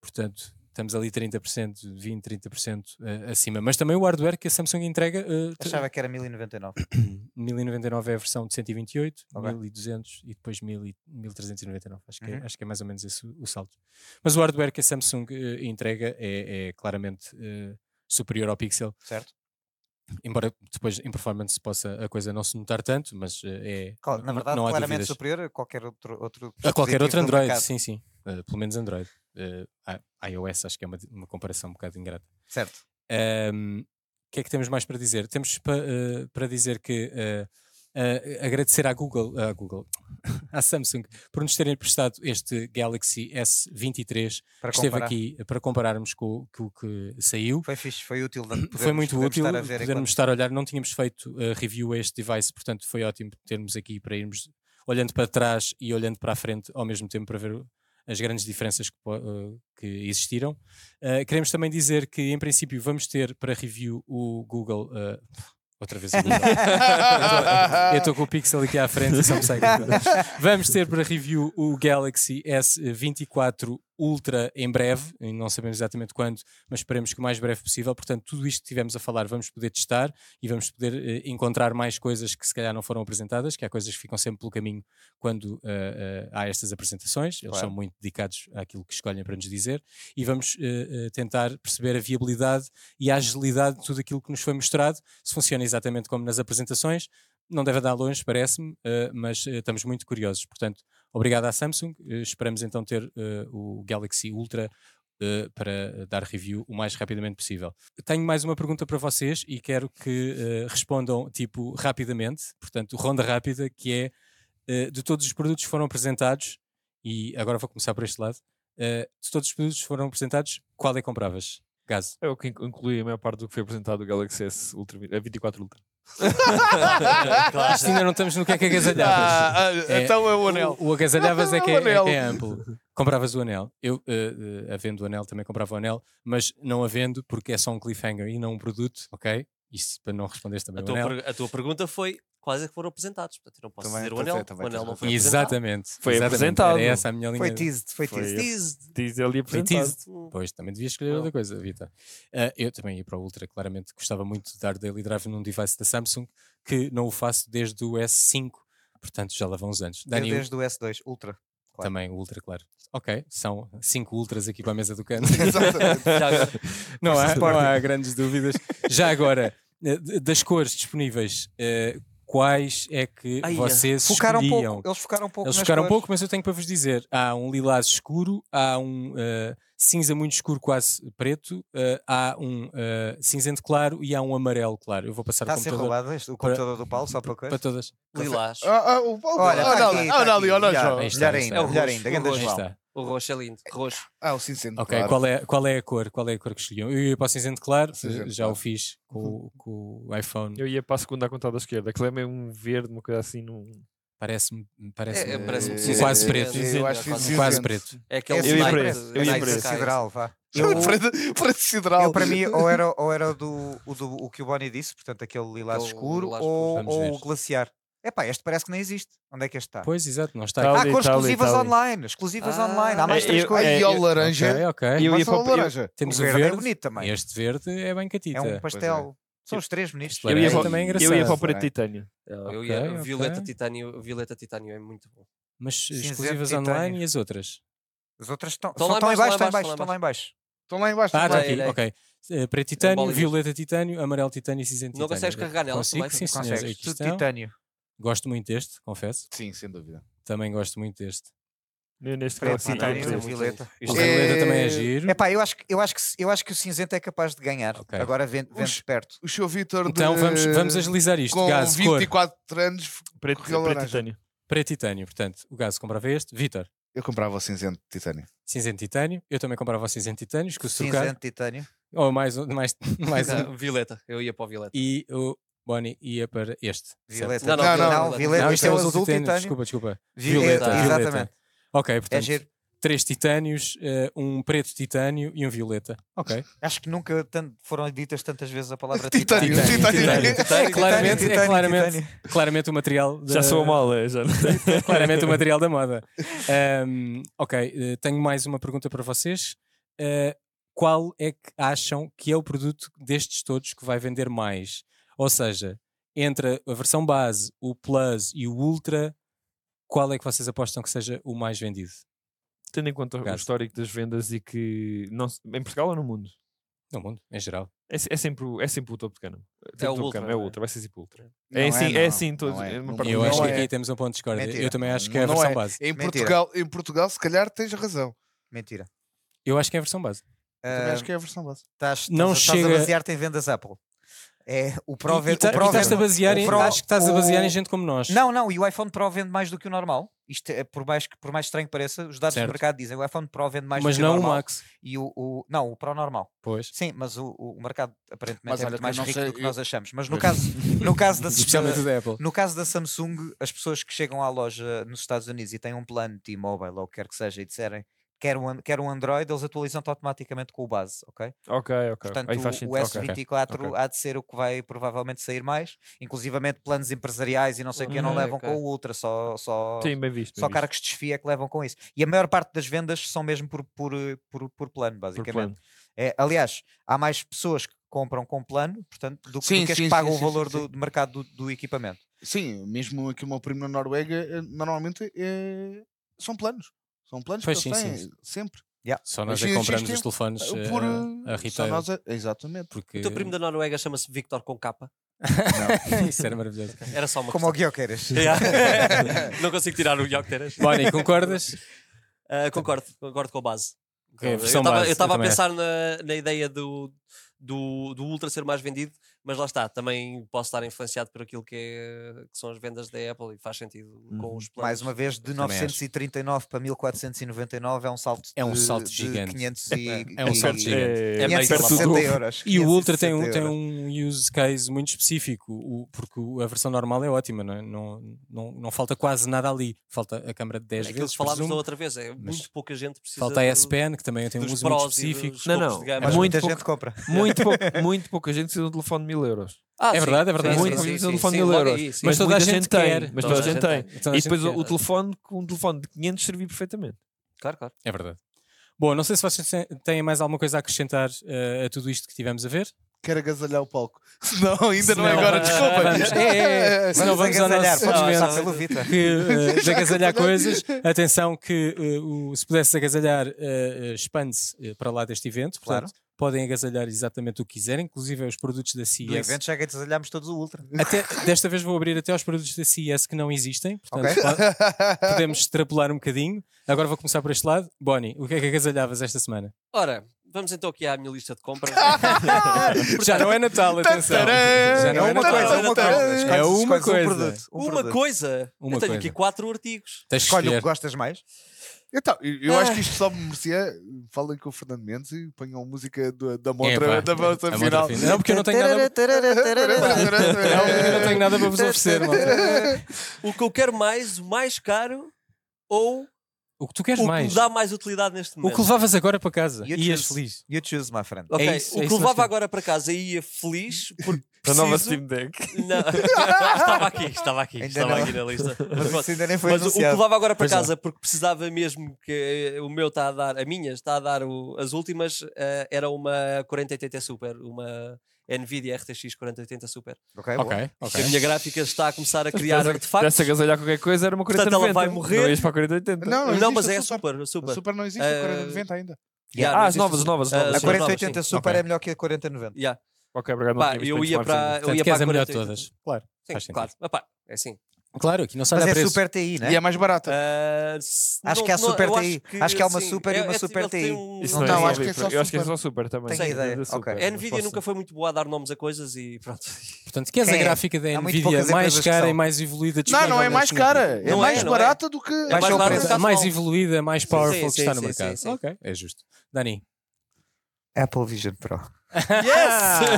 S1: Portanto. Estamos ali 30%, 20%, 30% eh, acima. Mas também o hardware que a Samsung entrega eh, te-
S3: Achava que era 1099.
S1: 1099 é a versão de 128,
S3: Ok.
S1: 1200 e depois 1000 e 1399. Acho que, é,
S3: Uhum.
S1: acho que é mais ou menos esse o, o salto. Mas o hardware que a Samsung eh, entrega é, é claramente eh, superior ao Pixel,
S3: Certo?
S1: embora depois em performance possa a coisa não se notar tanto, mas eh, é
S3: Cla-
S1: não-
S3: Na verdade,
S1: não há
S3: claramente
S1: dúvidas.
S3: superior a qualquer outro, outro
S1: a qualquer
S3: dispositivo
S1: outro
S3: do
S1: Android,
S3: mercado.
S1: sim, sim. Eh, pelo menos Android. Eh, a- iOS acho que é uma, uma comparação um bocado ingrata.
S3: Certo.
S1: Ahm, o que é que temos mais para dizer? Temos pa- eh, para dizer que eh, eh, agradecer à Google, à Google, à Samsung, por nos terem prestado este Galaxy S23
S3: Para
S1: que esteve
S3: comparar.
S1: aqui para compararmos com, o- com o que saiu.
S3: Foi fixe, foi útil. de-
S1: Foi
S3: podermos-
S1: muito
S3: podermos
S1: útil
S3: estar a ver
S1: podermos
S3: enquanto-
S1: estar a olhar. Não tínhamos feito eh, review a este device, portanto foi ótimo termos aqui para irmos olhando para trás e olhando para a frente ao mesmo tempo para ver o- as grandes diferenças que, po- eh, que existiram. Eh, queremos também dizer que, em princípio, vamos ter para review o Google. eh, outra vez o Google. Eu estou com o Pixel aqui à frente e só me sai Google. Vamos ter para review o Galaxy S24 Ultra em breve, e não sabemos exatamente quando, mas esperemos que o mais breve possível. Portanto, tudo isto que tivemos a falar vamos poder testar e vamos poder eh, encontrar mais coisas que se calhar não foram apresentadas, que há coisas que ficam sempre pelo caminho quando eh, eh, há estas apresentações. Eles
S3: Claro.
S1: são muito dedicados àquilo que escolhem para nos dizer e vamos eh, eh, tentar perceber a viabilidade e a agilidade de tudo aquilo que nos foi mostrado, se funciona exatamente como nas apresentações. Não deve dar longe, parece-me, eh, mas eh, estamos muito curiosos. Portanto, obrigado à Samsung. eh, esperamos então ter eh, o Galaxy Ultra eh, para dar review o mais rapidamente possível. Tenho mais uma pergunta para vocês e quero que eh, respondam, tipo, rapidamente. Portanto, ronda rápida, que é eh, de todos os produtos que foram apresentados, e agora vou começar por este lado, eh, de todos os produtos que foram apresentados, qual é que compravas? Gazo.
S5: É o que inclu- inclui a maior parte do que foi apresentado do Galaxy S Ultra, vi- a 24 Ultra.
S1: Isto ainda não estamos no que é que agasalhavas.
S2: Ah, ah,
S1: É,
S2: então é o anel. Ah,
S1: O, o agasalhavas é que é,
S2: O
S1: é que é
S2: anel.
S1: amplo. Compravas o anel. Eu, eh, eh, havendo o anel, também comprava o anel, mas não havendo porque é só um cliffhanger e não um produto, ok? Isso para não é um responderes também
S4: A
S1: o
S4: tua,
S1: anel.
S4: per- a tua pergunta foi quais é que foram apresentados. Portanto, eu não posso
S2: Também
S4: dizer o
S2: tens-
S4: anel.
S2: também
S4: O anel
S2: tens
S4: não
S2: razão.
S4: foi apresentado.
S1: Exatamente.
S5: Foi
S1: exatamente.
S5: apresentado.
S1: Era essa a minha linha.
S3: Foi teased, foi
S5: Foi
S3: teased.
S4: Teased.
S5: Diz ali
S1: Foi
S5: apresentado.
S1: teased. Pois, também devia escolher outra coisa, Vita. Ah, eu também ia para o Ultra, claramente gostava muito de dar daily drive num device da Samsung, que não o faço desde o S5, portanto já lá vão uns anos.
S3: Eu
S1: Dani,
S3: desde o S2 Ultra. claro.
S1: também o Ultra, claro. Ok, são cinco Ultras aqui para a mesa do cano.
S2: Exatamente.
S4: Já agora,
S1: não, há, não há grandes dúvidas. Já agora, eh, d- das cores disponíveis, eh, quais é que
S4: Ai,
S1: vocês
S3: Focaram
S1: escolhiam?
S3: pouco, eles focaram pouco
S1: Eles
S3: nas
S1: ficaram um
S3: cores.
S1: pouco, mas eu tenho para vos dizer: há um lilás escuro, há um eh, cinza muito escuro, quase preto, eh, há um eh, cinzento claro e há um amarelo claro. Eu vou passar
S3: Está
S1: o
S3: a ser
S1: computador
S3: roubado este- o computador do Paulo, só para
S1: para
S3: coisa.
S1: todas.
S4: Lilás.
S2: Ah, ah, o- o-
S3: Olha,
S2: ah,
S3: tá
S2: não,
S3: aqui,
S2: ah,
S3: tá
S2: não,
S3: aqui,
S2: olha, olha,
S3: já.
S2: João.
S1: Aí está,
S3: Melhor
S1: aí
S3: ainda,
S1: está.
S3: melhor
S4: Roxo,
S3: ainda.
S4: o
S3: Ganda
S4: roxo.
S1: Aí
S3: João.
S1: está.
S4: O roxo é lindo. Roxo.
S2: Ah, o cinzento.
S1: Ok,
S2: claro.
S1: qual, é, qual é a cor? Qual é a cor que escolhiam? Eu ia para o cinzento claro, eh,
S2: Cinzento
S1: já o
S2: claro.
S1: fiz
S3: Uhum.
S1: com, o- com o iPhone.
S5: Eu ia para a segunda a contar da esquerda. Aquilo é meio um verde, uma coisa assim. Num...
S1: Parece-me parece
S2: Eh,
S4: É, parece-me
S1: um
S4: cinzento.
S1: quase preto.
S4: É,
S2: Eu acho que
S4: Quase
S2: cinzento.
S1: quase preto.
S4: É aquele
S3: Eu ia
S4: Sniper-
S5: para esse, eu ia
S4: Sniper
S5: para esse.
S4: Sky.
S3: Sideral, vá.
S2: Frente, frente sideral.
S3: Eu, para mim, ou era, ou era do, o, do, o que o Bonnie disse, portanto, aquele lilás
S4: Aquele
S3: escuro,
S4: lilás
S3: ou,
S1: escuro. Vamos
S3: ou
S1: ver.
S3: o glaciar. Epá, este parece que não existe. Onde é que este está?
S1: Pois, exato, não
S5: Tá
S1: está
S3: Há
S1: aqui.
S5: ali,
S3: cores
S5: tá ali,
S3: exclusivas
S5: tá ali.
S3: online, exclusivas
S4: Ah.
S3: online. Há mais
S5: É,
S3: três
S5: eu-
S3: cores.
S5: é,
S2: Aí,
S5: eu-
S2: ó, laranja.
S1: Ok, ok.
S5: É, eu
S2: Mas
S5: ia
S2: só
S5: para- eu-
S2: laranja.
S1: Temos
S3: o verde é bonito também.
S1: Este verde é bem catita.
S3: É um
S2: é.
S3: pastel. São os três ministros.
S5: Eu ia,
S1: Laranja
S5: para,
S1: também é
S5: eu ia para
S1: engraçado,
S5: o Preto
S2: não é?
S5: Titânio.
S4: Eu
S1: Ok,
S4: ia,
S1: ok.
S4: Violeta Titânio, Violeta Titânio é muito bom.
S1: Mas
S3: Cinzento
S1: exclusivas
S3: Titânio.
S1: online e as outras?
S3: As outras estão,
S4: Estão
S3: só
S4: lá
S3: estão em baixo,
S4: embaixo,
S3: estão em
S4: lá
S3: baixo,
S4: embaixo,
S3: estão lá em baixo.
S2: Estão lá em baixo.
S1: Ah, está
S2: estão lá
S4: Vai,
S1: aqui,
S4: vai.
S1: ok. Eh, Preto
S4: bola
S1: titânio,
S4: verde.
S1: violeta titânio, amarelo titânio e cinzento
S4: Não
S1: titânio.
S4: consegues carregar nela
S1: Consigo,
S4: também?
S1: sim, senhores,
S3: Consegues,
S1: aqui
S3: tudo
S1: estão.
S3: titânio.
S1: Gosto muito deste, confesso.
S2: Sim, sem dúvida.
S1: Também gosto muito deste.
S5: Eu neste
S3: Preto,
S5: caso, sim,
S4: Titânio,
S5: eu prefiro.
S3: violeta.
S1: O
S4: Isto é-
S1: violeta também é
S2: Eh,
S1: giro.
S3: Epá, eu acho, que- eu, acho que, se- eu acho que o cinzento é capaz de ganhar.
S1: Ok.
S3: Agora vendo, vendo
S2: Os-
S3: de perto.
S2: O show Vitor
S1: Então
S2: de-
S1: vamos, vamos agilizar isto.
S2: com
S1: Gás, cor,
S2: 24 anos,
S5: Preto,
S2: Correu
S5: Preto
S2: laranja.
S5: Titânio.
S1: preto titânio. Portanto, o gás comprava este. Vitor,
S2: eu comprava o cinzento de titânio.
S1: cinzento titânio. Eu também comprava o cinzento titânio, escuso
S3: Cinzento, titânio.
S1: Ou mais, um- mais, mais um.
S4: Não, Violeta, eu ia para o Violeta.
S1: E o Bonnie ia para este.
S3: Violeta.
S4: Não, não,
S3: Não,
S4: violeta.
S3: não,
S1: certo?
S3: violeta.
S1: Não,
S3: Este é o
S1: azul
S3: azul titânio.
S1: Desculpa, desculpa.
S3: Violeta,
S1: Violeta.
S3: exatamente.
S1: Ok,
S3: É
S1: portanto,
S3: giro.
S1: três titânios, eh, um preto titânio e um violeta. Ok.
S3: Acho que nunca tan- foram ditas tantas vezes a palavra
S2: Titânio,
S3: titânio.
S2: titânio.
S1: É claramente, é
S3: Titânio,
S1: claramente,
S3: titânio.
S1: claramente o material. Da,
S5: Já sou mal, é, já.
S1: Claramente o material da moda. Ahm, ok, eh, tenho mais uma pergunta para vocês. Eh, qual é que acham que é o produto destes todos que vai vender mais? Ou seja, entre a versão base, o Plus e o Ultra, qual é que vocês apostam que seja o mais vendido
S5: Tendo em conta o
S1: Gás.
S5: histórico das vendas e que. Não, se- em Portugal ou no mundo?
S1: no mundo, em geral?
S5: É, se- é sempre, o- é sempre o topo de cana.
S4: É o
S5: topo de
S4: Ultra, não
S5: cama, É o
S4: é?
S5: Ultra, vai ser sempre o Ultra.
S2: Não
S5: é assim, é
S2: não,
S5: assim todos.
S2: não é.
S5: é uma
S2: Não
S5: parte-
S2: é.
S1: Eu acho
S2: Não
S1: que
S2: é.
S1: aqui temos um ponto de discórdia.
S3: Mentira.
S1: Eu também acho que é a
S2: Não
S1: versão
S2: é.
S1: base.
S2: Em
S3: Mentira.
S2: Portugal, em Portugal, se calhar tens razão.
S3: Mentira.
S1: Eu acho que é a versão base.
S2: Eu também
S3: Ah,
S2: acho que é a versão base.
S3: Estás,
S1: Não
S3: estás, a- estás
S1: chega-
S3: a basear-te em vendas Apple. É, o Pro
S1: E- e
S3: vende.
S1: tá-
S3: o é
S1: e
S3: Pro
S1: estás-te a
S3: vende-
S1: basear
S3: o
S1: em-
S3: Pro-
S1: acho que estás a basear
S3: o-
S1: em gente como nós.
S3: Não, não, e o iPhone Pro vende mais do que o normal. Isto é, por mais, que- por mais estranho que pareça, os dados
S1: Certo.
S3: do mercado dizem o iPhone Pro vende mais
S1: mas
S3: do que o
S1: não o
S3: normal.
S1: Max.
S3: E o, o- não, o Pro normal.
S1: Pois.
S3: Sim, mas o, o mercado aparentemente
S2: Mas
S3: é
S2: olha
S3: muito
S2: que
S3: mais
S2: eu não
S3: rico
S2: sei,
S3: do que
S2: eu-
S3: nós achamos. Mas no caso, no caso da
S1: Especialmente o da Apple.
S3: No caso da Samsung, as pessoas que chegam à loja nos Estados Unidos e têm um plano T-Mobile ou o que quer que seja e disserem quer um, an- quer um Android, eles atualizam-te automaticamente com o base, ok?
S5: Ok, ok.
S3: Portanto,
S5: Aí faz
S3: o,
S5: sentido.
S3: o
S5: Ok.
S3: S24
S1: ok.
S3: há de ser o que vai provavelmente sair mais, inclusivamente planos empresariais e não sei o que não
S4: Ok,
S3: levam
S4: ok.
S3: com o Ultra, só, só,
S5: Sim, bem visto.
S3: só
S5: bem visto.
S3: cargos de desfia que levam com isso. E a maior parte das vendas são mesmo por, por, eh, por, por plano,
S5: Por
S3: basicamente.
S5: plano.
S3: É, aliás, há mais pessoas que compram com plano, portanto, do que,
S2: Sim,
S3: do que as
S2: sim,
S3: que pagam
S2: sim,
S3: o
S2: sim, sim,
S3: valor
S2: sim.
S3: do, do mercado do, do equipamento.
S2: Sim, mesmo aqui o meu primo na Noruega, eh, normalmente eh, são planos. São planos
S1: Pois
S2: que
S1: sim,
S2: eles
S1: sim.
S2: têm, sempre.
S1: Só nós é que
S2: Existe-
S1: compramos os
S2: existe-
S1: telefones
S2: Eh,
S1: eh,
S2: Por,
S1: a, a
S2: eh, só
S1: retail.
S2: nós é- exatamente.
S1: Porque...
S4: O teu primo da Noruega chama-se Victor com capa.
S1: Isso era maravilhoso.
S4: Era só uma
S3: Como o
S4: questão.
S3: Guilherme
S4: Yeah. não consigo tirar o é Guilherme
S1: Bonnie, concordas?
S4: Ah, concordo, concordo com a base.
S1: Ok, É a
S4: Eu
S1: versão
S4: estava-
S1: base,
S4: eu estava
S1: eu
S4: a
S1: também
S4: pensar na, na ideia do, do, do Ultra ser mais vendido, mas lá está, também posso estar influenciado por aquilo que, é- que são as vendas da Apple e faz sentido
S1: Uhum.
S4: com os planos.
S3: Mais uma vez, de
S1: Também acho.
S3: 939 para 1499 é um salto
S1: É um
S3: de-
S1: salto
S3: de
S1: gigante.
S3: 500 e,
S1: É um salto
S3: e-
S1: gigante.
S5: É,
S4: É meio
S5: perto
S4: que lá
S5: do-
S3: 560 euros.
S1: E o Ultra tem um,
S3: 560
S1: tem
S3: euros.
S1: um use case muito específico, o- porque o- a versão normal é ótima, não, é? não, não, não falta quase nada ali. Falta a câmara de 10
S4: É Aquilo
S1: vezes,
S4: que falámos da
S1: presumo.
S4: outra vez, é muito pouca gente precisa.
S1: falta a
S4: do-
S1: S Pen, que também tem um
S4: dos
S1: uso muito
S4: prós e dos
S1: específico. é
S4: contras.
S5: Não, não.
S4: de gama.
S3: Mas
S5: Muito
S3: muita
S5: pouco.
S3: gente compra.
S5: Muito pouca, muito pouca gente precisa de um telefone de mil euros.
S4: Ah,
S1: É verdade, é verdade.
S5: Muito precisa de um telefone de mil
S4: logo
S5: euros.
S4: aí, sim.
S5: Mas
S1: toda
S5: muita
S1: a gente
S5: gente tem,
S1: quer.
S5: mas
S1: Toda
S5: toda
S1: a
S5: a gente tem.
S1: Então, a
S5: E
S1: gente
S5: depois o,
S1: quer.
S5: o telefone, com um telefone de 500 servia perfeitamente.
S4: Claro, claro.
S1: É verdade. Bom, não sei se vocês te- têm mais alguma coisa a acrescentar eh, a tudo isto que tivemos a ver.
S2: Quero agasalhar o palco. Não, ainda não é
S1: Senão-
S2: agora,
S1: Vamos,
S2: desculpa.
S1: é, é, é. Senão vamos ao
S3: agasalhar,
S1: nosso
S3: podes
S4: Ah,
S3: começar
S1: segmento.
S4: não.
S3: pelo Vita.
S1: que uh, de
S2: Já
S1: agasalhar
S2: acordei.
S1: coisas. Atenção que uh, o- se pudesse agasalhar, uh, uh, expande-se uh, para lá deste evento. Portanto, podem agasalhar exatamente o que quiserem, inclusive os produtos da CES.
S3: Do evento já que desalhámos todos o Ultra.
S1: Até, desta vez vou abrir até aos produtos da CES que não existem. Portanto,
S3: Ok.
S1: po- podemos extrapolar um bocadinho. Agora vou começar por este lado. Bonnie, o que é que agasalhavas esta semana?
S4: Ora, vamos então aqui à minha lista de compras.
S1: Já não é Natal, atenção. Já não é
S3: uma coisa,
S1: Natal.
S3: uma coisa.
S1: É
S3: Escolhes-
S1: uma
S3: escolhes um
S1: coisa.
S3: produto, um
S4: Uma
S3: produto.
S4: coisa!
S1: Uma
S4: eu tenho
S1: coisa.
S4: aqui quatro artigos.
S1: Tens que
S3: Escolhe um o que
S1: escolher.
S3: gostas mais.
S2: Então, eu eu acho que isto só me merecia. Falem com o Fernando Mendes e ponham música do- da
S1: Epá,
S2: montra, da montra
S1: a montra
S2: final.
S1: final. Não, porque eu não tenho nada, não, porque eu não tenho nada para vos oferecer. malta.
S4: O que eu quero mais, o mais caro ou
S1: O que tu queres
S4: o que
S1: mais?
S4: me dá mais utilidade neste
S1: O
S4: momento.
S1: que levavas agora para casa?
S3: You
S1: Ias
S3: choose.
S1: feliz.
S3: You choose, my friend.
S4: Ok,
S1: É isso,
S4: o
S1: é
S4: que
S1: isso,
S4: levava
S1: Martim.
S4: agora para casa e ia feliz porque
S5: A nova
S4: preciso...
S5: Steam Deck.
S4: Não, estava aqui, estava aqui,
S3: Ainda
S4: estava
S3: não.
S4: aqui na lista.
S3: Mas isso ainda nem foi
S4: Mas o- o que
S3: anunciado.
S4: levava agora para
S1: Pois é. não.
S4: casa porque precisava mesmo que eh, o meu está a dar, a minha está a dar o- as últimas, eh, era uma 4080 Super, uma NVIDIA RTX 4080 Super.
S3: Ok, boa.
S1: Ok,
S4: A
S1: ok.
S4: minha gráfica está a começar a criar artefactos.
S5: Dessa gasolha qualquer coisa era uma 40
S4: Portanto, ela vai morrer.
S5: Não ias para a 4080.
S2: Não,
S4: Não,
S2: existe
S4: mas
S2: a
S4: é
S2: Super.
S4: super,
S2: A
S4: super.
S2: Super não existe,
S4: Eh,
S2: a 4090 ainda.
S4: Yeah,
S5: ah,
S4: não existe
S5: as novas,
S4: a
S5: as novas, as
S4: Ah,
S5: novas.
S3: A
S4: super
S3: 4080
S4: novas,
S3: Super
S1: Ok.
S3: é melhor que a 4090.
S4: Yeah.
S5: Ok, obrigado.
S4: Pá, eu ia para. Eu
S1: Portanto,
S4: ia para
S1: queres
S4: a
S1: a melhor de
S4: 4080.
S1: todas. Claro. Faz
S4: Sim,
S1: sentido.
S4: claro. Epá, é assim.
S1: Claro, aqui não sai
S3: Mas
S1: a
S3: é
S1: preço.
S3: super TI, né?
S2: E é mais barata.
S4: Ah, s-
S3: Acho que há super
S4: eu
S3: TI. Acho que há uma
S4: é,
S3: super e uma super Então,
S4: ele tem
S3: TI.
S4: um-
S5: Isso
S2: Não,
S5: não,
S2: não,
S5: é
S2: acho que é só
S5: Eu acho que é
S2: super.
S5: só super também.
S3: Tenho
S5: Sim,
S3: ideia.
S5: da super,
S3: Ok.
S5: mas
S4: A Nvidia
S5: posso-
S4: nunca foi muito boa a dar nomes a coisas e pronto.
S1: tipo. Portanto, queres
S3: Quem
S1: a
S3: é?
S1: gráfica da
S3: Há muito
S1: Nvidia
S3: poucas
S1: mais
S3: empresas que
S1: cara
S3: são.
S1: e mais evoluída
S2: Não,
S1: disponível
S2: não é
S1: neste
S2: mais
S1: momento?
S2: cara. É
S4: Não é,
S2: mais
S4: não é.
S2: barata do que.
S4: mais
S3: Baixa o
S4: barata
S3: preço.
S1: A mais
S4: Atual.
S1: evoluída, a mais powerful
S4: sim,
S1: que está no
S4: sim, sim,
S1: mercado.
S4: sim, sim.
S1: Ok, é justo. Dani.
S3: Apple Vision Pro.
S1: Yes!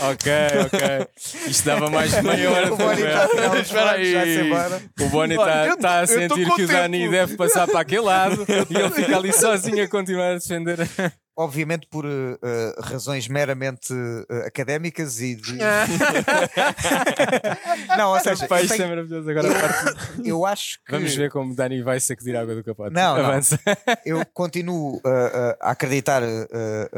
S1: ok, ok. Isto dava mais de meia hora de
S3: O Bonnie está a tirar
S1: conversa.
S3: uns
S1: Espera
S3: fones, já se
S1: aí.
S3: embora.
S1: O Bonnie
S2: Olha,
S1: está
S2: eu-
S1: tá
S2: eu
S1: a
S2: tô
S1: sentir
S2: com
S1: que o Dani
S2: tempo.
S1: deve passar para aquele lado e ele fica ali sozinho a continuar a defender.
S3: Obviamente por eh, eh, razões meramente eh, académicas e de... Não, ou seja,
S1: Pá,
S3: eu,
S1: isto é
S3: tenho-
S1: maravilhoso. Agora a parte-
S3: eu acho que...
S1: Vamos ver como o Dani vai sacudir a água do capote.
S3: Não, É, não.
S1: Avança.
S3: eu continuo uh, uh, a acreditar uh,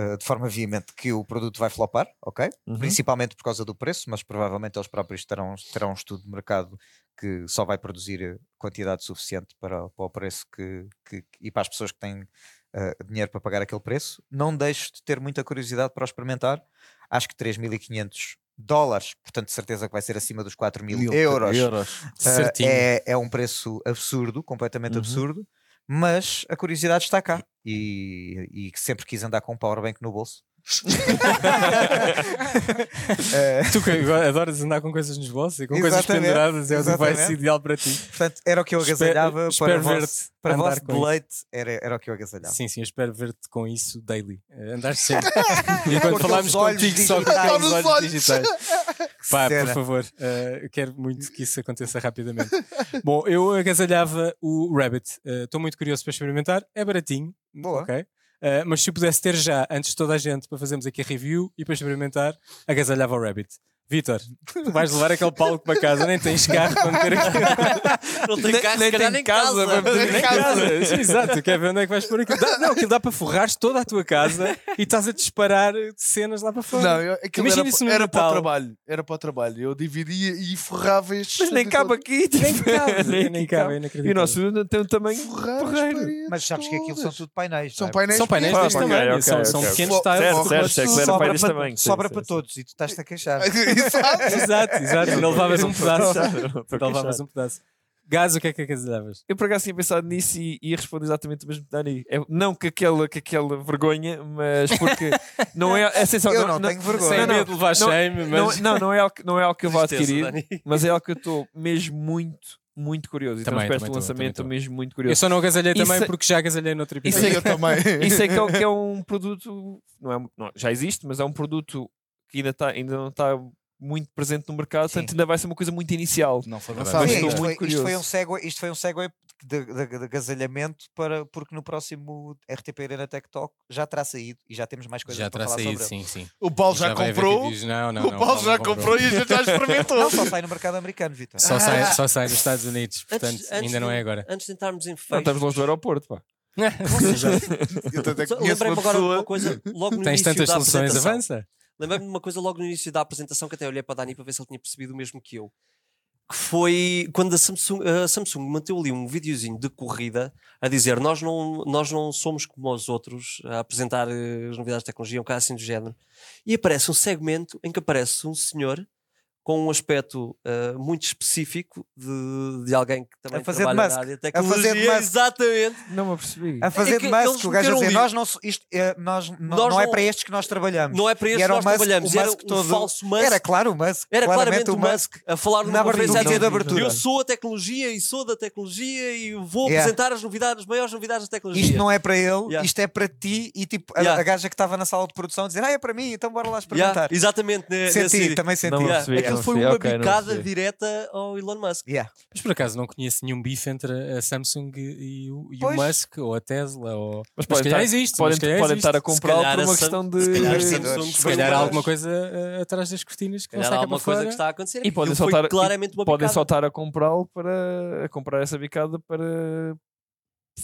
S3: uh, uh, de forma veemente que o produto vai flopar, ok?
S5: Uhum.
S3: Principalmente por causa do preço, mas provavelmente eles próprios terão, terão um estudo de mercado que só vai produzir eh, quantidade suficiente para, para o preço que, que- e para as pessoas que têm uh, dinheiro para pagar aquele preço. Não deixo de ter muita curiosidade para o experimentar. Acho que 3.500 dólares, portanto, de certeza que vai ser acima dos 4.000 euros. Uh,
S1: Certinho.
S3: é, é um preço absurdo, completamente
S5: Uhum.
S3: absurdo, mas a curiosidade está cá. E, e que sempre quis andar com um powerbank no bolso. Eh,
S1: Tu que agora adoras andar com coisas nos bolsos e com coisas
S3: Exatamente,
S1: penduradas, é o que vai
S3: exatamente.
S1: ser ideal para ti.
S3: portanto, era o que eu agasalhava para
S1: espero
S3: vosso,
S1: ver-te
S3: para
S1: andar
S3: vosso
S1: com isso.
S3: deleite. Era, era o que eu agasalhava.
S1: Sim, sim, eu espero ver-te com isso daily. Eh, Andar sempre. e quando
S3: os
S1: falarmos
S3: olhos
S1: contigo, só com
S3: digitais.
S1: os
S2: Os
S1: olhos
S2: olhos.
S1: digitais. Pá, por
S3: Cena.
S1: favor, eh, eu quero muito que isso aconteça rapidamente. Bom, eu agasalhava o Rabbit. Eh, Estou muito curioso para experimentar. É baratinho.
S3: Boa.
S1: ok? Eh, mas se eu pudesse ter já, antes de toda a gente, para fazermos aqui a review e para experimentar, agasalhava o Rabbit. Vitor, tu vais levar aquele palco para casa, nem tens carro para meter aquilo.
S4: Não tem carro, se calhar nem casa.
S2: meter
S1: Nem
S2: em casa.
S1: casa. Sim, Exato, quer ver onde é que vais pôr aquilo? Dá- não, aquilo dá para forrares toda a tua casa e estás a disparar cenas lá para fora.
S2: Não, eu, aquilo
S1: Imagina
S2: era,
S1: isso
S2: pa-
S1: no
S2: era para o
S1: Natal.
S2: trabalho. Era para o trabalho. Eu dividia e forrava este.
S5: Mas nem cabe aqui. tipo,
S1: Nem cabe, nem, cabe, é
S5: E o
S1: inacreditável.
S5: nosso tem um tamanho porreiro.
S3: Mas sabes que aquilo são tudo painéis.
S2: São
S3: não é?
S2: painéis.
S1: São painéis
S5: Ah,
S1: deste
S5: ok,
S1: tamanho,
S5: ok,
S1: são,
S5: ok.
S1: são pequenos
S2: Fo-
S5: Certo,
S1: tiles.
S5: certo, certo, era
S3: Sobra
S5: para
S3: para,
S5: também.
S3: sobra para todos e tu estás-te a queixar.
S2: Exato.
S1: Exato, exato, não levavas um pedaço. Não levavas
S5: todos.
S1: um pedaço. Gás, o que é que agasalhavas?
S5: Eu por acaso tinha pensado nisso e ia responder exatamente o mesmo que Dani. É, não que aquela, que aquela vergonha, mas porque não é. é sensação,
S3: Eu não tenho vergonha.
S1: Sem
S5: não,
S1: medo de levar
S5: não,
S1: shame,
S5: Não,
S1: mas. né?
S5: não, não é algo, que- não é algo que eu vou
S4: Tristeza,
S5: adquirir,
S4: Dani.
S5: mas é algo que eu estou mesmo muito, muito curioso. Então
S1: Também,
S5: espero
S1: também
S5: o
S1: tô, também
S5: lançamento,
S1: tô.
S5: estou mesmo muito
S1: Eu
S5: curioso.
S1: só não agasalhei
S5: Isso-
S1: também porque já agasalhei noutro
S5: Isso
S1: episódio.
S5: é-
S2: Eu também.
S5: Isso é que é, um- que é um produto, não é, não, já existe, mas é um produto que ainda, tá, ainda não está muito presente no mercado,
S3: Sim.
S5: portanto ainda vai ser uma coisa muito inicial.
S2: Não foi
S1: Mas
S2: verdade.
S1: sabes-
S3: Sim,
S5: Ah, estou
S3: isto,
S5: muito
S3: foi, isto foi
S5: curioso.
S3: um segue, isto foi um segue de, de, de agasalhamento para, porque no próximo RTP Arena Tech Talk já terá saído e já temos mais coisas
S1: Já
S3: para
S1: terá
S3: falar
S1: saído,
S3: sobre.
S1: sim, sim.
S2: O Paulo já,
S1: vai haver
S2: comprou.
S1: vídeos, Não, não,
S2: o
S1: não,
S2: Paulo já
S1: não
S2: comprou e a gente já experimentou.
S3: Não, só sai no mercado americano, Vitor.
S1: Só sai, só sai nos Estados Unidos, portanto,
S4: Antes- antes
S1: ainda não é
S4: de-
S1: agora.
S4: Antes de entrarmos em
S5: Não,
S4: fecho,
S5: estamos longe do aeroporto, pá.
S2: Eu até
S4: só-
S2: conheço uma
S4: lembrei-me agora de
S2: pessoa.
S4: uma coisa logo no
S1: Tens
S4: início
S1: tantas
S4: da
S1: soluções,
S4: apresentação.
S1: avança.
S4: Lembrei-me de uma coisa logo no início da apresentação que até olhei para Dani para ver se ele tinha percebido o mesmo que eu. Que foi quando a Samsung, a Samsung manteve ali um videozinho de corrida a dizer nós não, nós não somos como os outros a apresentar eh, as novidades de tecnologia, um caso assim do género. E aparece um segmento em que aparece um senhor com um aspecto eh, muito específico de, de alguém que também
S3: A fazer de
S4: trabalha
S3: Musk.
S4: na área de
S3: A fazer de
S4: tecnologia.
S3: Musk.
S4: Exatamente.
S5: Não me percebi.
S1: Ah,
S3: A fazer
S4: É que
S3: de Musk,
S4: eles
S3: o gajo a
S4: meteram
S3: dizer,
S4: ali-
S3: nós não, so- isto, é, nós, n-
S4: Nós
S3: não é
S4: não-
S3: para estes que nós trabalhamos.
S4: Não é para
S3: E
S4: isso que
S3: era o
S4: nós
S3: Musk-
S4: trabalhamos,
S3: o
S4: era
S3: Musk
S4: um
S3: todo-
S4: falso Musk.
S3: Era claro o Musk.
S4: Era claramente, o
S3: Musk.
S4: Musk a falar
S3: na
S4: numa
S3: abertura
S4: conferência a
S5: do
S4: dizer,
S5: vídeo de abertura.
S4: eu sou a tecnologia e sou da tecnologia e vou
S3: Yeah.
S4: apresentar as novidades, as maiores novidades da tecnologia.
S3: Isto não é para ele,
S4: Yeah.
S3: isto é para ti. E tipo, a,
S4: Yeah.
S3: a gaja que estava na sala de produção a dizer, ah, é para mim, então bora lá
S4: yeah,
S3: experimentar.
S4: Exatamente. ne- nesse
S3: Senti,
S4: vídeo.
S3: também senti. É
S5: Não
S4: Yeah,
S5: percebi,
S4: Aquilo
S5: não
S4: foi
S5: percebi,
S4: uma
S5: ok, não
S4: bicada
S5: percebi.
S4: direta ao Elon Musk.
S3: Yeah.
S1: Mas por acaso não conheço nenhum bife entre a Samsung e o, e o
S3: Pois.
S1: Musk ou a Tesla ou.
S5: Mas
S1: Mas se
S5: podem
S1: calhar
S5: estar-
S1: existe.
S5: tá. podem,
S1: mas se calhar
S5: podem
S1: existe.
S5: estar a
S1: Se
S5: comprá-lo
S4: calhar
S5: por
S4: a
S5: uma
S4: Sam-
S5: questão de.
S4: Se calhar, a
S3: de-
S4: Samsung,
S1: Se
S4: se
S1: calhar é há
S4: calhar,
S1: alguma coisa eh, atrás das cortinas que não
S4: calhar
S1: saca
S4: há
S1: para
S4: alguma coisa
S1: fora.
S4: que está a acontecer.
S5: E podem
S4: Aquilo foi
S5: soltar- e
S4: claramente uma
S5: podem
S4: bicada.
S5: só estar a comprá-lo para a comprar essa bicada para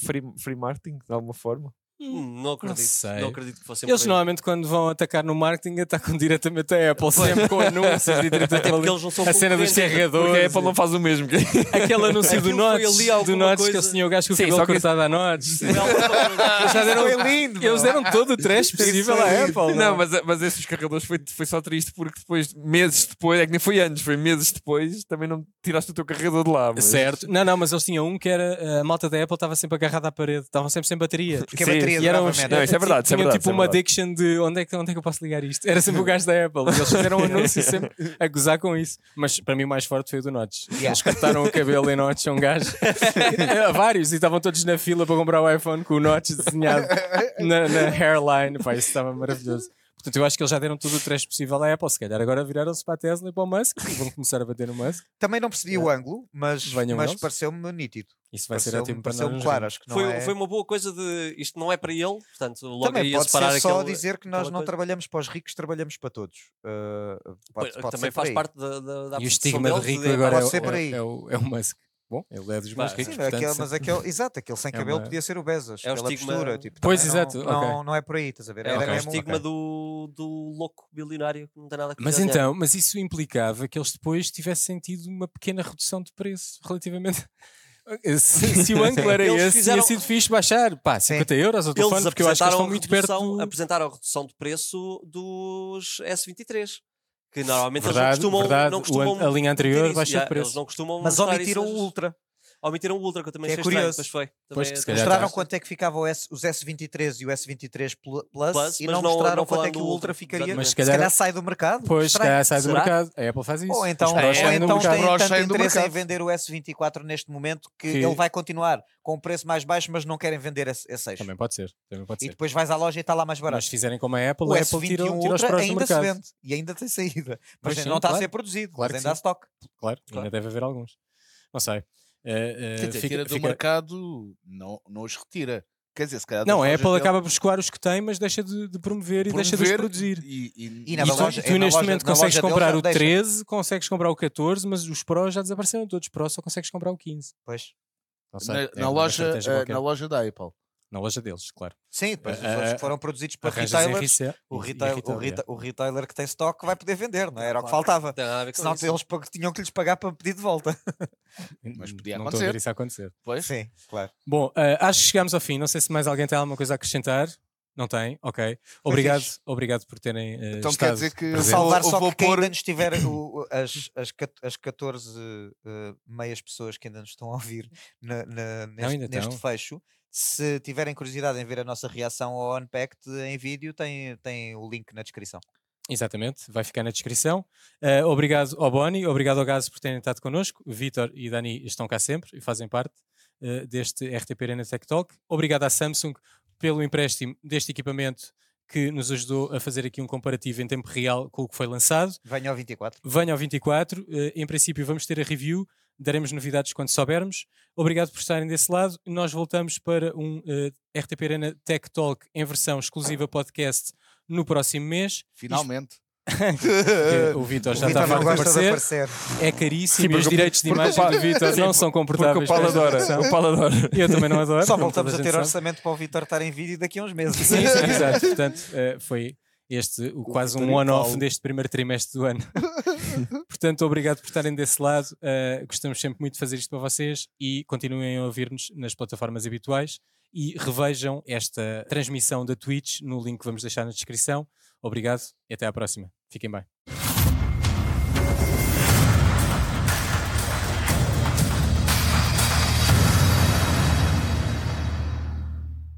S5: free, free marketing de alguma forma.
S4: Hum, Não acredito. Não,
S1: sei.
S4: acredito que É fosse
S1: Eles
S4: por aí.
S1: normalmente quando vão atacar no marketing atacam diretamente a Apple, sempre com anúncios e
S4: Até porque
S1: diretamente
S4: eles não são
S1: a cena dos
S4: concorrentes.
S5: Porque a
S1: carregadores.
S5: Apple não faz o mesmo. que-
S1: Aquele anúncio do
S4: Aquilo foi
S1: Notch,
S4: ali
S1: do
S4: alguma
S1: Notch que
S4: coisa.
S1: o senhor gajo com o
S5: Sim,
S1: cabelo
S5: só que-
S1: cortado a Notch. Eles já deram-
S5: um
S3: lindo!
S1: Eles deram todo o trash possível à Apple.
S5: é,
S1: é?
S5: Não, mas, mas esses carregadores foi, foi só triste porque depois, meses depois, é que nem foi anos, foi meses depois, também não tiraste o teu carregador de lá. Mas...
S1: Certo, não, não, mas eles tinham um que era a malta da Apple estava sempre agarrada à parede, estavam sempre sem bateria.
S3: Porque a
S5: Sim,
S3: bateria
S1: e eram
S3: durava
S1: uns-
S5: Não,
S3: menos.
S5: isso é verdade, isso é
S1: Tinham
S5: verdade.
S1: tipo
S5: isso é
S1: uma
S5: verdade.
S1: addiction de onde é, que, onde é que eu posso ligar isto? Era sempre o gajo da Apple. E eles fizeram um anúncio sempre a gozar com isso. Mas para mim o mais forte foi o do Notch.
S3: Yeah.
S1: Eles cortaram o cabelo em Notch a um gajo. a vários. E estavam todos na fila para comprar o iPhone com o Notch desenhado na, na hairline. Pá, isso estava maravilhoso. Portanto, eu acho que eles já deram tudo o trash possível à Apple. Se calhar agora viraram-se para a Tesla e para o Musk e vão começar a bater no Musk.
S3: Também não percebi o ângulo, mas,
S1: Venham
S3: mas
S1: eles.
S3: pareceu-me nítido.
S1: Isso vai ser
S3: Pareceu-me-
S1: ótimo para nós.
S3: Pareceu-me
S1: nos
S3: claro,
S1: rirmos.
S3: acho que não
S4: Foi,
S3: é...
S4: foi uma boa coisa de isto não é para ele, portanto, logo
S3: Também
S4: ia
S3: pode ser
S4: separar
S3: só
S4: aquele-
S3: dizer que nós
S4: aquela
S3: não
S4: coisa.
S3: trabalhamos para os ricos, trabalhamos para todos. Uh, pode-
S4: Pois,
S3: pode
S4: também
S3: ser por
S4: faz
S3: aí.
S4: parte da, da, da
S1: E o
S4: percepção
S1: estigma de
S4: deles
S1: rico
S4: dizer,
S1: agora
S4: "Ah,
S1: é,
S3: pode ser por
S1: o- é,
S3: aí."
S1: é o, é o Musk. Bom, ele é dos mais
S4: Bah,
S1: ricos.
S3: Sim,
S1: portanto,
S3: aquele,
S1: se-
S3: mas aquele, exato, aquele sem
S1: É
S3: cabelo
S1: uma-
S3: podia ser o Bezos,
S4: É o
S3: pela
S4: estigma-
S3: postura. Tipo,
S1: Pois,
S3: também não-
S1: exato,
S3: Não,
S1: ok.
S3: não é por aí, estás a ver?
S4: É,
S3: Era
S1: ok.
S4: o
S3: mesmo-
S4: estigma
S1: ok.
S4: do, do louco bilionário que não tem nada a ver com
S1: Mas
S4: dinheiro.
S1: então, mas isso implicava que eles depois tivessem tido uma pequena redução de preço relativamente. Eh, Se, se o ângulo era
S4: Eles
S1: esse,
S4: fizeram-
S1: tinha sido fixe baixar pá, 50 euros ao telefone,
S4: Eles
S1: porque eu acho que eles
S4: apresentaram,
S1: estão muito perto.
S4: redução,
S1: do-
S4: apresentaram a redução de preço dos S23, que normalmente
S1: Verdade,
S4: eles não costumam,
S1: verdade,
S4: não
S1: o
S4: costumam
S1: an- a linha
S4: ter
S1: anterior
S4: isso.
S1: baixou
S4: Yeah,
S1: de preço.
S4: Eles não costumam
S3: Mas
S4: um mostrar
S3: omitiram
S4: isso
S3: o
S4: às-
S3: Ultra.
S4: Omitiram o Ultra, que eu também
S3: Que é
S4: achei estranho,
S3: curioso.
S4: pois foi.
S1: Pois,
S4: Também
S1: que se
S4: é-
S1: calhar
S3: Mostraram
S1: tá.
S3: quanto é que ficava o S, os S23 e o S23 pl- Plus,
S4: Plus,
S3: e
S4: mas
S3: não
S4: não-
S3: mostraram
S4: não
S3: quanto é
S4: falaram
S3: que o
S4: do
S3: Ultra
S4: Ultra,
S3: ficaria.
S4: exatamente.
S1: Mas
S3: se
S1: se
S3: calhar,
S1: calhar-
S3: sai do mercado.
S1: Pois, se
S3: Estranho.
S1: calhar sai do
S4: Será?
S1: mercado. A Apple faz isso.
S3: Ou
S1: Os
S3: então, ou
S1: prós saem do
S3: então
S1: mercado.
S3: tem
S2: Os prós
S3: tanto
S2: saem do
S3: interesse em
S2: mercado.
S3: vender o S24 neste momento que,
S1: Que-
S3: ele vai continuar com um preço mais baixo, mas não querem vender a, a 6.
S1: Também pode ser. Também pode
S3: E
S1: ser.
S3: depois vais à loja e está lá mais barato.
S1: Mas se fizerem como a Apple,
S3: o
S1: a Apple
S3: S21
S1: tira, tira os
S3: Ultra
S1: prós do
S3: ainda se
S1: mercado.
S3: vende e ainda tem saída. Mas
S1: Pois
S3: ainda
S1: sim,
S3: não está a
S1: claro.
S3: ser produzido,
S1: Claro
S3: mas
S1: que
S3: ainda há
S1: sim.
S3: stock.
S1: Claro,
S4: Claro.
S1: ainda deve haver alguns. Não sei. Eh, eh,
S2: Quer dizer,
S1: fica-
S2: tira do
S1: fica-
S2: mercado, não, não os retira. Quer dizer, se calhar. das
S1: Não, é a
S2: lojas
S1: Apple
S2: dele,
S1: acaba por escoar os que tem, mas deixa de, de promover, e deixa de os
S2: promover
S1: produzir.
S2: E, e,
S3: E
S2: e,
S3: na
S1: E tu,
S3: loja-
S1: tu
S3: na
S1: neste
S3: loja-
S1: momento
S3: na loja
S1: consegues
S3: deles
S1: comprar
S3: já
S1: o
S3: deixa.
S1: 13, consegues comprar o 14, mas os Pro já desapareceram todos. Pro só consegues comprar o 15.
S3: Pois.
S1: Não sei,
S2: na,
S1: é
S2: na
S1: uma
S2: loja,
S1: estratégia
S2: eh,
S1: qualquer.
S2: na loja da Apple.
S1: Na loja deles, claro.
S3: Sim, depois os
S1: Ah,
S3: outros
S1: ah,
S3: que foram produzidos para
S1: Arranjas
S3: retailers,
S1: RCA e-
S3: o,
S1: é. e
S3: retail, o,
S1: retailer,
S3: reta- o retailer que tem stock vai poder vender, não é? Era o que
S4: Claro.
S3: faltava.
S4: Tem nada a ver com
S3: Senão
S4: isso.
S3: eles pag- tinham que lhes pagar para pedir de volta.
S1: é.
S2: Mas podia
S1: Não estou a ver
S2: acontecer.
S1: isso a acontecer.
S2: Pois.
S3: Sim, claro.
S1: Bom, eh, acho que chegámos ao fim. Não sei se mais alguém tem alguma coisa a acrescentar. Não tem? Ok. Obrigado,
S3: fixe.
S1: obrigado por terem eh,
S2: Então
S1: estado
S2: quer dizer que
S1: presentes.
S2: Eu vou-
S3: Salvar
S2: eu
S3: só
S2: vou
S3: que quem
S2: pôr-
S3: ainda nos tiver o- o- as, as, cat- as 14 eh, meias pessoas que ainda nos estão a ouvir na- na- neste,
S1: ainda
S3: neste
S1: estão.
S3: fecho. Se tiverem curiosidade em ver a nossa reação ao Unpacked em vídeo, tem, tem o link na descrição.
S1: Exatamente, vai ficar na descrição. Eh, obrigado ao Boni, obrigado ao Gaso por terem estado connosco. Vitor e Dani estão cá sempre e fazem parte eh, deste RTP Arena Tech Talk. Obrigado à Samsung pelo empréstimo deste equipamento que nos ajudou a fazer aqui um comparativo em tempo real com o que foi lançado.
S3: Venham ao 24.
S1: Venha ao 24, eh, em princípio vamos ter a review, daremos novidades quando soubermos. Obrigado por estarem desse lado. Nós voltamos para um eh, RTP Arena Tech Talk em versão exclusiva podcast no próximo mês.
S2: Finalmente.
S1: Eh, o Vitor já
S3: o Vitor
S1: está a
S3: não gosta de
S1: aparecer.
S3: aparecer.
S1: É caríssimo
S5: Sim,
S1: e os
S5: porque-
S1: direitos de
S5: porque o
S1: imagem
S5: Paulo-
S1: do Vitor
S5: Sim,
S1: não são
S5: Porque o
S1: comportáveis.
S5: Paulo
S1: para esta
S5: adora.
S1: versão.
S5: O Paulo adora.
S1: Eu também não adoro.
S3: Só
S1: como
S3: voltamos a
S1: toda
S3: ter
S1: gente sabe.
S3: orçamento para o Vitor estar em vídeo daqui a uns meses.
S1: Sim, sim, exato. Portanto, eh, foi este o, quase
S2: Vitor
S1: um
S2: e o
S1: on-off
S2: Paulo.
S1: deste primeiro trimestre do ano. Portanto, obrigado por estarem desse lado. eh, gostamos sempre muito de fazer isto para vocês e continuem a ouvir-nos nas plataformas habituais e revejam esta transmissão da Twitch no link que vamos deixar na descrição. Obrigado e até à próxima. Fiquem bem.